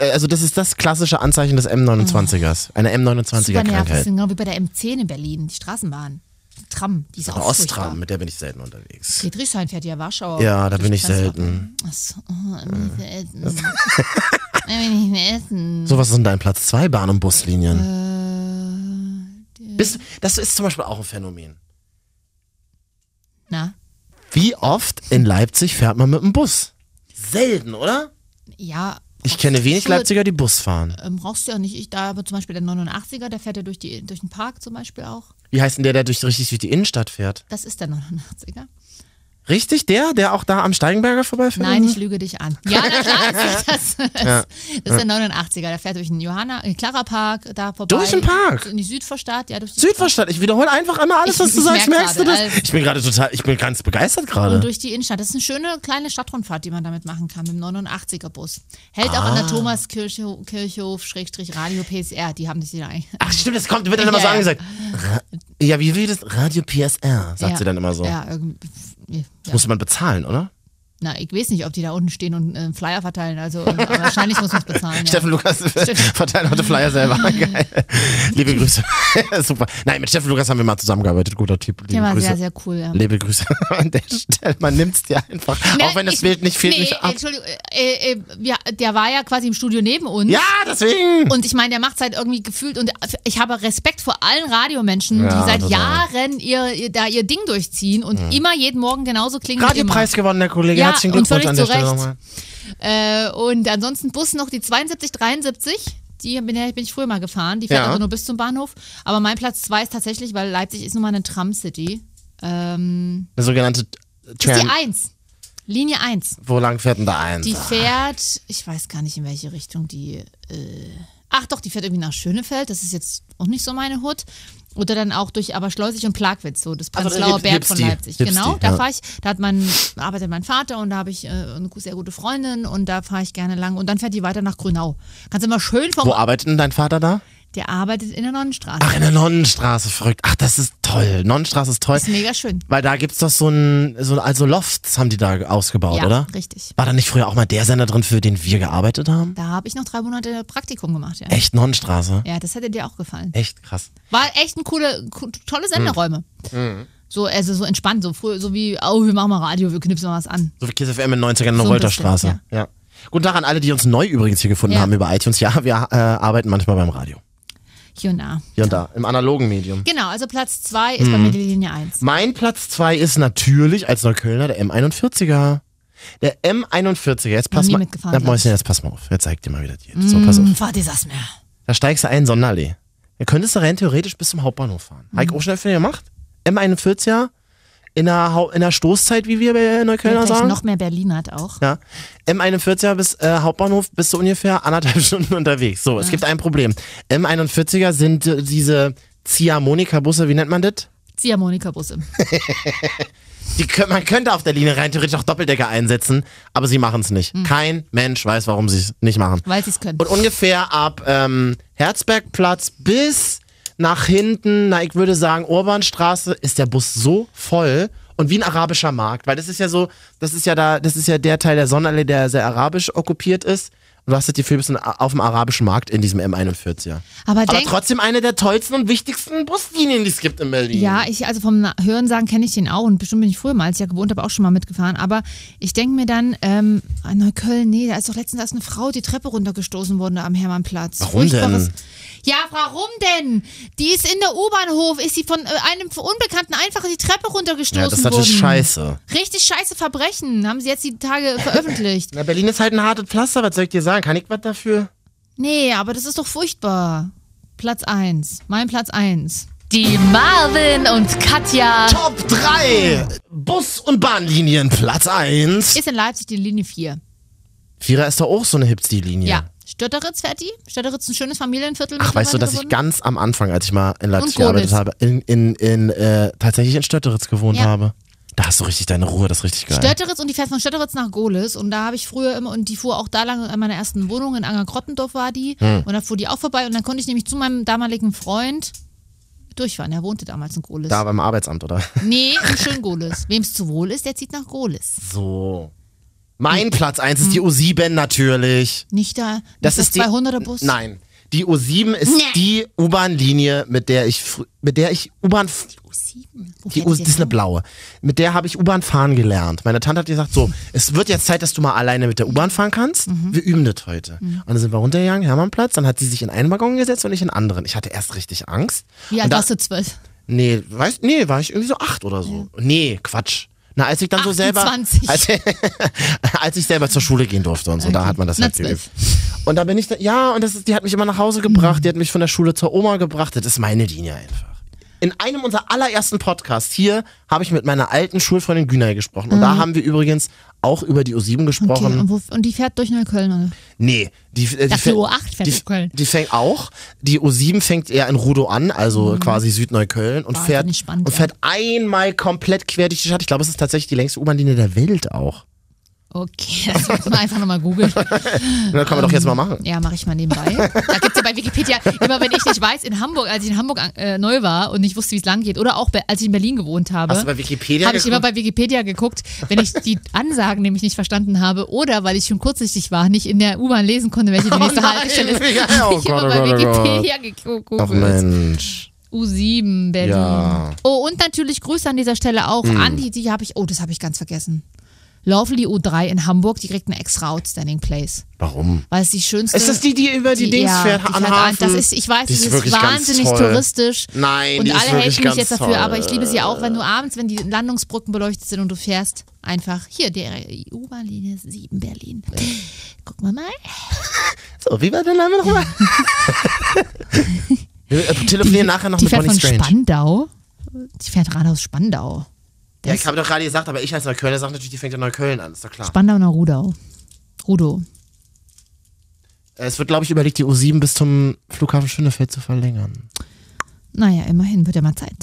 Speaker 2: also das ist das klassische Anzeichen des M29ers, eine M29er
Speaker 1: Oh. super nervig. Das ist
Speaker 2: Krankheit.
Speaker 1: genau wie bei der M10 in Berlin, die Straßenbahn. Die Tram, die ist auch furchtbar.
Speaker 2: Ostram, mit der bin ich selten unterwegs.
Speaker 1: Friedrichshain fährt ja Warschau.
Speaker 2: Ja, da bin ich
Speaker 1: Prenzlau.
Speaker 2: selten.
Speaker 1: Ach so, oh, immer selten. Immer nicht mehr essen.
Speaker 2: So was sind dein Platz 2 Bahn und Buslinien.
Speaker 1: Äh,
Speaker 2: Bist, das ist zum Beispiel auch ein Phänomen.
Speaker 1: Na,
Speaker 2: Wie oft in Leipzig fährt man mit dem Bus? Selten, oder?
Speaker 1: ja.
Speaker 2: Ich kenne wenig
Speaker 1: Schuhe,
Speaker 2: Leipziger, die Bus fahren.
Speaker 1: Ähm, brauchst du ja nicht. Ich, da aber zum Beispiel der 89er, der fährt ja durch, die, durch den Park zum Beispiel auch.
Speaker 2: Wie heißt denn der, der durch richtig durch die Innenstadt fährt?
Speaker 1: Das ist der 89er.
Speaker 2: Richtig, der, der auch da am Steigenberger vorbeifährt?
Speaker 1: Nein, ich lüge dich an. Ja, na klar, das ist das. Das ist der 89er. Der fährt durch den Johanna, äh, Clara Park, da vorbei.
Speaker 2: Durch den Park?
Speaker 1: In die Südvorstadt, ja, durch die
Speaker 2: Südverstadt. Ich wiederhole einfach einmal alles,
Speaker 1: Ich-
Speaker 2: was du
Speaker 1: ich
Speaker 2: sagst.
Speaker 1: merk
Speaker 2: Merkst du das?
Speaker 1: gerade, also-
Speaker 2: ich bin gerade total, ich bin ganz begeistert
Speaker 1: Und
Speaker 2: gerade.
Speaker 1: durch die Innenstadt. Das ist eine schöne kleine Stadtrundfahrt, die man damit machen kann, mit dem 89er-Bus. Hält auch an
Speaker 2: Ah.
Speaker 1: der Thomaskirchhof, Kirchhof, Schrägstrich, Radio PSR. Die haben sich wieder ein.
Speaker 2: Ach stimmt, das kommt, wird dann immer so
Speaker 1: Ja.
Speaker 2: angesagt. Ra- Ja, wie wie das? Radio PSR, sagt
Speaker 1: Ja.
Speaker 2: sie dann immer so.
Speaker 1: Ja, irgendwie. pf, nee, ja.
Speaker 2: Muss man bezahlen, oder?
Speaker 1: Na, ich weiß nicht, ob die da unten stehen und äh, Flyer verteilen. Also äh, aber wahrscheinlich muss man es bezahlen. Ja.
Speaker 2: Steffen Lukas verteilt heute Flyer selber. Geil. Liebe Grüße. Super. Nein, mit Steffen Lukas haben wir mal zusammengearbeitet. Guter Typ. Liebe
Speaker 1: Der war
Speaker 2: Grüße.
Speaker 1: sehr, sehr cool. Ja.
Speaker 2: Liebe Grüße an der Stelle. Man nimmt's dir einfach.
Speaker 1: Ja,
Speaker 2: Auch wenn das
Speaker 1: ich-
Speaker 2: Bild nicht fehlt,
Speaker 1: nee,
Speaker 2: nicht ab.
Speaker 1: Entschuldigung, äh, äh, ja, der war ja quasi im Studio neben uns.
Speaker 2: Ja, deswegen.
Speaker 1: Und ich meine, der macht es halt irgendwie gefühlt und ich habe Respekt vor allen Radiomenschen,
Speaker 2: Ja,
Speaker 1: die seit
Speaker 2: total.
Speaker 1: Jahren ihr, ihr, da ihr Ding durchziehen und immer jeden Morgen genauso klingen wie immer.
Speaker 2: Radiopreis gewonnen, der Kollege.
Speaker 1: Ja,
Speaker 2: Herzlichen
Speaker 1: und
Speaker 2: Glückwunsch
Speaker 1: völlig
Speaker 2: an der
Speaker 1: zu
Speaker 2: Stelle
Speaker 1: Recht.
Speaker 2: nochmal.
Speaker 1: Äh, und ansonsten Bus noch die 72, 73. Die bin, ja- bin ich früher mal gefahren. Die fährt
Speaker 2: Ja.
Speaker 1: also nur bis zum Bahnhof. Aber mein Platz zwei ist tatsächlich, weil Leipzig ist nun mal eine Tram-City. Ähm,
Speaker 2: Eine sogenannte
Speaker 1: das ist
Speaker 2: Tram.
Speaker 1: die 1. Linie 1.
Speaker 2: Wo lang fährt denn da eins?
Speaker 1: Die fährt, ich weiß gar nicht, in welche Richtung die. Äh, ach doch, die fährt irgendwie nach Schönefeld. Das ist jetzt auch nicht so meine Hut. Oder dann auch durch aber Schleusig und Plagwitz, so das
Speaker 2: Also der
Speaker 1: Prenzlauer
Speaker 2: Hip-
Speaker 1: Berg von
Speaker 2: Hipsti,
Speaker 1: Leipzig.
Speaker 2: Hipsti,
Speaker 1: genau, da
Speaker 2: ja.
Speaker 1: fahre ich, da hat mein, arbeitet mein Vater und da habe ich äh, eine sehr gute Freundin und da fahre ich gerne lang. Und dann fährt die weiter nach Grünau. Kannst immer schön vom.
Speaker 2: Wo arbeitet denn dein Vater da?
Speaker 1: Der arbeitet in der Nonnenstraße.
Speaker 2: Ach, in der Nonnenstraße, verrückt. Ach, das ist toll. Nonnenstraße ist toll.
Speaker 1: Ist mega schön.
Speaker 2: weil da gibt's doch so ein, so, also Lofts haben die da ausgebaut,
Speaker 1: ja,
Speaker 2: oder?
Speaker 1: richtig.
Speaker 2: War da nicht früher auch mal der Sender drin, für den wir gearbeitet haben?
Speaker 1: Da habe ich noch drei Monate Praktikum gemacht, ja.
Speaker 2: Echt Nonnenstraße.
Speaker 1: Ja, das hätte dir auch gefallen.
Speaker 2: Echt krass.
Speaker 1: War echt ein coole, co- tolle Senderäume.
Speaker 2: Mhm.
Speaker 1: So, also so entspannt, so früh, so wie, oh, wir machen mal Radio, wir knipsen mal was an.
Speaker 2: So wie Kiss FM in den 90ern in der
Speaker 1: So ein
Speaker 2: Wolterstraße.
Speaker 1: bisschen,
Speaker 2: ja. Guten Tag an alle, die uns neu übrigens hier gefunden
Speaker 1: Ja.
Speaker 2: haben über iTunes. Ja, wir äh, arbeiten manchmal beim Radio.
Speaker 1: Hier und da.
Speaker 2: Hier und da, im analogen Medium.
Speaker 1: Genau, also Platz 2 ist bei mir
Speaker 2: Mhm.
Speaker 1: die Linie 1.
Speaker 2: Mein Platz zwei ist natürlich als Neuköllner der M41er. Der M41er, jetzt pass
Speaker 1: nie
Speaker 2: mal.
Speaker 1: mitgefahren,
Speaker 2: Na,
Speaker 1: glaub ich. Mm.
Speaker 2: Mäuschen, jetzt pass mal auf. Jetzt zeig dir mal wieder die. So, pass auf.
Speaker 1: Hm, Fahr dir das mehr.
Speaker 2: Da steigst du ein, Sonderallee. Da könntest du rein theoretisch bis zum Hauptbahnhof fahren.
Speaker 1: Mm.
Speaker 2: Habe ich auch schon öfter gemacht. M41er in der, Hau- in der Stoßzeit, wie wir bei Neuköllner
Speaker 1: Vielleicht
Speaker 2: sagen.
Speaker 1: noch mehr Berlin hat auch.
Speaker 2: Ja. M41er bis äh, Hauptbahnhof bist du ungefähr anderthalb Stunden unterwegs. So, es gibt ein Problem. M41er sind äh, diese Ziehharmonika-Busse, wie nennt man das?
Speaker 1: Ziehharmonika-Busse.
Speaker 2: Die, kö- man könnte auf der Linie rein theoretisch auch Doppeldecker einsetzen, aber sie machen es
Speaker 1: Hm.
Speaker 2: nicht. Kein Mensch weiß, warum sie es nicht machen.
Speaker 1: Weil sie es können.
Speaker 2: Und ungefähr ab ähm, Herzbergplatz bis nach hinten, na ich würde sagen Urbanstraße, ist der Bus so voll und wie ein arabischer Markt, weil das ist ja so, das ist ja da, das ist ja der Teil der Sonnenallee, der sehr arabisch okkupiert ist. Du hast das Gefühl, du bist in- auf dem arabischen Markt in diesem M41er.
Speaker 1: Aber,
Speaker 2: Aber
Speaker 1: denk,
Speaker 2: trotzdem eine der tollsten und wichtigsten Buslinien, die es gibt in Berlin.
Speaker 1: ja, ich, also vom Na- Hörensagen kenne ich den auch und bestimmt bin ich früher mal, als ich ja gewohnt habe, auch schon mal mitgefahren. Aber ich denke mir dann, ähm, ah, Neukölln, nee, da ist doch letztens erst eine Frau die Treppe runtergestoßen worden da am Hermannplatz.
Speaker 2: Warum denn?
Speaker 1: Furchtbares- Ja, warum denn? Die ist in der U-Bahnhof, ist sie von äh, einem Unbekannten einfach die Treppe runtergestoßen
Speaker 2: ja, das ist natürlich
Speaker 1: worden.
Speaker 2: scheiße.
Speaker 1: Richtig scheiße Verbrechen, haben sie jetzt die Tage veröffentlicht.
Speaker 2: Na, Berlin ist halt ein hartes Pflaster, was soll ich dir sagen? Kann ich was dafür?
Speaker 1: Nee, aber das ist doch furchtbar. Platz 1, mein Platz 1.
Speaker 6: Die Marvin und Katja.
Speaker 2: Top 3! Bus- und Bahnlinien, Platz 1.
Speaker 1: Ist in Leipzig die Linie 4.
Speaker 2: Vierer ist doch auch so eine Hipstie-Linie.
Speaker 1: Ja. Stütteritz fährt die. Stütteritz ist ein schönes Familienviertel.
Speaker 2: Ach, weißt du,
Speaker 1: mittlerweile
Speaker 2: dass ich
Speaker 1: geworden.
Speaker 2: ganz am Anfang, als ich mal in Leipzig
Speaker 1: Und Görlitz.
Speaker 2: gearbeitet habe, in, in, in, äh, tatsächlich in Stötteritz gewohnt
Speaker 1: Ja.
Speaker 2: habe? Da hast du richtig deine Ruhe, das ist richtig geil.
Speaker 1: Stötteritz und die fährt von Stötteritz nach Gohlis und da habe ich früher immer und die fuhr auch da lang in meiner ersten Wohnung in Angerkrottendorf war die
Speaker 2: Hm.
Speaker 1: und da fuhr die auch vorbei und dann konnte ich nämlich zu meinem damaligen Freund durchfahren. Er wohnte damals in Gohlis.
Speaker 2: da beim Arbeitsamt, oder?
Speaker 1: Nee, in schön Gohlis. Wem es zu wohl ist, der zieht nach Gohlis.
Speaker 2: So.
Speaker 1: Hm.
Speaker 2: Mein Platz 1 ist die U7 natürlich.
Speaker 1: Nicht da. Nicht
Speaker 2: Das ist die
Speaker 1: 200er Bus.
Speaker 2: Nein. Die U7 ist die U-Bahn-Linie, mit der ich fr- mit der ich U-Bahn
Speaker 1: U7. Wo
Speaker 2: die
Speaker 1: fährt
Speaker 2: U
Speaker 1: die
Speaker 2: das ist eine
Speaker 1: denn?
Speaker 2: blaue. Mit der habe ich U-Bahn fahren gelernt. Meine Tante hat gesagt, so, es wird jetzt Zeit, dass du mal alleine mit der U-Bahn fahren kannst. Wir üben das heute. Und dann sind wir runtergegangen, Hermannplatz, dann hat sie sich in einen Waggon gesetzt und ich in einen anderen. Ich hatte erst richtig Angst.
Speaker 1: Wie
Speaker 2: und
Speaker 1: alt
Speaker 2: da-
Speaker 1: warst du? Zwölf.
Speaker 2: Nee, weiß, nee, war ich irgendwie so acht oder so. Nee, Quatsch. Na, als ich dann so selber.
Speaker 1: 28.
Speaker 2: Als, als ich selber zur Schule gehen durfte und so, da hat man das
Speaker 1: Na,
Speaker 2: halt
Speaker 1: zwölf.
Speaker 2: geübt. Und da bin ich, da, ja, und das ist, die hat mich immer nach Hause gebracht, die hat mich von der Schule zur Oma gebracht. Das ist meine Linie einfach. In einem unserer allerersten Podcasts hier habe ich mit meiner alten Schulfreundin Günay gesprochen. Und da haben wir übrigens auch über die U7
Speaker 1: Mhm. Okay. oh.
Speaker 2: gesprochen.
Speaker 1: Und, wo, und die fährt durch Neukölln. Oder?
Speaker 2: Nee, die, äh, die,
Speaker 1: Dachte,
Speaker 2: fäng-
Speaker 1: U8 fährt
Speaker 2: die,
Speaker 1: nach Köln.
Speaker 2: die fängt auch. Die U7 fängt eher in Rudow an, also quasi Südneukölln und
Speaker 1: Ah,
Speaker 2: fährt
Speaker 1: Mhm. bin ich spannend,
Speaker 2: und
Speaker 1: ja.
Speaker 2: fährt einmal komplett quer durch die Stadt. Ich glaube, es ist tatsächlich die längste U-Bahn-Linie der Welt
Speaker 1: Ah,
Speaker 2: auch.
Speaker 1: Okay, das muss man einfach nochmal googeln.
Speaker 2: Na, kann man doch jetzt
Speaker 1: ähm,
Speaker 2: mal machen.
Speaker 1: Ja, mache ich mal nebenbei. Da gibt's ja bei Wikipedia immer, wenn ich nicht weiß, in Hamburg, als ich in Hamburg äh, neu war und nicht wusste, wie es lang geht, oder auch bei, als ich in Berlin gewohnt habe.
Speaker 2: Hast du bei Wikipedia
Speaker 1: Habe ich immer
Speaker 2: geguckt?
Speaker 1: bei Wikipedia geguckt, wenn ich die Ansagen nämlich nicht verstanden habe oder weil ich schon kurzsichtig war, nicht in der U-Bahn lesen konnte, welche die nächste
Speaker 2: Oh nein,
Speaker 1: Haltestelle ist.
Speaker 2: ja,
Speaker 1: Hab
Speaker 2: oh
Speaker 1: ich
Speaker 2: Gott,
Speaker 1: immer
Speaker 2: oh
Speaker 1: bei
Speaker 2: Gott, oh Gott.
Speaker 1: Wikipedia geguckt.
Speaker 2: Ach Mensch.
Speaker 1: U7 Berlin.
Speaker 2: Ja. Hm.
Speaker 1: Oh, und natürlich Grüße an dieser Stelle auch an die, die habe ich, oh, das habe ich ganz vergessen. Lovely U3 in Hamburg, die kriegt eine extra Outstanding Place.
Speaker 2: Warum?
Speaker 1: Weil es die schönste.
Speaker 2: Ist das die, die über die, Dings
Speaker 1: ja,
Speaker 2: fährt
Speaker 1: die
Speaker 2: an
Speaker 1: fährt an-
Speaker 2: Hafen?
Speaker 1: Das ist, ich weiß,
Speaker 2: Die
Speaker 1: das
Speaker 2: ist
Speaker 1: ist,
Speaker 2: wirklich ganz
Speaker 1: wahnsinnig
Speaker 2: toll.
Speaker 1: touristisch.
Speaker 2: Nein,
Speaker 1: und
Speaker 2: die ist
Speaker 1: alle
Speaker 2: wirklich
Speaker 1: helfen mich
Speaker 2: ganz
Speaker 1: jetzt dafür,
Speaker 2: toll.
Speaker 1: aber ich liebe sie auch, wenn du abends, wenn die Landungsbrücken beleuchtet sind und du fährst, einfach hier, die U-Bahn-Linie 7 Berlin. Guck mal mal.
Speaker 2: So, wie war der Name nochmal? Wir äh, telefonieren nachher noch
Speaker 1: die
Speaker 2: mit
Speaker 1: fährt von
Speaker 2: Bonnie Strange.
Speaker 1: Spandau. Die fährt geradeaus Spandau.
Speaker 2: Ja, ich habe doch gerade gesagt, aber ich als Neuköllner sage natürlich, die fängt in Neukölln an, ist doch klar.
Speaker 1: Spandau nach Rudau. Rudow.
Speaker 2: Äh, Es wird, glaube ich, überlegt, die U7 bis zum Flughafen Schönefeld zu verlängern.
Speaker 1: Naja, immerhin wird ja mal Zeit.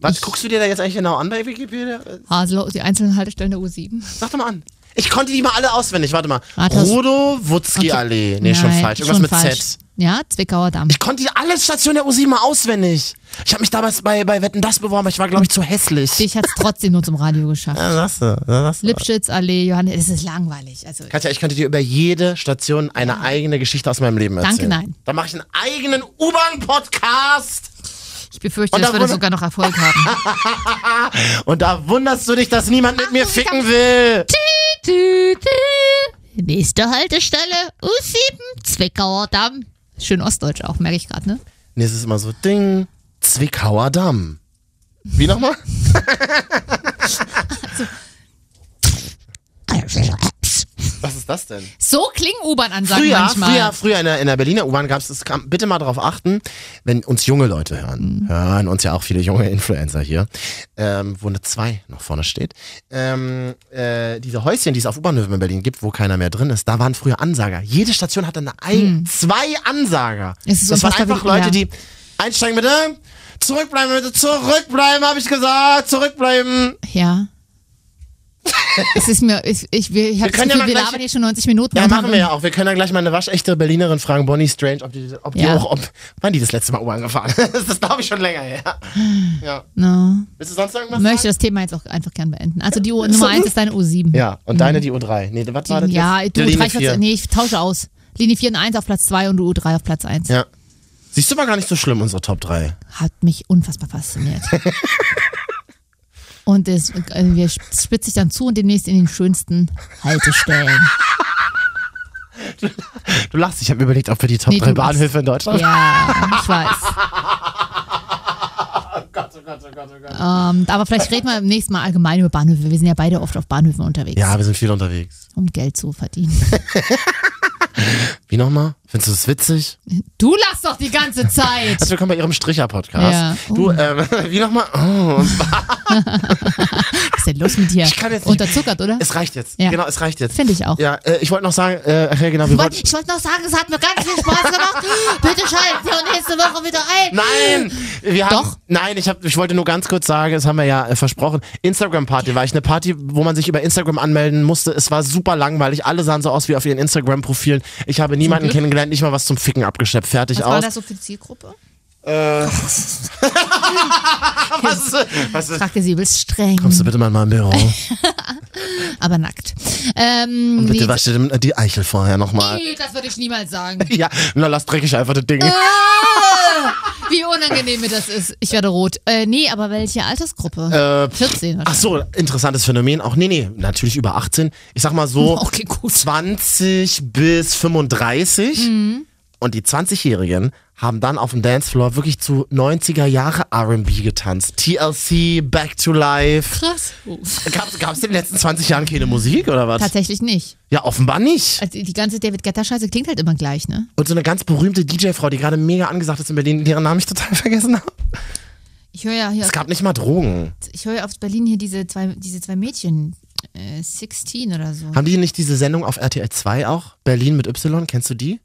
Speaker 2: Was guckst du dir da jetzt eigentlich genau an bei Wikipedia?
Speaker 1: Haselow, Also, die einzelnen Haltestellen der U7.
Speaker 2: Sag doch mal an. Ich konnte die mal alle auswendig. Warte mal.
Speaker 1: Rathaus-
Speaker 2: Rudow, Wutzki
Speaker 1: Okay.
Speaker 2: Allee. Nee,
Speaker 1: Nein,
Speaker 2: schon falsch. Irgendwas
Speaker 1: schon
Speaker 2: mit
Speaker 1: falsch.
Speaker 2: Z.
Speaker 1: Ja, Zwickauer Damm.
Speaker 2: Ich konnte die alle Stationen der U7 mal auswendig. Ich habe mich damals bei, bei Wetten das beworben, aber ich war, glaube ich, zu hässlich.
Speaker 1: Dich hat's trotzdem nur zum Radio geschafft.
Speaker 2: Lasse,
Speaker 1: Lipschitzallee, Johannes, es ist langweilig. Also,
Speaker 2: Katja, ich könnte dir über jede Station eine eigene Geschichte aus meinem Leben
Speaker 1: Danke,
Speaker 2: erzählen.
Speaker 1: nein.
Speaker 2: Dann mache ich einen eigenen U-Bahn-Podcast.
Speaker 1: ich befürchte,
Speaker 2: Und
Speaker 1: dass
Speaker 2: da
Speaker 1: wir das
Speaker 2: wurde-
Speaker 1: sogar noch Erfolg haben.
Speaker 2: Und da wunderst du dich, dass niemand mit mir ficken will.
Speaker 1: Nächste Haltestelle, U7, Zwickauer Damm. Schön Ostdeutsch auch, merke ich gerade, ne?
Speaker 2: Nee, es ist immer so Ding. Zwickauer Damm. Wie nochmal? Was ist das denn?
Speaker 1: So klingen U-Bahn-Ansagen
Speaker 2: Früher,
Speaker 1: manchmal.
Speaker 2: früher, früher in der, in der Berliner U-Bahn gab es, kam, bitte mal darauf achten, wenn uns junge Leute hören,
Speaker 1: Mhm.
Speaker 2: hören uns ja auch viele junge Influencer hier, ähm, wo eine 2 noch vorne steht, ähm, äh, diese Häuschen, die es auf U-Bahnhöfen in Berlin gibt, wo keiner mehr drin ist, da waren früher Ansager. Jede Station hatte eine ein, zwei Ansager.
Speaker 1: Mhm. Es ist
Speaker 2: das waren
Speaker 1: unfassbar,
Speaker 2: einfach
Speaker 1: wie- ja.
Speaker 2: Leute, die einsteigen bitte, zurückbleiben bitte, zurückbleiben, habe ich gesagt, zurückbleiben.
Speaker 1: Ja. Es ist mir, ich, ich, wir- ich habe
Speaker 2: Wir
Speaker 1: das
Speaker 2: können ja
Speaker 1: Gefühl,
Speaker 2: mal
Speaker 1: wir
Speaker 2: gleich-
Speaker 1: labern hier schon 90 Minuten.
Speaker 2: Ja,
Speaker 1: und
Speaker 2: machen
Speaker 1: haben-
Speaker 2: wir ja auch. Wir können dann gleich mal eine waschechte Berlinerin fragen, Bonnie Strange, ob die, ob die
Speaker 1: Ja.
Speaker 2: auch, ob, wann die das letzte Mal U-Bahn gefahren ist. Das glaube ich schon länger her. Ja.
Speaker 1: Na,
Speaker 2: Willst du sonst irgendwas
Speaker 1: möchte
Speaker 2: sagen?
Speaker 1: das Thema jetzt auch einfach gern beenden. Also die U Nummer 1 ist deine U7.
Speaker 2: Ja, und deine die U3. Nee, was war das
Speaker 1: Die, ja,
Speaker 2: jetzt?
Speaker 1: du
Speaker 2: Die Linie
Speaker 1: 3,
Speaker 2: vier.
Speaker 1: nee, ich tausche aus. Linie 4 und 1 auf Platz 2 und du U3 auf Platz 1.
Speaker 2: Ja. Siehst du mal gar nicht so schlimm, unsere Top 3.
Speaker 1: Hat mich unfassbar fasziniert. und es, äh, wir spitze sich dann zu und demnächst in den schönsten Haltestellen.
Speaker 2: Du lachst, ich habe überlegt, ob wir die Top
Speaker 1: Nee, du
Speaker 2: 3
Speaker 1: lachst.
Speaker 2: Bahnhöfe in Deutschland.
Speaker 1: Ja, ich weiß.
Speaker 2: Oh
Speaker 1: Ähm, aber vielleicht reden wir im nächsten Mal allgemein über Bahnhöfe. Wir sind ja beide oft auf Bahnhöfen unterwegs,
Speaker 2: Ja, wir sind viel unterwegs.
Speaker 1: um Geld zu verdienen.
Speaker 2: Wie nochmal? Findest du das witzig?
Speaker 1: Du lachst doch die ganze Zeit.
Speaker 2: Herzlich willkommen bei Ihrem Stricher-Podcast.
Speaker 1: Ja. Uh.
Speaker 2: Du, ähm, wie nochmal? Oh,
Speaker 1: Was ist denn los mit dir?
Speaker 2: Ich kann jetzt nicht-
Speaker 1: Unterzuckert, oder?
Speaker 2: es reicht jetzt.
Speaker 1: Ja.
Speaker 2: Genau, es reicht jetzt.
Speaker 1: Finde ich auch.
Speaker 2: Ja, äh, ich wollte noch sagen, äh, ach ja, genau, wir
Speaker 1: Ich wollt-
Speaker 2: wollten.
Speaker 1: Ich wollte noch sagen, es hat mir ganz viel Spaß gemacht. Bitte schalten Sie uns nächste Woche wieder ein.
Speaker 2: Nein! Wir haben,
Speaker 1: Doch.
Speaker 2: Nein, ich, hab, ich wollte nur ganz kurz sagen, das haben wir ja äh, versprochen. Instagram-Party war ich eine Party, wo man sich über Instagram anmelden musste. Es war super langweilig. Alle sahen so aus wie auf ihren Instagram-Profilen. Ich habe niemanden kennengelernt, nicht mal was zum Ficken abgeschleppt. Fertig
Speaker 1: Was
Speaker 2: aus. Äh,
Speaker 1: war das so für Zielgruppe?
Speaker 2: Was, was ist?
Speaker 1: Fragte sie übelst streng,
Speaker 2: Kommst du bitte mal in mein Büro?
Speaker 1: aber nackt. Ähm,
Speaker 2: Bitte
Speaker 1: nee,
Speaker 2: wasch dir den- die Eichel vorher nochmal.
Speaker 1: nee, das würde ich niemals sagen.
Speaker 2: Ja, na lass dreckig einfach das Ding.
Speaker 1: Wie unangenehm mir das ist. Ich werde rot. Äh, nee, aber welche Altersgruppe?
Speaker 2: Äh,
Speaker 1: 14
Speaker 2: ach
Speaker 1: wahrscheinlich.
Speaker 2: so, interessantes Phänomen. Auch nee, nee, natürlich über 18. Ich sag mal so
Speaker 1: Okay, gut.
Speaker 2: 20 bis 35. Und die 20-Jährigen haben dann auf dem Dancefloor wirklich zu 90er Jahre R&B getanzt. TLC, Back to Life.
Speaker 1: Krass. Oh.
Speaker 2: Gab's, gab's in den letzten 20 Jahren keine Musik oder was?
Speaker 1: Tatsächlich nicht.
Speaker 2: Ja, offenbar nicht.
Speaker 1: Also die ganze David Guetta-Scheiße klingt halt immer gleich, ne?
Speaker 2: Und so eine ganz berühmte DJ-Frau, die gerade mega angesagt ist in Berlin, deren Namen ich total vergessen habe.
Speaker 1: Ich höre ja hier
Speaker 2: Es
Speaker 1: auf,
Speaker 2: gab nicht mal Drogen.
Speaker 1: ich höre aus Berlin hier diese zwei, diese zwei Mädchen. Äh, 16 oder so.
Speaker 2: Haben die nicht diese Sendung auf RTL 2 auch? Berlin mit Y, kennst du die?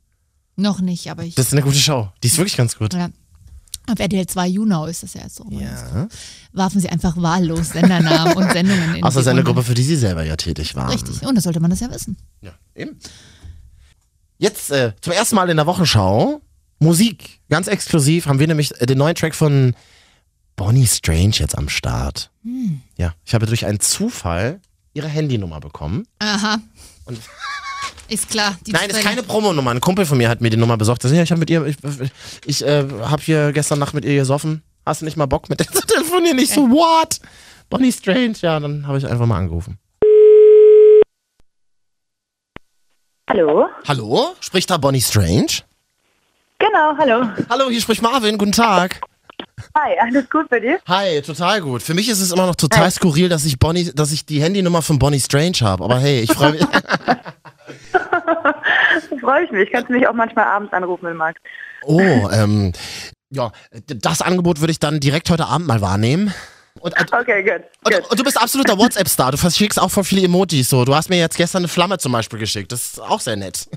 Speaker 1: Noch nicht, aber ich.
Speaker 2: Das ist eine gute Show. Die ist wirklich ganz gut.
Speaker 1: ja. Auf RTL 2 Junau ist das ja jetzt so. Warfen sie einfach wahllos Sendernamen und Sendungen in
Speaker 2: Außer
Speaker 1: die
Speaker 2: seine
Speaker 1: Runde.
Speaker 2: Gruppe, für die sie selber ja tätig waren.
Speaker 1: Richtig. Und das sollte man das ja wissen.
Speaker 2: Ja, eben. Jetzt äh, zum ersten Mal in der Wochenschau Musik. Ganz exklusiv haben wir nämlich äh, den neuen Track von Bonnie Strange jetzt am Start. Ja, ich habe durch einen Zufall ihre Handynummer bekommen.
Speaker 1: Aha.
Speaker 2: Und-
Speaker 1: ist klar. Die
Speaker 2: Nein, ist
Speaker 1: zwei-
Speaker 2: keine Promonummer. Ein Kumpel von mir hat mir die Nummer besorgt. Er sagt, Ja, ich habe mit ihr, ich, ich äh, habe hier gestern Nacht mit ihr gesoffen. Hast du nicht mal Bock mit der zu telefonieren? Ich so, what? Bonnie Strange. Ja, dann habe ich einfach mal angerufen.
Speaker 10: Hallo?
Speaker 2: Hallo? Spricht da Bonnie Strange?
Speaker 10: Genau, hallo.
Speaker 2: Hallo, hier spricht Marvin. Guten Tag.
Speaker 10: Hi, alles gut bei dir?
Speaker 2: Hi, total gut. Für mich ist es immer noch total skurril, dass ich Bonnie, dass ich die Handynummer von Bonnie Strange habe. Aber hey, ich freue mich.
Speaker 10: Freue ich mich. Kannst du mich auch manchmal abends anrufen, wenn du magst.
Speaker 2: Oh, ähm, ja, das Angebot würde ich dann direkt heute Abend mal wahrnehmen. Und, und,
Speaker 10: Okay, gut.
Speaker 2: und, und du bist absoluter WhatsApp-Star. Du verschickst auch voll viele Emojis. So, du hast mir jetzt gestern eine Flamme zum Beispiel geschickt. Das ist auch sehr nett.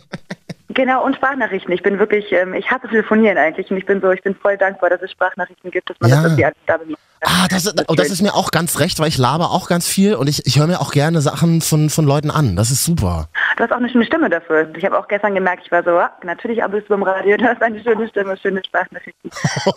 Speaker 10: Genau, und Sprachnachrichten. Ich bin wirklich, ähm, ich hasse Telefonieren eigentlich und ich bin so, ich bin voll dankbar, dass es Sprachnachrichten gibt, dass man
Speaker 2: Ja.
Speaker 10: das irgendwie Angabe macht.
Speaker 2: Ah, das ist, oh, das ist mir auch ganz recht, weil ich laber auch ganz viel und ich, ich höre mir auch gerne Sachen von, von Leuten an. Das ist super.
Speaker 10: Du hast auch eine schöne Stimme dafür. Ich habe auch gestern gemerkt, ich war so, ah, natürlich arbeitest du beim Radio, du hast eine schöne Stimme, schöne Sprachnachrichten.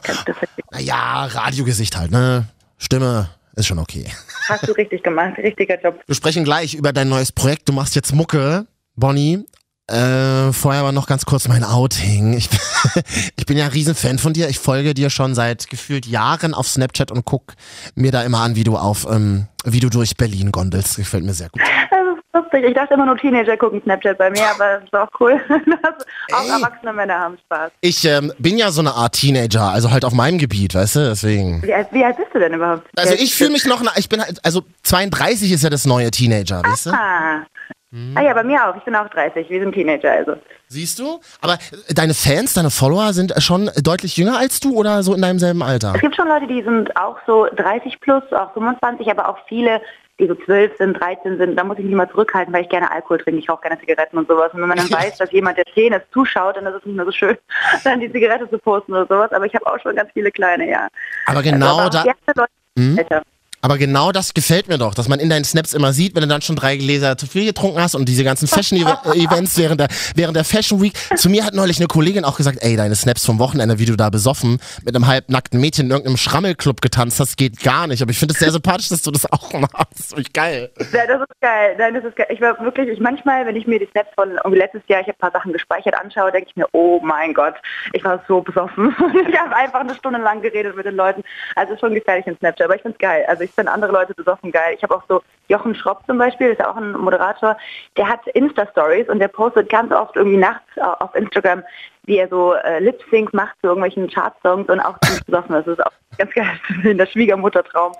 Speaker 10: Kannst du das verstehen?
Speaker 2: Naja, Radiogesicht halt, ne? Stimme ist schon okay.
Speaker 10: Hast du richtig gemacht, richtiger Job.
Speaker 2: Wir sprechen gleich über dein neues Projekt. Du machst jetzt Mucke, Bonnie. Äh, vorher aber noch ganz kurz mein Outing. Ich, ich bin ja ein Riesenfan von dir. Ich folge dir schon seit gefühlt Jahren auf Snapchat und guck mir da immer an, wie du auf, ähm, wie du durch Berlin gondelst. Gefällt mir sehr gut.
Speaker 10: Das ist lustig. Ich dachte immer nur Teenager gucken Snapchat bei mir, aber das ist auch cool. Das, auch
Speaker 2: Ey.
Speaker 10: erwachsene Männer haben Spaß.
Speaker 2: Ich ähm, bin ja so eine Art Teenager, also halt auf meinem Gebiet, weißt du? Deswegen.
Speaker 10: Wie alt, wie alt bist du denn überhaupt?
Speaker 2: Also ich fühle mich noch, na- ich bin halt, also 32 ist ja das neue Teenager, weißt du?
Speaker 10: Ah.
Speaker 2: Hm.
Speaker 10: ah ja, bei mir auch. Ich bin auch 30. Wir sind Teenager, also.
Speaker 2: Siehst du? Aber äh, deine Fans, deine Follower sind äh, schon deutlich jünger als du oder so in deinem selben Alter?
Speaker 10: Es gibt schon Leute, die sind auch so 30 plus, auch 25, aber auch viele, die so 12 sind, 13 sind. Da muss ich mich mal zurückhalten, weil ich gerne Alkohol trinke. Ich rauche gerne Zigaretten und sowas. Und wenn man dann weiß, dass jemand, der 10 ist, zuschaut, dann ist es nicht mehr so schön, dann die Zigarette zu posten oder sowas. Aber ich habe auch schon ganz viele kleine, ja.
Speaker 2: Aber genau
Speaker 10: also, aber auch
Speaker 2: da. Hm?
Speaker 10: gerne Leute, Alter.
Speaker 2: Aber genau das gefällt mir doch, dass man in deinen Snaps immer sieht, wenn du dann schon drei Gläser zu viel getrunken hast und diese ganzen Fashion-Events während der, während der Fashion Week. Zu mir hat neulich eine Kollegin auch gesagt, ey, deine Snaps vom Wochenende, wie du da besoffen mit einem halbnackten Mädchen in irgendeinem Schrammelclub getanzt hast, geht gar nicht. Aber ich finde es sehr sympathisch, dass du das auch machst. Das finde ich geil.
Speaker 10: Ja, das ist geil. Nein, das ist geil. Ich war wirklich, ich manchmal, wenn ich mir die Snaps von irgendwie letztes Jahr, ich habe ein paar Sachen gespeichert, anschaue, denke ich mir, oh mein Gott, ich war so besoffen. ich habe einfach eine Stunde lang geredet mit den Leuten. Also ist schon gefährlich in Snapchat, aber ich finde es geil. Also ich finde andere Leute besoffen geil. Ich habe auch so Jochen Schropp zum Beispiel, ist ja auch ein Moderator, der hat Insta-Stories und der postet ganz oft irgendwie nachts äh, auf Instagram, wie er so äh, Lip-Sync macht zu irgendwelchen Chart-Songs und auch ziemlich besoffen. Das ist auch ganz geil. In der Schwiegermuttertraum.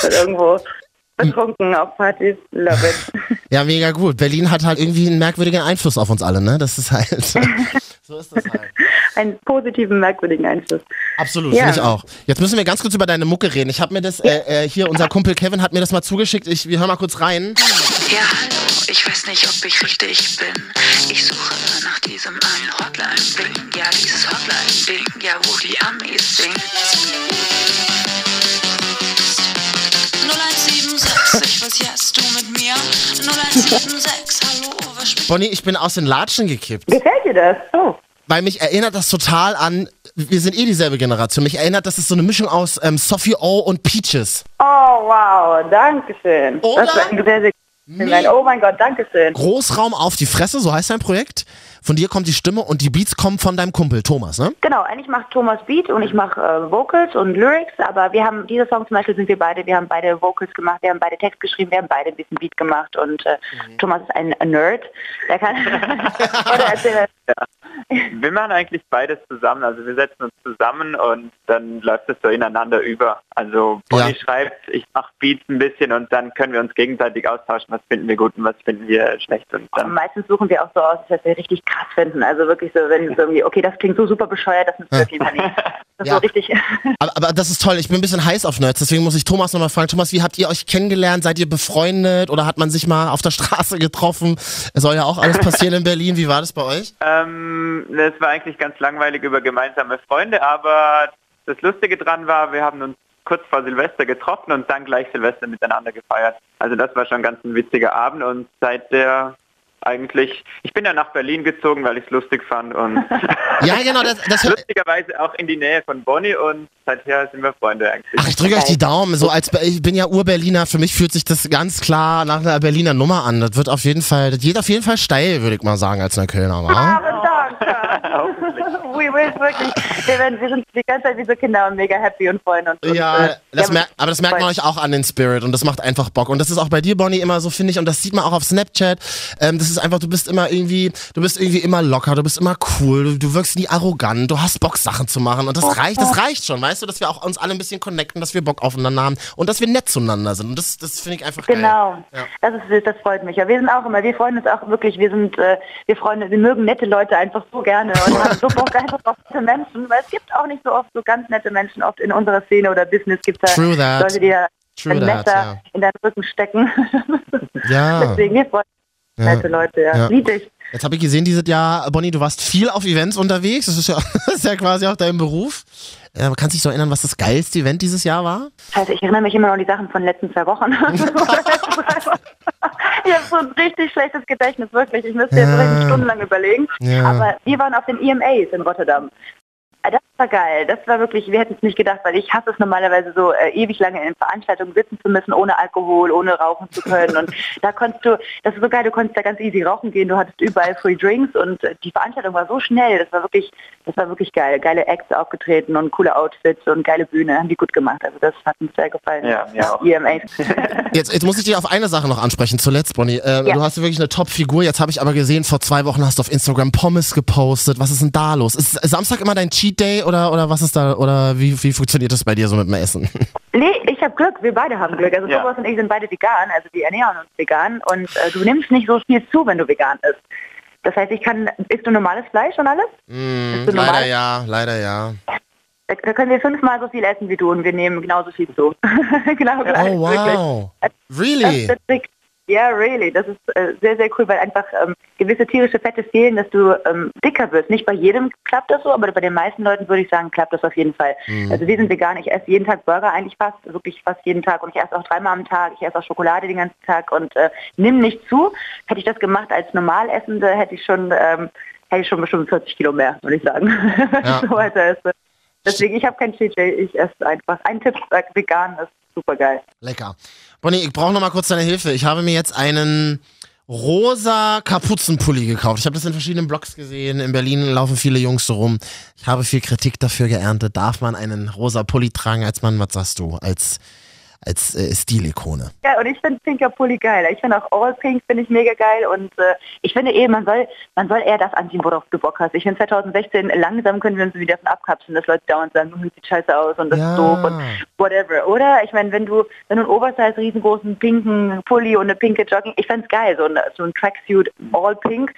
Speaker 10: Wird irgendwo betrunken auf Partys. Love it.
Speaker 2: Ja, mega gut. Berlin hat halt irgendwie einen merkwürdigen Einfluss auf uns alle, ne? Das ist halt. so ist das halt.
Speaker 10: Einen positiven, merkwürdigen Einfluss.
Speaker 2: Absolut,
Speaker 10: Ja.
Speaker 2: finde ich auch. Jetzt müssen wir ganz kurz über deine Mucke reden. Ich habe mir das, äh, äh, hier, unser Kumpel Kevin hat mir das mal zugeschickt. Ich, wir hören mal kurz rein.
Speaker 11: Ja, ich weiß nicht, ob ich richtig bin. Ich suche nach diesem einen Hotline-Ding. Ja, dieses Hotline-Ding, ja, wo die Amis singen. 0176, ich weiß, yes, du mit mir. 0176, hallo, was spielt
Speaker 2: Bonnie, ich bin aus den Latschen gekippt.
Speaker 10: Gefällt dir das? Oh.
Speaker 2: Weil mich erinnert das total an, wir sind eh dieselbe Generation. Mich erinnert, das ist so eine Mischung aus ähm, Sophie O und Peaches.
Speaker 10: Oh, wow, danke schön.
Speaker 2: Oder?
Speaker 10: Das war ein sehr, sehr Nein, oh mein Gott, danke schön.
Speaker 2: Großraum auf die Fresse, so heißt dein Projekt. Von dir kommt die Stimme und die Beats kommen von deinem Kumpel Thomas, ne?
Speaker 10: Genau, eigentlich macht Thomas Beat und ich mache äh, Vocals und Lyrics, aber wir haben, dieser Song zum Beispiel sind wir beide, wir haben beide Vocals gemacht, wir haben beide Text geschrieben, wir haben beide ein bisschen Beat gemacht und äh,
Speaker 12: Mhm.
Speaker 10: Thomas ist ein, ein Nerd, der kann... Oder erzähl,
Speaker 12: Wir machen eigentlich beides zusammen. Also wir setzen uns zusammen und dann läuft es so ineinander über. Also Bonnie schreibt, ich mache Beats ein bisschen und dann können wir uns gegenseitig austauschen, was finden wir gut und was finden wir schlecht. Und
Speaker 10: Und meistens suchen wir auch so aus, dass wir richtig krass finden. Also wirklich so, wenn es irgendwie, okay, das klingt so super bescheuert, das ist wirklich nicht. Das ist so richtig.
Speaker 2: Aber, aber das ist toll, ich bin ein bisschen heiß auf Nerds, deswegen muss ich Thomas nochmal fragen. Thomas, wie habt ihr euch kennengelernt? Seid ihr befreundet oder hat man sich mal auf der Straße getroffen? Es soll ja auch alles passieren in Berlin. Wie war das bei euch?
Speaker 12: Ähm, das war eigentlich ganz langweilig über gemeinsame Freunde, aber das Lustige dran war, wir haben uns kurz vor Silvester getroffen und dann gleich Silvester miteinander gefeiert. Also das war schon ganz ein witziger Abend und seit der eigentlich, ich bin dann nach Berlin gezogen, weil ich es lustig fand und
Speaker 2: Ja, genau, das, das
Speaker 12: lustigerweise auch in die Nähe von Bonnie und seither sind wir Freunde eigentlich.
Speaker 2: Ach, ich drücke euch die Daumen. So als ich bin ja Ur-Berliner, für mich fühlt sich das ganz klar nach einer Berliner Nummer an. Das wird auf jeden Fall, das geht auf jeden Fall steil, würde ich mal sagen, als einer Kölner, wa?
Speaker 10: Aber danke. We will wirklich. Wir, werden, wir sind die ganze Zeit wie so Kinder und mega happy und freuen uns. und,
Speaker 2: Ja,
Speaker 10: äh,
Speaker 2: das
Speaker 10: ja,
Speaker 2: mer aber das merkt man euch auch an den Spirit und das macht einfach Bock. Und das ist auch bei dir, Bonnie, immer so, finde ich. Und das sieht man auch auf Snapchat. Ähm, das ist einfach, du bist immer irgendwie, du bist irgendwie immer locker, du bist immer cool, du, du wirkst nie arrogant, du hast Bock, Sachen zu machen. Und das reicht, das reicht schon, weißt du, dass wir auch uns alle ein bisschen connecten, dass wir Bock aufeinander haben und dass wir nett zueinander sind. Und das, das finde ich einfach geil.
Speaker 10: Genau, das ist süß, das freut mich. Ja, wir sind auch immer, wir freuen uns auch wirklich, wir sind, äh, wir freuen, wir mögen nette Leute einfach so gerne und haben so Bock einfach auf nette Menschen, weil es gibt auch nicht so oft so ganz nette Menschen, oft in unserer Szene oder Business gibt es
Speaker 2: True
Speaker 10: da
Speaker 2: that.
Speaker 10: Leute, die da
Speaker 2: True
Speaker 10: ein
Speaker 2: that,
Speaker 10: Messer
Speaker 2: ja.
Speaker 10: in deinen Rücken stecken.
Speaker 2: Ja.
Speaker 10: Deswegen, wir freuen uns,
Speaker 2: Ja.
Speaker 10: nette Leute, ja.
Speaker 2: Ja.
Speaker 10: Niedlich.
Speaker 2: Jetzt habe ich gesehen, dieses Jahr, Bonnie, du warst viel auf Events unterwegs. Das ist ja, das ist ja quasi auch dein Beruf. Äh, kannst du dich so erinnern, was das geilste Event dieses Jahr war?
Speaker 10: Scheiße, ich erinnere mich immer noch an die Sachen von den letzten zwei Wochen. ich habe so ein richtig schlechtes Gedächtnis, wirklich. Ich müsste jetzt
Speaker 2: Ja.
Speaker 10: wirklich stundenlang überlegen.
Speaker 2: Ja.
Speaker 10: Aber wir waren auf den EMAs in Rotterdam. Ah, Das war geil. Das war wirklich, wir hätten es nicht gedacht, weil ich hasse es normalerweise so äh, ewig lange in Veranstaltungen sitzen zu müssen, ohne Alkohol, ohne rauchen zu können. Und da konntest du, das ist so geil, du konntest da ganz easy rauchen gehen, du hattest überall Free Drinks und äh, die Veranstaltung war so schnell. Das war wirklich, das war wirklich geil. Geile Acts aufgetreten und coole Outfits und geile Bühne. Haben die gut gemacht. Also das hat uns sehr gefallen.
Speaker 12: Ja, mir auch.
Speaker 10: EMAs.
Speaker 2: Jetzt, jetzt muss ich dich auf eine Sache noch ansprechen, zuletzt, Bonnie. Äh,
Speaker 10: Ja.
Speaker 2: Du hast ja wirklich eine Top-Figur. Jetzt habe ich aber gesehen, vor zwei Wochen hast du auf Instagram Pommes gepostet. Was ist denn da los? Ist Samstag immer dein Cheat-Day oder, oder was ist da, oder wie, wie funktioniert das bei dir so mit dem Essen?
Speaker 10: Nee, ich habe Glück, wir beide haben Glück. Also
Speaker 12: Ja.
Speaker 10: Thomas und ich sind beide vegan, also wir ernähren uns vegan und äh, du nimmst nicht so viel zu, wenn du vegan isst. Das heißt, ich kann, isst du normales Fleisch und alles?
Speaker 2: Hm,
Speaker 10: Bist du normal?
Speaker 2: leider ja, leider ja.
Speaker 10: Da, da können wir fünfmal so viel essen wie du und wir nehmen genauso viel zu. genau, gleich,
Speaker 2: Oh, wow.
Speaker 10: wirklich. Das
Speaker 2: Really?
Speaker 10: ist der Trick. Yeah, really. Das ist äh, sehr, sehr cool, weil einfach ähm, gewisse tierische Fette fehlen, dass du ähm, dicker wirst. Nicht bei jedem klappt das so, aber bei den meisten Leuten würde ich sagen, klappt das auf jeden Fall.
Speaker 13: Mhm.
Speaker 10: Also wir sind vegan. Ich esse jeden Tag Burger eigentlich fast, wirklich fast jeden Tag. Und ich esse auch dreimal am Tag. Ich esse auch Schokolade den ganzen Tag und äh, nimm nicht zu. Hätte ich das gemacht als Normalessende, hätte ich schon, ähm, hätte ich schon bestimmt 40 Kilo mehr, würde ich sagen.
Speaker 2: Ja.
Speaker 10: so weiter esse. Deswegen, ich habe kein Cheat Day. Ich esse einfach. Ein Tipp, sag, vegan ist super geil.
Speaker 2: Lecker. Bonnie, ich brauche noch mal kurz deine Hilfe. Ich habe mir jetzt einen rosa Kapuzenpulli gekauft. Ich habe das in verschiedenen Blogs gesehen. In Berlin laufen viele Jungs so rum. Ich habe viel Kritik dafür geerntet. Darf man einen rosa Pulli tragen als Mann? Was sagst du? Als, als äh, Stilikone.
Speaker 10: Ja, und ich finde pinker Pulli geil. Ich finde auch Oral Pink finde ich mega geil und äh, ich finde eh, man soll, man soll eher das anziehen, worauf du Bock hast. Ich finde 2016, langsam können wir uns wieder davon abkapseln, dass Leute dauernd sagen, "Oh, sieht scheiße aus und das
Speaker 13: Ja.
Speaker 10: ist doof und whatever, oder? Ich meine, wenn du, wenn du einen Oversize riesengroßen pinken Pulli und eine pinke Jogging, ich fände es geil, so ein, so ein Tracksuit All Pink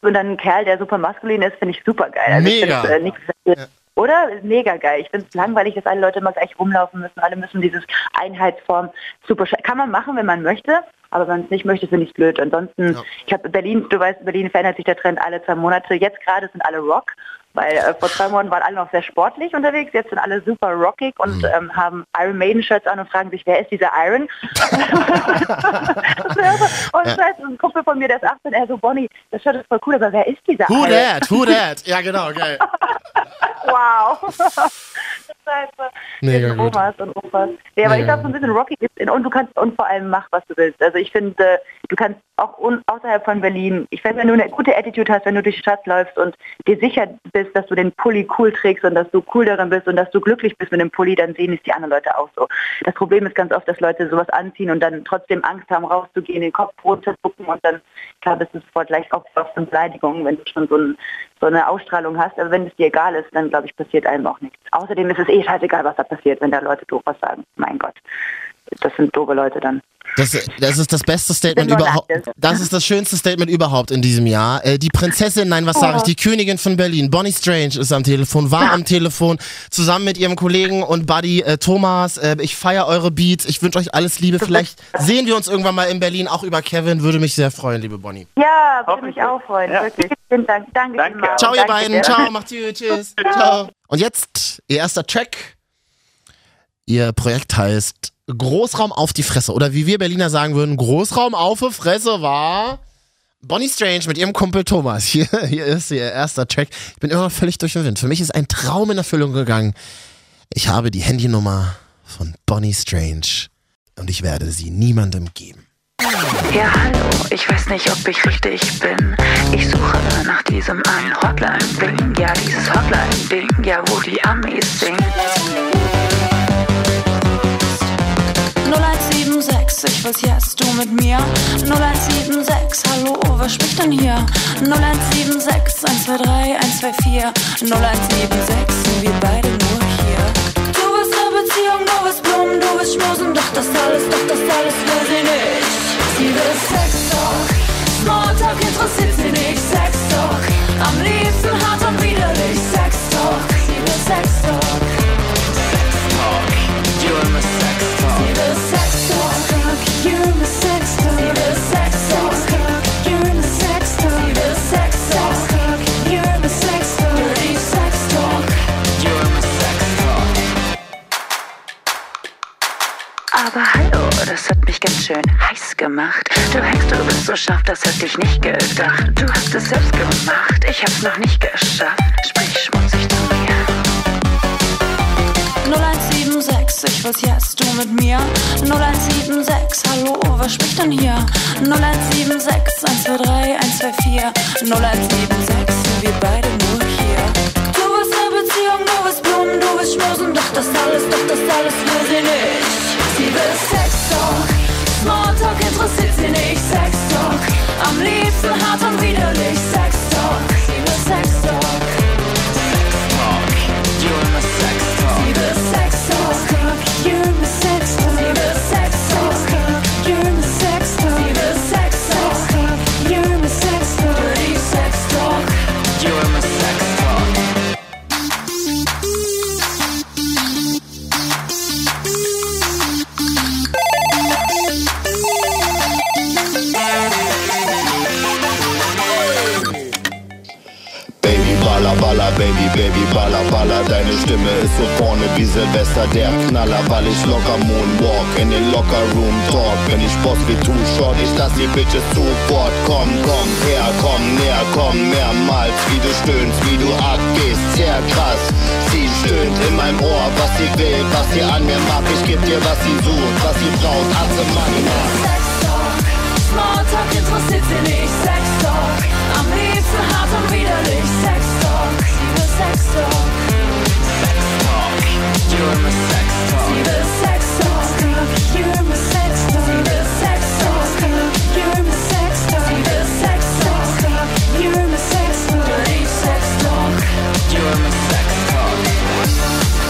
Speaker 10: und dann ein Kerl, der super maskulin ist, finde ich super geil.
Speaker 2: Mega.
Speaker 10: Ich find's, äh, nichts oder? Mega geil. Ich finde es langweilig, dass alle Leute immer gleich rumlaufen müssen. Alle müssen dieses Einheitsform super sche- Kann man machen, wenn man möchte, aber wenn man es nicht möchte, finde ich es blöd. Ansonsten, ich habe Berlin, du weißt, Berlin verändert sich der Trend alle zwei Monate. Jetzt gerade sind alle Rock, weil äh, vor zwei Monaten waren alle noch sehr sportlich unterwegs. Jetzt sind alle super rockig und
Speaker 2: Hm.
Speaker 10: ähm, haben Iron Maiden Shirts an und fragen sich, wer ist dieser Iron? und
Speaker 2: Ja.
Speaker 10: ja. ein Kumpel von mir, der ist 18, er so, Bonnie, das Shirt ist voll cool, aber wer ist dieser
Speaker 2: Who
Speaker 10: Iron?
Speaker 2: that? Who that? Ja, genau, geil.
Speaker 10: Wow. Scheiße.
Speaker 2: Mega
Speaker 10: Jetzt
Speaker 2: gut.
Speaker 10: Omas und Opas. Ja,
Speaker 2: Mega
Speaker 10: aber ich glaube, so ein bisschen rocky ist in und du kannst und vor allem mach, was du willst. Also ich finde, äh, du kannst auch un außerhalb von Berlin, ich weiß, wenn du eine gute Attitude hast, wenn du durch die Stadt läufst und dir sicher bist, dass du den Pulli cool trägst und dass du cool darin bist und dass du glücklich bist mit dem Pulli, dann sehen es die anderen Leute auch so. Das Problem ist ganz oft, dass Leute sowas anziehen und dann trotzdem Angst haben, rauszugehen, den Kopf runterzucken und dann, klar, bist du sofort gleich Opfer von Beleidigungen, wenn du schon so ein so eine Ausstrahlung hast, aber wenn es dir egal ist, dann glaube ich, passiert einem auch nichts. Außerdem ist es eh scheißegal, was da passiert, wenn da Leute doof was sagen. Mein Gott, das sind doofe Leute dann.
Speaker 2: Das, das ist das beste Statement
Speaker 10: Bin nur
Speaker 2: überhaupt.
Speaker 10: neidisch.
Speaker 2: Das ist das schönste Statement überhaupt in diesem Jahr. Äh, die Prinzessin, nein, was sage
Speaker 10: Oh.
Speaker 2: ich? Die Königin von Berlin, Bonnie Strange ist am Telefon, war am Telefon, zusammen mit ihrem Kollegen und Buddy äh, Thomas. Äh, ich feiere eure Beats. Ich wünsche euch alles Liebe. Vielleicht sehen wir uns irgendwann mal in Berlin, auch über Kevin. Würde mich sehr freuen, liebe Bonnie.
Speaker 10: Ja, würde mich auch freuen. Wirklich. Vielen Dank. Danke, vielmals.
Speaker 2: Ciao, ihr
Speaker 10: Danke
Speaker 2: beiden.
Speaker 10: dir.
Speaker 2: Ciao, macht's gut. Tschüss. Ciao. Und jetzt ihr erster Track. Ihr Projekt heißt Großraum auf die Fresse. Oder wie wir Berliner sagen würden, Großraum auf die Fresse war Bonnie Strange mit ihrem Kumpel Thomas. Hier, hier ist ihr erster Track. Ich bin immer noch völlig durch den Wind. Für mich ist ein Traum in Erfüllung gegangen. Ich habe die Handynummer von Bonnie Strange und ich werde sie niemandem geben.
Speaker 11: Ja, hallo, ich weiß nicht, ob ich richtig bin. Ich suche nach diesem einen Hotline-Ding. Ja, dieses Hotline-Ding, ja, wo die Amis singen.
Speaker 14: 0176, ich weiß jetzt du mit mir? 0176, hallo, wer spricht denn hier? 0176, 123, 124, 0176, sind wir beide nur hier. Du willst eine Beziehung, du willst Blumen, du willst Schmusen, doch das alles, doch das alles will sie nicht. Sie will Sextalk, Smalltalk interessiert sie nicht, Sextalk, am liebsten hart und widerlich, Sextalk, sie will Sextalk.
Speaker 11: Aber hallo, das hat mich ganz schön heiß gemacht. Du hängst, du bist so scharf, das hätte ich nicht gedacht. Du hast es selbst gemacht, ich hab's noch nicht geschafft. Sprich schmutzig zu mir.
Speaker 14: 0176, ich weiß jetzt du mit mir? 0176, hallo, wer spricht denn hier? 0176, 123, 124, 0176, sind wir beide nur hier. Du willst eine Beziehung, du willst Blumen, du willst Schmusen, doch das alles, doch das alles will sie nicht. Sie will Sextalk, Smalltalk interessiert sie nicht, Sextalk, am liebsten hart und widerlich, Sextalk, sie will Sextalk.
Speaker 13: Thank you. Baller, Baby, Baby, Baller, Baller. Deine Stimme ist so vorne wie Silvester, der Knaller, weil ich locker Moonwalk in den Lockerroom Talk. Bin ich Boss wie Too Short, ich lass die Bitches zu Wort. Komm, komm her, komm näher, komm mehrmals, wie du stöhnst, wie du abgehst, sehr krass. Sie stöhnt in meinem Ohr, was sie will, was sie an mir macht. Ich geb dir, was sie sucht, was sie braucht, Atze Magna.
Speaker 11: Smalltalk interessiert sie nicht. Sex Talk, am liebsten hart und widerlich. Sex Talk, sie will Sex Talk. Sex Talk, you and the Sex Talk. Sie will Sex Talk, you and the Sex Talk. Sie will Sex Talk, you and the Sex Talk. Sie will Sex Talk, you and the Sex Talk. Du liebst Sex Talk, you and the Sex Talk.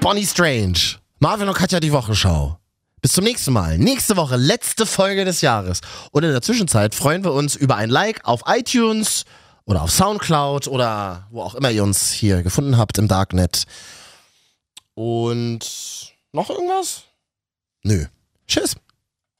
Speaker 2: Bonnie Strange. Marvin und Katja die Wochenschau. Bis zum nächsten Mal. Nächste Woche, letzte Folge des Jahres. Und in der Zwischenzeit freuen wir uns über ein Like auf iTunes oder auf Soundcloud oder wo auch immer ihr uns hier gefunden habt im Darknet. Und noch irgendwas? Nö. Tschüss.